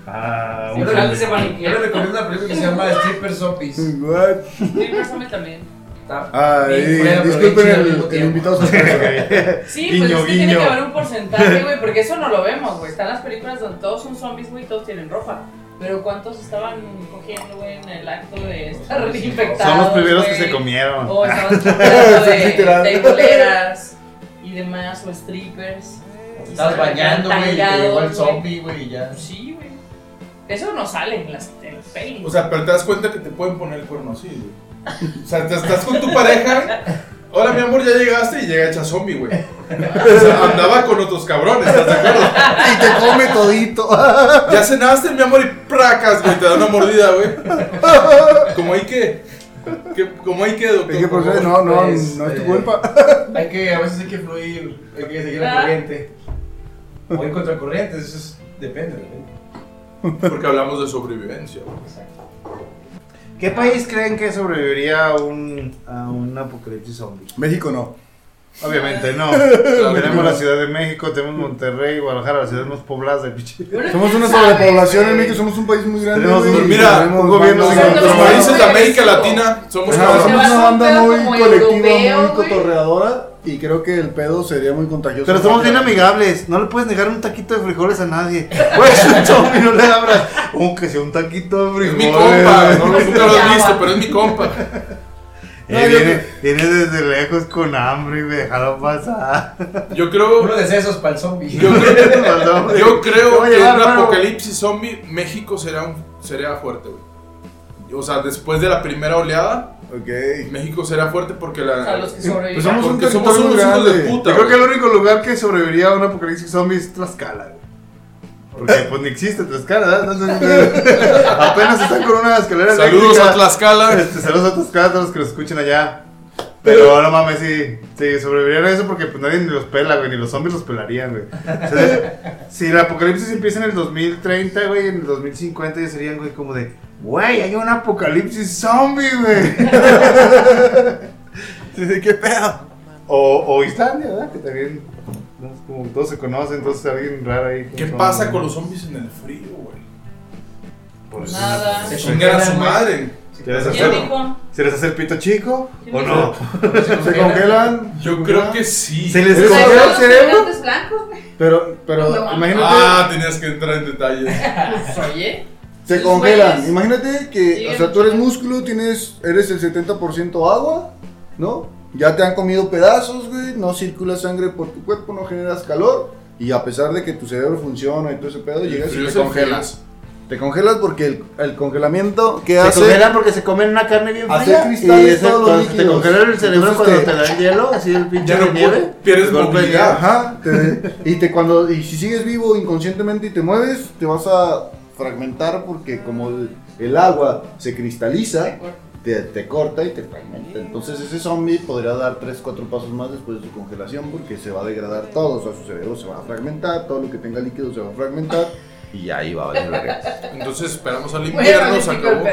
Speaker 2: Ah,
Speaker 6: Yo
Speaker 5: Sí,
Speaker 6: le-
Speaker 5: pero se van a
Speaker 6: Yo le
Speaker 5: limpiar.
Speaker 6: recomiendo una película que se llama Stripper Zombies.
Speaker 3: What?
Speaker 5: Sí, pásame también.
Speaker 6: Está
Speaker 3: Ay,
Speaker 6: bien buena, pero bien
Speaker 3: disculpen
Speaker 6: chida al
Speaker 3: el,
Speaker 6: mismo
Speaker 3: el
Speaker 6: tiempo.
Speaker 3: invitado sorpresa.
Speaker 5: Sí,
Speaker 2: Guiño,
Speaker 5: pues es que tiene
Speaker 2: guiño.
Speaker 5: que haber un porcentaje, güey, porque eso no lo vemos, güey. Están las películas donde todos son zombies, güey, y todos tienen ropa. Pero ¿cuántos estaban cogiendo, güey, en el acto de estar infectados?
Speaker 2: Son los primeros que
Speaker 5: güey?
Speaker 2: se comieron.
Speaker 5: O estaban tratando
Speaker 3: Sí,
Speaker 5: de
Speaker 3: literal.
Speaker 5: teiboleras y demás, o strippers.
Speaker 6: Te Estás bañando, güey, y te llegó el zombie, güey, y ya.
Speaker 5: Sí, güey. Eso no sale en las, en las pelis.
Speaker 4: O sea, pero te das cuenta que te pueden poner el cuerno así, güey. O sea, te estás con tu pareja. Hola, mi amor, ya llegaste y llega hecha zombie, güey. O sea, andaba con otros cabrones, ¿estás de acuerdo?
Speaker 3: Y te come todito.
Speaker 4: Ya cenaste, mi amor, y pracas, güey, te da una mordida, güey. Como hay que. que- como hay que, doctor.
Speaker 3: Es que,
Speaker 4: por
Speaker 3: por
Speaker 4: favor.
Speaker 3: cierto, eh, no, no,
Speaker 6: pues,
Speaker 3: no es tu
Speaker 6: eh,
Speaker 3: culpa.
Speaker 6: Hay que, a veces hay que fluir, hay que seguir la
Speaker 5: Ah.
Speaker 6: corriente. O ir contra corriente, eso es, depende, depende.
Speaker 4: Porque hablamos de sobrevivencia, güey.
Speaker 2: ¿Qué país creen que sobreviviría a un, a un apocalipsis zombie?
Speaker 3: México no.
Speaker 2: Obviamente no.
Speaker 4: que no.
Speaker 2: tenemos la Ciudad de México, tenemos Monterrey, Guadalajara, las ciudades más pobladas del pinche.
Speaker 3: Somos una sobrepoblación en México, somos un país muy grande.
Speaker 2: Tenemos-
Speaker 3: güey, y
Speaker 4: mira,
Speaker 3: tenemos
Speaker 2: un gobierno
Speaker 3: bandas-
Speaker 2: sin
Speaker 4: Los
Speaker 2: control.
Speaker 4: países de América Latina somos
Speaker 3: Ajá,
Speaker 5: Pero
Speaker 4: cabrones.
Speaker 5: se va
Speaker 3: somos
Speaker 5: a
Speaker 3: una
Speaker 5: hacer un
Speaker 3: banda
Speaker 5: pedo
Speaker 3: muy
Speaker 5: como
Speaker 3: colectiva,
Speaker 5: europeo,
Speaker 3: muy
Speaker 5: güey.
Speaker 3: cotorreadora y creo que el pedo sería muy contagioso.
Speaker 2: Pero somos bien amigables, no le puedes negar un taquito de frijoles a nadie. Pues un zombie no le abras. Aunque sea un taquito de
Speaker 4: Es
Speaker 2: frijoles. Eh,
Speaker 4: mi compa, no lo,
Speaker 2: güey.
Speaker 4: nunca lo has visto, pero es mi compa.
Speaker 2: Eh,
Speaker 3: No, yo
Speaker 2: viene, viene desde lejos con hambre y me dejaron pasar.
Speaker 4: Yo creo.
Speaker 6: Uno de esos para el zombie.
Speaker 4: Yo creo, Yo creo
Speaker 2: Voy a
Speaker 4: que
Speaker 2: llegar,
Speaker 4: en un
Speaker 2: mano.
Speaker 4: apocalipsis zombie, México será, un, será fuerte, güey. O sea, después de la primera oleada,
Speaker 3: Ok.
Speaker 4: México será fuerte porque la.
Speaker 5: O sea, los que
Speaker 3: Pues
Speaker 5: sobreviven.
Speaker 3: somos un
Speaker 4: porque somos
Speaker 3: territorio
Speaker 4: unos hijos
Speaker 3: grande.
Speaker 4: de puta.
Speaker 2: Yo creo que el
Speaker 4: güey.
Speaker 2: único lugar que sobreviviría a un apocalipsis zombie es Tlaxcala, güey. Porque pues ni existe Tlaxcala, ¿verdad? Entonces, apenas están con una escalera
Speaker 4: Saludos
Speaker 2: eléctrica.
Speaker 4: a Tlaxcala.
Speaker 2: Este, saludos a Tlaxcala, a todos los que lo escuchen allá. Pero no mames, sí, sí, sobrevivirían a eso porque pues nadie ni los pela, güey, ni los zombies los pelarían, güey. O sea, si el apocalipsis empieza en el 2030, güey, en el 2050 ya serían, güey, como de, güey, hay un apocalipsis zombie, güey.
Speaker 3: Sí, sí, ¿Qué pedo?
Speaker 2: O, o Islandia, ¿verdad? Que también, no, es como que todos se conocen, entonces alguien raro ahí. con
Speaker 4: ¿Qué
Speaker 2: zombie,
Speaker 4: pasa
Speaker 2: ¿no?
Speaker 4: con los zombies en el frío, güey?
Speaker 2: Por eso.
Speaker 5: Nada.
Speaker 4: Se
Speaker 6: Sí.
Speaker 4: chingan a su
Speaker 6: güey.
Speaker 4: madre.
Speaker 2: Ya
Speaker 6: Si te
Speaker 2: se
Speaker 6: das
Speaker 5: ¿Quién
Speaker 4: Pero-
Speaker 5: dijo?
Speaker 2: ¿Se les hace el pito chico
Speaker 5: ¿Quién
Speaker 2: o
Speaker 5: dijo?
Speaker 2: no?
Speaker 3: ¿Se congelan?
Speaker 4: Yo creo que sí.
Speaker 2: ¿Se les
Speaker 5: O sea,
Speaker 2: congela el
Speaker 5: los
Speaker 2: cerebro?
Speaker 5: inmigrantes blancos, güey.
Speaker 3: Pero, pero,
Speaker 5: No, no,
Speaker 3: imagínate.
Speaker 4: Ah, tenías que entrar en detalles.
Speaker 5: Pues, Oye.
Speaker 3: Se
Speaker 5: Sí,
Speaker 3: congelan.
Speaker 5: güeyes.
Speaker 3: Imagínate
Speaker 5: Sí,
Speaker 3: que, o sea,
Speaker 5: el-
Speaker 3: tú eres músculo, tienes, eres el 70% agua, ¿no? Ya te han comido pedazos, güey, no circula sangre por tu cuerpo, no generas calor. Y a pesar de que tu cerebro funciona y todo ese pedo, llegas y
Speaker 4: frío
Speaker 3: te
Speaker 4: es el
Speaker 3: congelas. Te congelas porque el, el congelamiento que
Speaker 2: Se
Speaker 3: hace.
Speaker 2: congelan porque se comen una carne bien
Speaker 3: Hacer
Speaker 2: fría.
Speaker 3: cristales
Speaker 2: y ese-
Speaker 3: todos los
Speaker 2: cuando se te
Speaker 3: líquidos.
Speaker 2: congelan el cerebro
Speaker 3: Entonces
Speaker 2: cuando te
Speaker 3: te-
Speaker 2: da el hielo, así el pinche
Speaker 4: Ya
Speaker 2: de
Speaker 4: no
Speaker 2: nieve.
Speaker 4: puedes, pierdes
Speaker 2: Golpe de
Speaker 4: movilidad.
Speaker 3: Ajá, te- y te cuando y si sigues vivo inconscientemente y te mueves, te vas a fragmentar porque como el, el agua se cristaliza, te, te corta y te fragmenta. Entonces ese zombie podría dar 3, 4 pasos más después de su congelación porque se va a degradar todo, o sea, su cerebro se va a fragmentar, todo lo que tenga líquido se va a fragmentar y ahí va a valer verga.
Speaker 4: Entonces esperamos al
Speaker 5: Muy
Speaker 4: invierno, se
Speaker 5: analítico el
Speaker 4: acabó.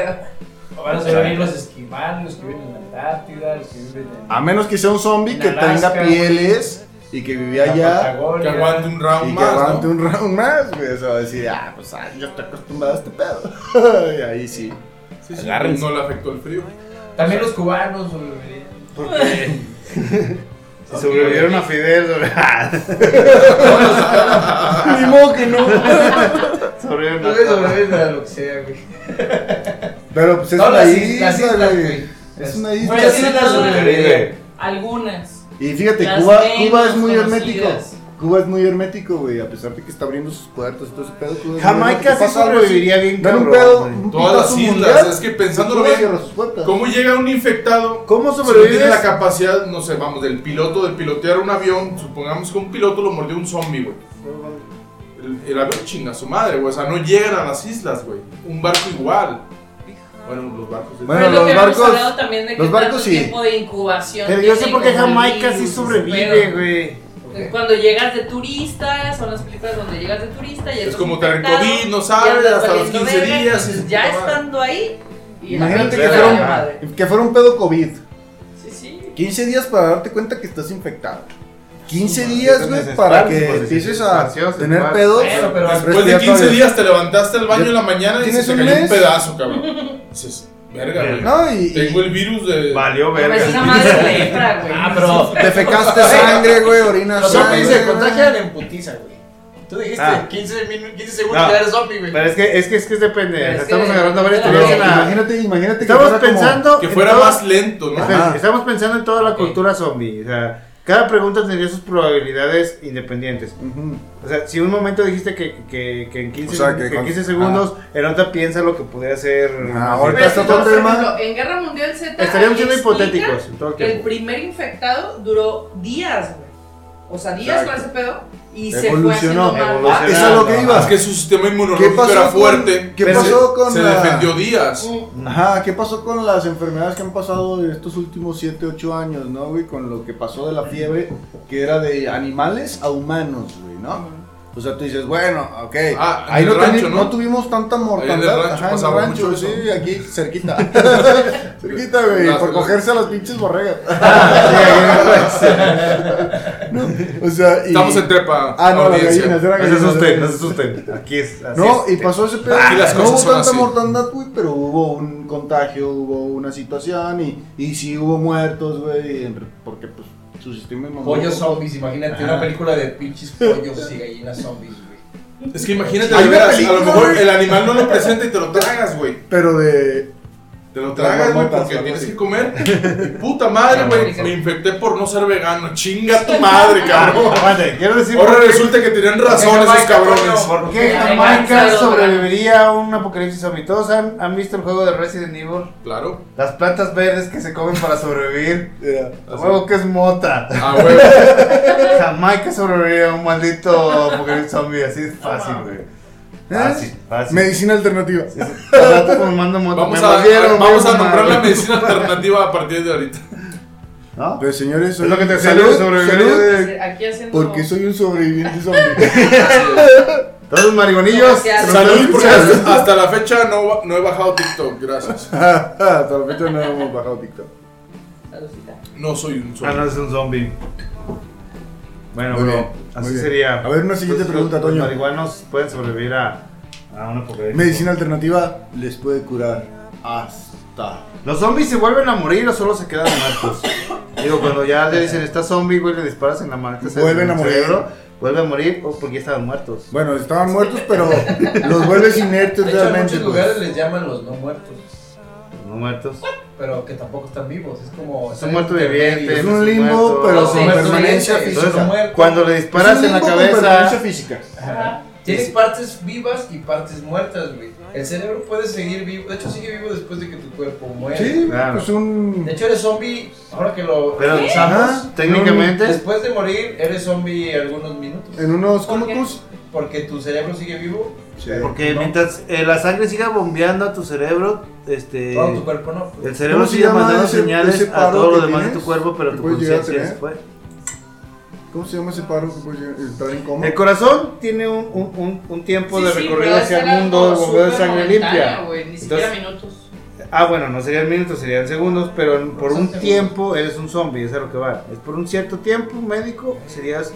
Speaker 5: pedo.
Speaker 6: Van a sobrevivir los esquimales, los que viven en la Antártida, los que viven en
Speaker 3: A menos que sea un zombie
Speaker 6: En
Speaker 3: que
Speaker 6: Alaska,
Speaker 3: tenga pieles y que vivía
Speaker 6: la
Speaker 3: allá.
Speaker 4: Que
Speaker 6: Patagonia.
Speaker 4: aguante un round
Speaker 3: Y que
Speaker 4: más. ¿no?
Speaker 3: aguante un round más, güey. O sea, va a decir, ah, pues ah, yo estoy acostumbrado a este pedo. y ahí sí.
Speaker 4: Sí, sí,
Speaker 3: Agárrense.
Speaker 4: No le afectó el frío.
Speaker 6: También los cubanos sobrevivirían.
Speaker 2: Si sobrevivieron a Fidel, sobre-
Speaker 3: Ni modo que no.
Speaker 6: No
Speaker 2: sobrevivieron
Speaker 6: güey,
Speaker 2: a
Speaker 6: sobreviven a lo que sea, güey.
Speaker 3: Pero pues es
Speaker 6: No,
Speaker 3: una
Speaker 6: las
Speaker 3: isla,
Speaker 6: islas, islas,
Speaker 3: güey.
Speaker 6: güey.
Speaker 3: Es
Speaker 6: Las-
Speaker 3: una isla.
Speaker 6: No, las islas sobrevivirían.
Speaker 5: Algunas.
Speaker 3: Y fíjate,
Speaker 5: Las
Speaker 3: Cuba,
Speaker 5: menos
Speaker 3: Cuba es muy hermético.
Speaker 5: conocidas.
Speaker 3: Cuba es muy hermético, güey, a pesar de que está abriendo sus puertas y todo ese pedo. Cuba es muy hermético.
Speaker 2: Jamaica sí
Speaker 3: Pasa algo y
Speaker 2: sobreviviría bien,
Speaker 3: Dan un
Speaker 2: cabrón,
Speaker 3: pedo,
Speaker 2: güey.
Speaker 3: un
Speaker 4: Todas
Speaker 3: pitazo
Speaker 4: las islas,
Speaker 3: mundial,
Speaker 4: es que pensándolo
Speaker 3: Cuba
Speaker 4: bien,
Speaker 3: cierra sus puertas.
Speaker 4: ¿Cómo llega un infectado?
Speaker 2: ¿Cómo
Speaker 4: Si no
Speaker 2: sobrevives?
Speaker 4: tiene la capacidad, no sé, vamos, del piloto de pilotear un avión. Supongamos que un piloto lo mordió un zombie, güey. El, el avión chinga a su madre, güey. O sea, no llegan a las islas, güey. Un barco igual. Bueno, los barcos. de-
Speaker 2: Bueno,
Speaker 5: Pero
Speaker 2: los
Speaker 5: lo que hemos
Speaker 2: barcos-
Speaker 5: hablado también de que
Speaker 3: los barcos
Speaker 5: tanto
Speaker 3: sí.
Speaker 5: tiempo de incubación.
Speaker 2: Pero yo sé
Speaker 5: tiene
Speaker 2: por qué
Speaker 5: como
Speaker 2: Jamaica
Speaker 5: virus,
Speaker 2: sí
Speaker 5: pero-
Speaker 2: sobrevive, güey.
Speaker 5: Cuando llegas de turista, son las películas donde llegas de turista y
Speaker 4: Es como te recoví, no sabes, hasta los 15 días, y-
Speaker 5: ya estando ahí. Y la
Speaker 3: Imagínate que
Speaker 5: gente
Speaker 3: fuera,
Speaker 5: vale madre.
Speaker 3: un, que fuera un pedo COVID.
Speaker 5: Sí, sí.
Speaker 3: 15 días para darte cuenta que estás infectado. 15
Speaker 2: Sí,
Speaker 3: días,
Speaker 2: entonces
Speaker 3: güey,
Speaker 2: es
Speaker 3: para
Speaker 2: fácil,
Speaker 3: que
Speaker 2: pues,
Speaker 3: empieces
Speaker 2: es
Speaker 3: a
Speaker 2: ansioso,
Speaker 3: tener
Speaker 2: igual.
Speaker 3: pedos.
Speaker 6: Bueno, pero
Speaker 4: Después de
Speaker 3: respirar
Speaker 4: 15
Speaker 3: todavía.
Speaker 4: días te levantaste al baño en la mañana y se
Speaker 3: ¿Tienes
Speaker 4: te
Speaker 3: un
Speaker 4: cayó un
Speaker 3: mes?
Speaker 4: pedazo, cabrón. Dices, verga, güey.
Speaker 3: No, y, y
Speaker 4: Tengo el virus de.
Speaker 2: Valió
Speaker 5: Pero es una
Speaker 2: verga.
Speaker 5: madre de lepra, güey.
Speaker 6: Ah, pero.
Speaker 3: te fecaste sangre, güey, orina
Speaker 6: Los
Speaker 3: sangre.
Speaker 6: zombies se
Speaker 3: güey.
Speaker 6: contagian en putiza, güey. Tú dijiste
Speaker 2: Ah.
Speaker 6: 15, minu- 15 segundos
Speaker 2: No.
Speaker 6: y ya eres zombie, güey.
Speaker 2: Pero es que es que es que depende.
Speaker 5: Pero es
Speaker 2: Estamos
Speaker 5: que-
Speaker 2: agarrando varias
Speaker 5: pero-
Speaker 2: teorías en la-
Speaker 3: Imagínate, imagínate que
Speaker 2: Estamos
Speaker 3: fuera como-
Speaker 2: pensando
Speaker 4: Que
Speaker 2: en
Speaker 4: fuera
Speaker 2: todas-
Speaker 4: más lento, ¿no?
Speaker 2: Espera,
Speaker 3: Ajá.
Speaker 2: Estamos pensando en toda la cultura zombie. O sea, cada pregunta tendría sus probabilidades independientes.
Speaker 3: Ujú.
Speaker 2: O sea, si un momento dijiste que, que, que en 15,
Speaker 3: O sea, que
Speaker 2: que en
Speaker 3: con-
Speaker 2: 15 segundos el otra piensa lo que pudiera ser.
Speaker 3: Ajá,
Speaker 5: Pero
Speaker 3: ahorita
Speaker 5: es
Speaker 3: está
Speaker 5: que,
Speaker 3: otro
Speaker 5: por
Speaker 3: tema.
Speaker 5: ejemplo, En Guerra Mundial Z.
Speaker 2: Estaríamos siendo
Speaker 5: ahí explica
Speaker 2: hipotéticos en todo el
Speaker 5: que El
Speaker 2: tiempo.
Speaker 5: primer infectado duró días, güey. O sea, días
Speaker 3: Exacto.
Speaker 5: con ese pedo. Y
Speaker 3: Evolucionó,
Speaker 5: se fue haciendo
Speaker 3: Ah,
Speaker 5: más-
Speaker 3: eso es lo que iba.
Speaker 4: Es que su sistema
Speaker 3: ¿Qué
Speaker 4: inmunológico
Speaker 3: pasó
Speaker 4: era
Speaker 3: con-
Speaker 4: fuerte.
Speaker 3: qué
Speaker 4: pero
Speaker 3: pasó
Speaker 4: se-
Speaker 3: con
Speaker 4: Se
Speaker 3: la-
Speaker 4: defendió días.
Speaker 5: Mm,
Speaker 3: Ajá, ¿qué pasó con las enfermedades que han pasado en estos últimos 7, 8 años, no, güey? Con lo que pasó de la fiebre, que era de animales a humanos, güey, ¿no? O sea, tú dices, bueno, ok,
Speaker 4: Ah, en
Speaker 3: ahí
Speaker 4: el
Speaker 3: no, teni-
Speaker 4: rancho, ¿no?
Speaker 3: no tuvimos tanta
Speaker 4: Ahí en el
Speaker 3: mortandad.
Speaker 4: rancho
Speaker 3: Ajá, en el
Speaker 4: pasaba
Speaker 3: rancho,
Speaker 4: mucho
Speaker 3: sí,
Speaker 4: eso.
Speaker 3: aquí cerquita. cerquita, güey,
Speaker 4: Las-
Speaker 3: por
Speaker 4: las-
Speaker 3: cogerse a las pinches borregas. no, o sea, y...
Speaker 4: Estamos en trepa.
Speaker 3: Ah, no, las
Speaker 4: audiencia.
Speaker 3: gallinas, era
Speaker 2: No se
Speaker 3: gallinas,
Speaker 2: asusten,
Speaker 3: era-
Speaker 2: no se asusten. Aquí es. así
Speaker 3: no,
Speaker 2: es. eh,
Speaker 3: y pasó ese pedo.
Speaker 4: Ah, y las
Speaker 3: no
Speaker 4: cosas
Speaker 3: hubo
Speaker 4: son
Speaker 3: tanta
Speaker 4: así.
Speaker 3: mortandad, güey, pero hubo un contagio, hubo una situación y, y sí hubo muertos, güey, en- porque pues su sistema inmunológico-
Speaker 6: Pollos zombies, imagínate
Speaker 2: Ah.
Speaker 6: una película de pinches pollos y gallinas zombies, güey.
Speaker 4: Es que imagínate,
Speaker 3: Hay
Speaker 4: de
Speaker 3: una
Speaker 4: veras, a
Speaker 3: película,
Speaker 4: lo mejor
Speaker 3: güey.
Speaker 4: el animal no lo presenta y te lo tragas, güey.
Speaker 3: Pero de.
Speaker 4: Te lo
Speaker 3: Las
Speaker 4: tragas, güey,
Speaker 3: marmotas,
Speaker 4: porque
Speaker 3: algo
Speaker 4: tienes
Speaker 3: así.
Speaker 4: que comer. Y Puta madre, güey, me infecté por no ser vegano. Chinga tu madre, cabrón.
Speaker 2: Aguante, quiero decir.
Speaker 4: Ahora
Speaker 2: por qué-
Speaker 4: resulta que tenían razón
Speaker 6: Porque
Speaker 4: esos
Speaker 6: Jamaica,
Speaker 4: cabrones.
Speaker 6: coño.
Speaker 2: ¿Por qué
Speaker 5: Ya,
Speaker 2: Jamaica
Speaker 5: venga,
Speaker 2: sobreviviría a un apocalipsis zombie? ¿Todos han, han visto el juego de Resident Evil?
Speaker 4: Claro.
Speaker 2: Las plantas verdes que se comen para sobrevivir.
Speaker 3: eh,
Speaker 2: El juego que es mota.
Speaker 4: Ah, güey.
Speaker 2: Jamaica sobreviviría a un maldito apocalipsis zombie. Así es fácil, güey. ¿Eh? Fácil, fácil.
Speaker 3: medicina alternativa.
Speaker 2: Rato fumando mota.
Speaker 4: Vamos
Speaker 2: Me
Speaker 4: a,
Speaker 2: mordieron, voy
Speaker 4: vamos a
Speaker 2: fumar.
Speaker 4: nombrar la medicina alternativa a partir de ahorita.
Speaker 2: ¿No?
Speaker 3: Pues señores,
Speaker 2: Es lo que te sale
Speaker 3: salud,
Speaker 2: sobrevivir.
Speaker 3: salud,
Speaker 5: Aquí haciendo.
Speaker 3: porque soy un sobreviviente zombie.
Speaker 2: Todos los marihuanillos.
Speaker 5: Gracias.
Speaker 2: se nos
Speaker 4: Salud,
Speaker 2: están
Speaker 4: porque
Speaker 2: escuchando.
Speaker 4: hasta hasta la fecha no, no he bajado TikTok, gracias.
Speaker 3: Ah, Hasta la fecha no hemos bajado TikTok.
Speaker 5: Saludcita.
Speaker 4: No soy un
Speaker 2: Ah, no,
Speaker 4: solo.
Speaker 2: es un zombie. Bueno,
Speaker 3: Muy
Speaker 2: muy
Speaker 3: bien,
Speaker 2: bien. Así
Speaker 3: muy bien.
Speaker 2: sería.
Speaker 3: A ver, una siguiente
Speaker 2: Entonces,
Speaker 3: pregunta,
Speaker 2: los- los
Speaker 3: Toño.
Speaker 2: marihuanos pueden sobrevivir a, a un apocalipsis.
Speaker 3: Medicina alternativa les puede curar hasta.
Speaker 2: ¿Los zombies se vuelven a morir o solo se quedan muertos? Digo, cuando ya le dicen, está zombie, güey, le disparas en la marca.
Speaker 3: Vuelven a morir.
Speaker 2: Vuelven a morir o porque ya estaban muertos.
Speaker 3: Bueno, estaban muertos, pero los vuelves inertes
Speaker 6: De hecho, en
Speaker 3: realmente.
Speaker 6: muchos
Speaker 3: pues.
Speaker 6: lugares les llaman los no muertos,
Speaker 2: pues, No muertos.
Speaker 6: pero que tampoco están vivos. Es como.
Speaker 2: Son muertos vivientes.
Speaker 3: Es un
Speaker 2: muertos.
Speaker 3: limbo, pero
Speaker 5: con
Speaker 3: permanencia
Speaker 2: Entonces,
Speaker 3: física.
Speaker 6: muertos.
Speaker 2: Cuando le disparas
Speaker 3: Es un
Speaker 2: en la
Speaker 3: limbo con
Speaker 2: cabeza.
Speaker 3: permanencia física.
Speaker 5: Ajá.
Speaker 6: Tienes partes vivas y partes muertas, güey. El cerebro puede seguir vivo. De hecho, sigue vivo después de que tu cuerpo muere.
Speaker 3: Sí,
Speaker 2: Claro.
Speaker 3: pues un.
Speaker 6: De hecho, eres zombie. Ahora que lo
Speaker 2: Pero,
Speaker 6: pensamos,
Speaker 2: ajá, técnicamente.
Speaker 6: después de morir, eres zombie algunos minutos.
Speaker 3: En unos. ¿Cómo
Speaker 5: ¿Por qué?
Speaker 3: tú?
Speaker 6: Porque tu cerebro sigue vivo,
Speaker 3: Sí.
Speaker 2: Porque
Speaker 6: No.
Speaker 2: mientras eh, la sangre siga bombeando a tu cerebro, este.
Speaker 6: todo tu cuerpo no.
Speaker 2: El
Speaker 6: pues.
Speaker 2: cerebro
Speaker 3: ¿Cómo se
Speaker 2: sigue
Speaker 3: llama
Speaker 2: mandando
Speaker 3: ese-
Speaker 2: señales
Speaker 3: ese
Speaker 2: a
Speaker 3: paro
Speaker 2: todo lo
Speaker 3: que
Speaker 2: demás de
Speaker 3: tienes
Speaker 2: tu cuerpo, pero
Speaker 3: que
Speaker 2: tu
Speaker 3: puedes llegar a
Speaker 2: conciencia se
Speaker 3: tener?
Speaker 2: fue.
Speaker 3: ¿Cómo se llama ese paro que puede llegar- entrar en coma?
Speaker 2: El corazón tiene un, un- un- un tiempo
Speaker 5: Sí,
Speaker 2: de
Speaker 5: sí,
Speaker 2: recorrido
Speaker 5: puede
Speaker 2: hacia
Speaker 5: ser
Speaker 2: el mundo,
Speaker 5: algo
Speaker 2: de bombeo de
Speaker 5: súper
Speaker 2: sangre
Speaker 5: momentáneo,
Speaker 2: limpia.
Speaker 5: güey, ni siquiera
Speaker 2: Entonces,
Speaker 5: minutos.
Speaker 2: ah, bueno, no serían minutos, serían segundos, pero en- por
Speaker 6: Son
Speaker 2: un
Speaker 6: segundos.
Speaker 2: tiempo eres un zombie, eso es a lo que va. Es por un cierto tiempo médico, serías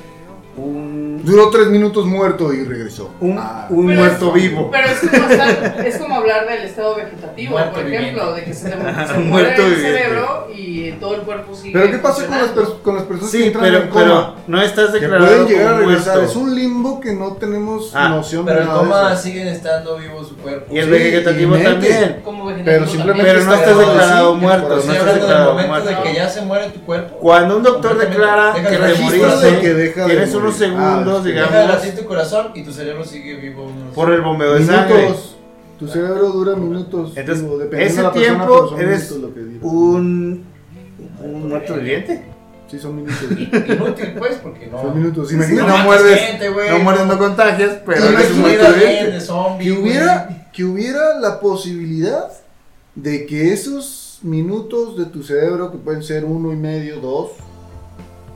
Speaker 2: un,
Speaker 3: Duró tres minutos muerto y regresó.
Speaker 2: un,
Speaker 3: Ah.
Speaker 2: un
Speaker 5: Pero
Speaker 2: muerto
Speaker 5: es-
Speaker 2: vivo.
Speaker 5: Pero es como, estar- es como hablar del estado vegetativo,
Speaker 6: Muerto
Speaker 5: por ejemplo, de que se, le, se
Speaker 2: Muerto
Speaker 5: muere el
Speaker 2: viviente.
Speaker 5: cerebro y todo el cuerpo sigue.
Speaker 3: Pero ¿qué pasa con las,
Speaker 5: funcionando.
Speaker 3: pers- con las personas que
Speaker 2: Sí,
Speaker 3: entran
Speaker 2: pero,
Speaker 3: en
Speaker 2: pero
Speaker 3: coma?
Speaker 2: no estás
Speaker 3: que
Speaker 2: declarado
Speaker 3: pueden llegar a
Speaker 2: como
Speaker 3: regresar.
Speaker 2: muerto.
Speaker 3: Es un limbo que no tenemos
Speaker 2: Ah,
Speaker 3: noción
Speaker 6: Pero
Speaker 3: de
Speaker 6: el
Speaker 3: nada de
Speaker 6: coma
Speaker 3: eso.
Speaker 6: siguen estando vivo su cuerpo.
Speaker 2: Y el
Speaker 3: Sí,
Speaker 2: vegetativo
Speaker 3: y mente.
Speaker 2: también.
Speaker 5: Como
Speaker 3: Pero
Speaker 5: vegetativo
Speaker 3: simplemente
Speaker 5: también.
Speaker 2: Pero no estás
Speaker 6: Pero
Speaker 2: declarado
Speaker 3: sí,
Speaker 2: muerto, no
Speaker 3: pero sí
Speaker 6: Estoy
Speaker 2: estás
Speaker 6: hablando del
Speaker 2: declarado
Speaker 6: momento
Speaker 2: muerto.
Speaker 6: de que ya se muere tu cuerpo.
Speaker 2: Cuando un doctor
Speaker 6: Completamente.
Speaker 2: declara
Speaker 6: Deja
Speaker 2: que
Speaker 6: el
Speaker 2: te
Speaker 6: registro
Speaker 2: moriste,
Speaker 3: de que deja de
Speaker 2: tienes unos
Speaker 3: güey.
Speaker 2: segundos,
Speaker 3: Ah, es que-
Speaker 2: digamos.
Speaker 6: Deja así tu corazón y tu cerebro sigue vivo. unos-
Speaker 2: Por el bombeo de sangre.
Speaker 3: Minutos. Tu cerebro dura minutos.
Speaker 2: Entonces,
Speaker 3: digo, dependiendo
Speaker 2: ese
Speaker 3: de la persona,
Speaker 2: tiempo
Speaker 3: pero son
Speaker 2: eres
Speaker 3: minutos lo que dura.
Speaker 2: Un. Un muerto viviente.
Speaker 3: Sí, son minutos.
Speaker 6: Inútil, pues, porque no.
Speaker 3: son minutos.
Speaker 2: No,
Speaker 3: Imagínate
Speaker 6: mates
Speaker 2: muerdes.
Speaker 6: gente, güey,
Speaker 2: no muerdes, no contagias, pero
Speaker 6: Pero
Speaker 2: eres
Speaker 6: es
Speaker 2: un
Speaker 6: un
Speaker 2: muerto viviente.
Speaker 6: de zombie.
Speaker 3: que
Speaker 6: güey.
Speaker 3: hubiera, que hubiera la posibilidad de que esos minutos de tu cerebro, que pueden ser uno y medio, dos,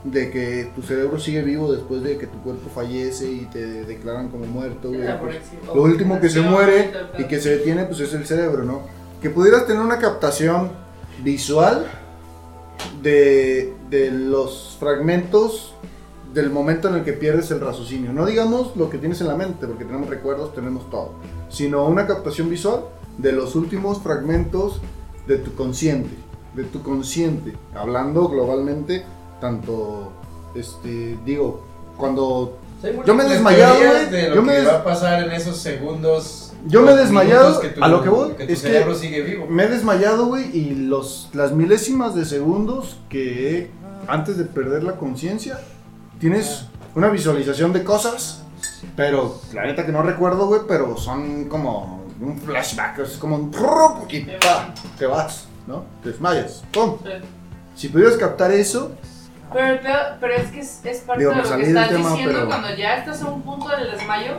Speaker 3: de que tu cerebro sigue vivo después de que tu cuerpo fallece y te declaran como muerto, güey,
Speaker 5: La
Speaker 3: pues,
Speaker 5: pobrecita.
Speaker 3: lo último que se
Speaker 5: Pobrecita,
Speaker 3: muere
Speaker 5: pobrecita,
Speaker 3: y que se detiene pues es el cerebro, ¿no? Que pudieras tener una captación visual de, de los fragmentos del momento en el que pierdes el raciocinio. No digamos lo que tienes en la mente, porque tenemos recuerdos, tenemos todo, sino una captación visual de los últimos fragmentos de tu consciente, de tu consciente, hablando globalmente, tanto, este, digo, cuando
Speaker 6: Sí, hay
Speaker 3: Yo me he
Speaker 6: múltiples
Speaker 3: desmayado,
Speaker 6: teorías
Speaker 3: güey.
Speaker 6: de lo
Speaker 3: Yo me
Speaker 6: que
Speaker 3: des-
Speaker 6: va a pasar en esos segundos.
Speaker 3: Yo me he
Speaker 6: o
Speaker 3: desmayado,
Speaker 6: minutos tu-
Speaker 3: a lo que voy,
Speaker 6: tu
Speaker 3: es que-
Speaker 6: cerebro sigue vivo.
Speaker 3: Me he desmayado, güey, y los, las milésimas de segundos que he- antes de perder la conciencia, tienes una visualización de cosas, pero la neta que no recuerdo, güey, pero son como un flashback, es como un... prrrup y pa, te vas, ¿no? Te desmayas, ¡pum!
Speaker 5: Sí.
Speaker 3: Si pudieras captar eso,
Speaker 5: Pero, el pedo- pero es que es, es parte
Speaker 3: Digo, pues,
Speaker 5: de
Speaker 3: me salí
Speaker 5: lo que
Speaker 3: del
Speaker 5: estás
Speaker 3: tema,
Speaker 5: diciendo
Speaker 3: pero-
Speaker 5: cuando ya estás a un punto del desmayo.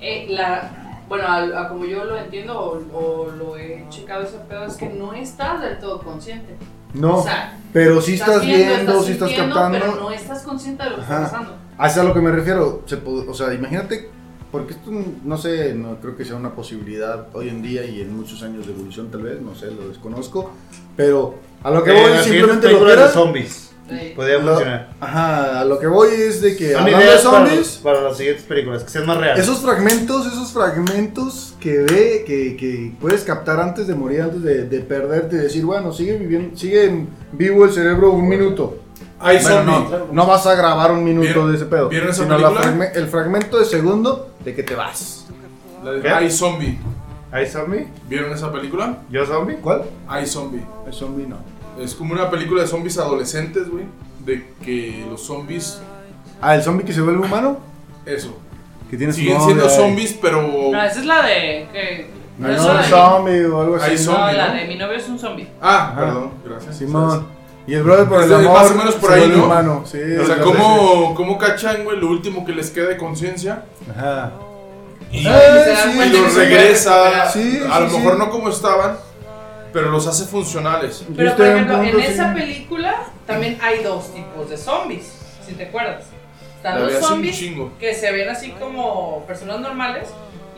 Speaker 5: eh, la, bueno, a, a como yo lo entiendo o, o lo he checado ese pedo, es que no estás del todo consciente.
Speaker 3: no,
Speaker 5: o sea,
Speaker 3: pero si estás, viendo, si estás
Speaker 5: sintiendo,
Speaker 3: captando...
Speaker 5: Pero no estás consciente de lo que
Speaker 3: Ajá.
Speaker 5: está pasando.
Speaker 3: Hacia lo que me refiero, se pod- o sea, imagínate, porque esto no sé, no creo que sea una posibilidad hoy en día y en muchos años de evolución tal vez, no sé, lo desconozco, pero a lo que
Speaker 2: Eh,
Speaker 3: voy
Speaker 2: la siguiente
Speaker 3: simplemente lo que
Speaker 2: película
Speaker 3: era-
Speaker 2: de zombies.
Speaker 5: Sí.
Speaker 2: Podría
Speaker 3: lo-
Speaker 2: funcionar.
Speaker 3: ajá, a lo que voy es de que
Speaker 2: Son
Speaker 3: hablando de
Speaker 2: ideas para,
Speaker 3: zombies,
Speaker 2: para las siguientes películas, que sean más reales.
Speaker 3: esos fragmentos, esos fragmentos que ve, que, que puedes captar antes de morir, antes de, de perderte y decir, bueno, sigue viviendo, sigue vivo el cerebro un minuto.
Speaker 4: Hay
Speaker 3: Bueno,
Speaker 4: zombie.
Speaker 3: no, no vas a grabar un minuto
Speaker 4: ¿Vieron-
Speaker 3: de ese pedo.
Speaker 4: vieron esa
Speaker 3: sino la
Speaker 4: película?
Speaker 3: fragme- el fragmento de segundo de que te vas.
Speaker 4: La de
Speaker 2: ¿Qué?
Speaker 4: Hay zombie.
Speaker 2: ¿Hay zombie?
Speaker 4: ¿Vieron esa película?
Speaker 2: ¿Yo zombie?
Speaker 3: ¿Cuál?
Speaker 4: Hay zombie.
Speaker 3: El zombie no.
Speaker 4: Es como una película de zombies adolescentes, güey. De que los zombies.
Speaker 3: Ah, el zombie que se vuelve humano.
Speaker 4: Eso.
Speaker 3: Que tiene su
Speaker 4: Siguen
Speaker 3: nombre,
Speaker 4: siendo
Speaker 3: ay.
Speaker 4: zombies, pero.
Speaker 5: No, esa es la de. que-
Speaker 3: No,
Speaker 5: no,
Speaker 3: no,
Speaker 5: es la de-
Speaker 3: zombie o algo así.
Speaker 4: Hay
Speaker 5: no,
Speaker 4: zombie,
Speaker 5: la
Speaker 4: ¿no?
Speaker 5: de mi novio es un zombie.
Speaker 4: Ah,
Speaker 3: Ajá.
Speaker 4: perdón, gracias.
Speaker 3: Simón. Y el brother por
Speaker 4: Es
Speaker 3: el
Speaker 4: de-
Speaker 3: amor.
Speaker 4: más o menos por
Speaker 3: se
Speaker 4: ahí,
Speaker 3: vuelve
Speaker 4: ¿no?
Speaker 3: humano. Sí,
Speaker 4: O sea,
Speaker 3: entonces-
Speaker 4: ¿cómo, cómo cachan, güey, lo último que les queda de conciencia?
Speaker 3: Ajá.
Speaker 4: Y,
Speaker 3: Ah,
Speaker 5: se dan
Speaker 3: sí,
Speaker 4: y
Speaker 5: cuenta que
Speaker 4: los
Speaker 5: se
Speaker 4: regresa.
Speaker 5: puede
Speaker 3: Sí,
Speaker 4: a
Speaker 3: sí,
Speaker 4: lo
Speaker 3: sí.
Speaker 4: mejor no como estaban, pero los hace funcionales.
Speaker 3: Yo
Speaker 5: Pero por
Speaker 3: estoy en
Speaker 5: ejemplo, en
Speaker 3: punto, sí.
Speaker 5: esa película también hay dos tipos de zombies, si te acuerdas.
Speaker 4: La vi
Speaker 5: Están los
Speaker 4: hace un
Speaker 5: zombies
Speaker 4: chingo.
Speaker 5: que se ven así como personas normales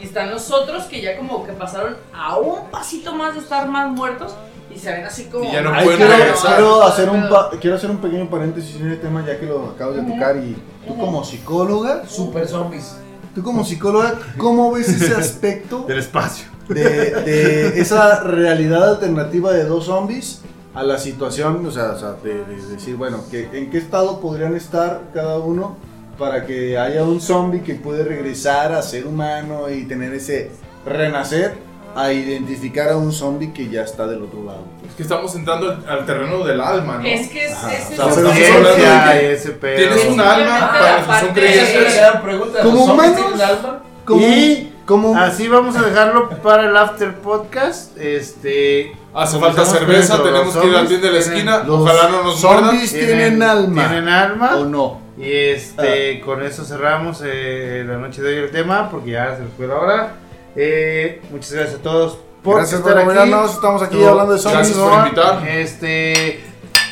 Speaker 5: y están los otros que ya como que pasaron a un pasito más de estar más muertos y se ven así como...
Speaker 4: Y ya no
Speaker 3: Ay,
Speaker 4: pueden
Speaker 3: quiero,
Speaker 4: regresar.
Speaker 3: quiero hacer un pa- quiero hacer un pequeño paréntesis en el tema ya que lo acabas de tocar y tú como psicóloga,
Speaker 6: Super zombies.
Speaker 3: tú como psicóloga, ¿cómo ves ese aspecto
Speaker 2: Del espacio.
Speaker 3: de, de esa realidad alternativa de dos zombies a la situación, o sea, o sea, de, de decir, bueno, que, ¿en qué estado podrían estar cada uno para que haya un zombie que puede regresar a ser humano y tener ese renacer a identificar a un zombie que ya está del otro lado?
Speaker 4: Es que estamos entrando al, al terreno del alma, ¿no?
Speaker 5: Es que es...
Speaker 3: Ajá,
Speaker 5: es-
Speaker 3: o sea, Ah,
Speaker 5: es- es-
Speaker 3: pero-
Speaker 5: es-
Speaker 4: hablando
Speaker 2: Ciencia
Speaker 4: de
Speaker 2: y
Speaker 4: que
Speaker 2: ese pedo.
Speaker 4: Tienes un alma para los que
Speaker 5: Simplemente
Speaker 4: son
Speaker 5: aparte-
Speaker 6: Esa es
Speaker 4: creyentes.
Speaker 6: la gran pregunta. ¿Los
Speaker 3: Eh, Como
Speaker 6: zombies
Speaker 3: humanos-
Speaker 6: tienen alma?
Speaker 2: Y
Speaker 3: como
Speaker 2: Así vamos a dejarlo para el after podcast. Este.
Speaker 4: Hace falta
Speaker 2: comenzamos con
Speaker 4: cerveza,
Speaker 2: eso.
Speaker 4: tenemos
Speaker 2: Los
Speaker 4: que ir a la
Speaker 2: zombies
Speaker 4: tienda de la
Speaker 2: tienen-
Speaker 4: esquina.
Speaker 3: los
Speaker 4: Ojalá no nos muerdan.
Speaker 3: zombies tienen, alma Ah.
Speaker 2: Tienen alma.
Speaker 3: o no?
Speaker 2: Y este, con eso cerramos eh, la noche de hoy el tema, porque ya se nos fue la hora. Eh, muchas gracias a todos por
Speaker 3: Gracias por
Speaker 2: estar aquí.
Speaker 3: acompañarnos, estamos aquí
Speaker 2: Tú-
Speaker 3: hablando de zombies.
Speaker 4: Gracias por invitar.
Speaker 2: Este,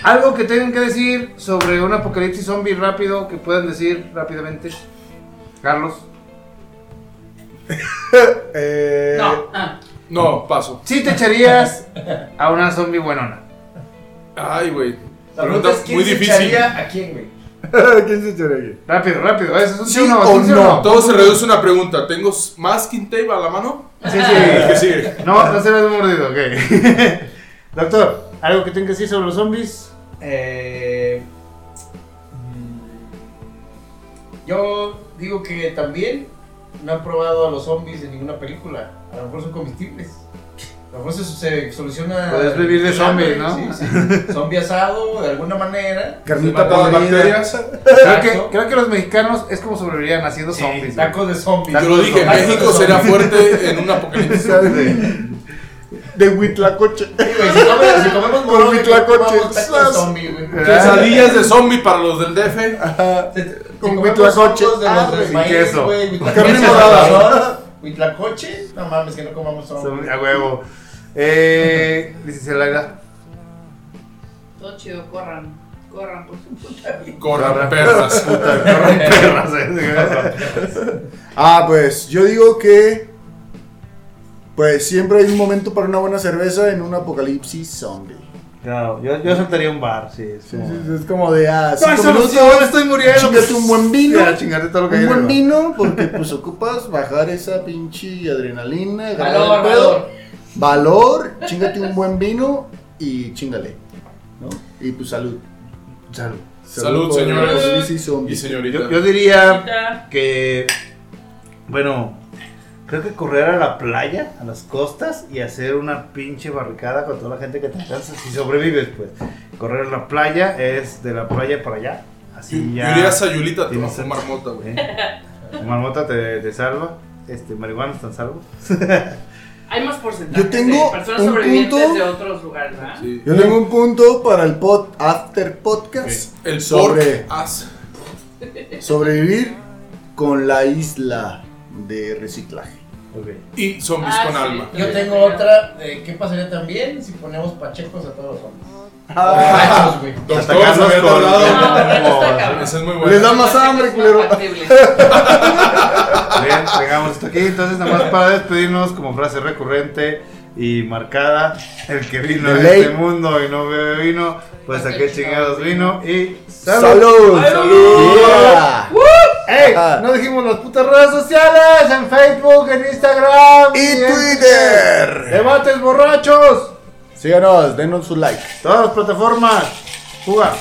Speaker 2: algo que tengan que decir sobre un apocalipsis zombie rápido que puedan decir rápidamente. Carlos.
Speaker 3: Eh,
Speaker 5: No, ah,
Speaker 4: No, paso.
Speaker 2: Si te echarías a una zombie buenona.
Speaker 4: Ay, güey.
Speaker 6: La pregunta
Speaker 4: Pregunta
Speaker 6: es quién
Speaker 4: muy
Speaker 6: se
Speaker 4: difícil.
Speaker 6: echaría a quién, güey.
Speaker 3: ¿Quién se echaría aquí?
Speaker 2: Rápido, rápido. Eso es un
Speaker 3: ¿Sí
Speaker 2: sí o no,
Speaker 3: o
Speaker 2: es un sí o
Speaker 3: no?
Speaker 2: no.
Speaker 4: Todo se reduce a una pregunta. ¿Tengo masking tape a la mano?
Speaker 2: Sí,
Speaker 4: El que
Speaker 2: sí.
Speaker 4: sigue.
Speaker 2: No, no se ve mordido, ok. Doctor, algo que tengan que decir sobre los zombies.
Speaker 6: Eh, mm, yo digo que también no han probado a los zombies en ninguna película. A lo mejor son comestibles. A lo mejor se, se soluciona.
Speaker 2: Puedes vivir de
Speaker 6: el
Speaker 2: zombie,
Speaker 6: hambre,
Speaker 2: ¿no?
Speaker 6: Sí, sí. Zombie asado, de alguna manera.
Speaker 3: Carnita
Speaker 4: Con las
Speaker 3: podrida.
Speaker 4: bacterias.
Speaker 2: Creo
Speaker 6: Exacto.
Speaker 2: que, creo que los mexicanos es como sobrevivían haciendo
Speaker 6: Sí,
Speaker 2: zombies. güey.
Speaker 6: tacos de zombies.
Speaker 4: Yo lo dije,
Speaker 6: Tacos de
Speaker 4: México
Speaker 6: zombies.
Speaker 4: será fuerte en un apocalipsis.
Speaker 3: De, de Huitlacoche.
Speaker 6: Sí, güey, si comemos, si comemos
Speaker 3: Con
Speaker 6: morones,
Speaker 3: huitlacoche,
Speaker 6: comamos tacos de
Speaker 3: sas.
Speaker 6: zombie, güey.
Speaker 4: Quesadillas de zombie para los del DF.
Speaker 6: Si- si
Speaker 3: Con
Speaker 6: comemos
Speaker 3: huitlacoche,
Speaker 6: tacos de los
Speaker 3: arre,
Speaker 6: de
Speaker 2: sin
Speaker 6: maíz,
Speaker 2: queso.
Speaker 6: Ah, güey, huitlacoche,
Speaker 3: Carne
Speaker 6: de
Speaker 3: morada.
Speaker 6: salsón, Huitlacoche, no mames, que no comamos zombies.
Speaker 2: Son- A huevo. Eh, licenciada Laila.
Speaker 5: Todo chido, corran. Corran por su puta vida.
Speaker 4: Corran perras.
Speaker 2: Puta, corran perras, eh.
Speaker 3: Ah, pues yo digo que. Pues siempre hay un momento para una buena cerveza en un apocalipsis zombie.
Speaker 2: No, yo, yo soltaría un bar, sí. es
Speaker 3: Sí,
Speaker 2: como-
Speaker 3: sí, sí, es como de ah,
Speaker 2: No,
Speaker 3: cinco
Speaker 2: eso no,
Speaker 3: minutos,
Speaker 2: sí, ahora estoy muriendo.
Speaker 3: Chingate un buen vino.
Speaker 2: Ya, chingarte todo lo que hay
Speaker 3: Un buen
Speaker 2: arriba.
Speaker 3: vino, porque pues ocupas bajar esa pinche adrenalina, agarrar
Speaker 5: Valor,
Speaker 3: el pedo.
Speaker 5: valor.
Speaker 3: Valor, chingate un buen vino y chingale. ¿no? Y pues salud.
Speaker 2: Salud.
Speaker 4: Salud,
Speaker 3: por el
Speaker 4: señores.
Speaker 3: apocalipsis zombie.
Speaker 4: Y
Speaker 2: Yo,
Speaker 4: señorita.
Speaker 2: yo diría
Speaker 5: Ahorita,
Speaker 2: que, bueno, creo que correr a la playa, a las costas y hacer una pinche barricada con toda la gente que te alcanza, si sobrevives, pues. Correr a la playa es de la playa para allá, así
Speaker 4: Yo
Speaker 2: ya.
Speaker 4: iría a Sayulita a
Speaker 2: Tienes-
Speaker 4: fumar mota,
Speaker 2: ¿eh?
Speaker 4: güey.
Speaker 2: Tu Marmota te, te salva, este, marihuana están salvos.
Speaker 5: Hay más porcentaje.
Speaker 3: Yo tengo
Speaker 5: de personas
Speaker 3: un
Speaker 5: sobrevivientes
Speaker 3: punto.
Speaker 5: de otros lugares, ¿verdad?
Speaker 4: Sí.
Speaker 3: Yo tengo un punto para el pod, after podcast
Speaker 4: El
Speaker 3: Sobre-
Speaker 4: sobre. as.
Speaker 3: sobrevivir con la isla de reciclaje.
Speaker 4: y zombies
Speaker 5: Ah,
Speaker 4: con
Speaker 5: sí.
Speaker 4: alma.
Speaker 6: Yo tengo otra de qué pasaría también si ponemos pachecos a todos los hombres. Borrachos, güey.
Speaker 4: Doctor,
Speaker 2: Atacarlos
Speaker 4: se había
Speaker 2: con-
Speaker 4: tardado.
Speaker 5: No, pero no está cabrón.
Speaker 4: Ese es muy
Speaker 3: Les
Speaker 4: bueno.
Speaker 3: da más hambre,
Speaker 5: Es
Speaker 3: culero.
Speaker 5: factible.
Speaker 2: Bien, tengamos esto aquí. Entonces, nada más para despedirnos, como frase recurrente y marcada, el que vino de
Speaker 3: De ley.
Speaker 2: este mundo y no bebe vino, pues a qué chingados vino y
Speaker 3: ¡Salud!
Speaker 2: ¡Salud!
Speaker 3: Yeah.
Speaker 2: ¡Ey!
Speaker 3: Ah.
Speaker 2: No dijimos las putas redes sociales en Facebook, en Instagram
Speaker 3: Y
Speaker 2: en
Speaker 3: Twitter.
Speaker 2: ¡Debates borrachos!
Speaker 3: Síganos, denos su like.
Speaker 2: Todas las plataformas. Juga.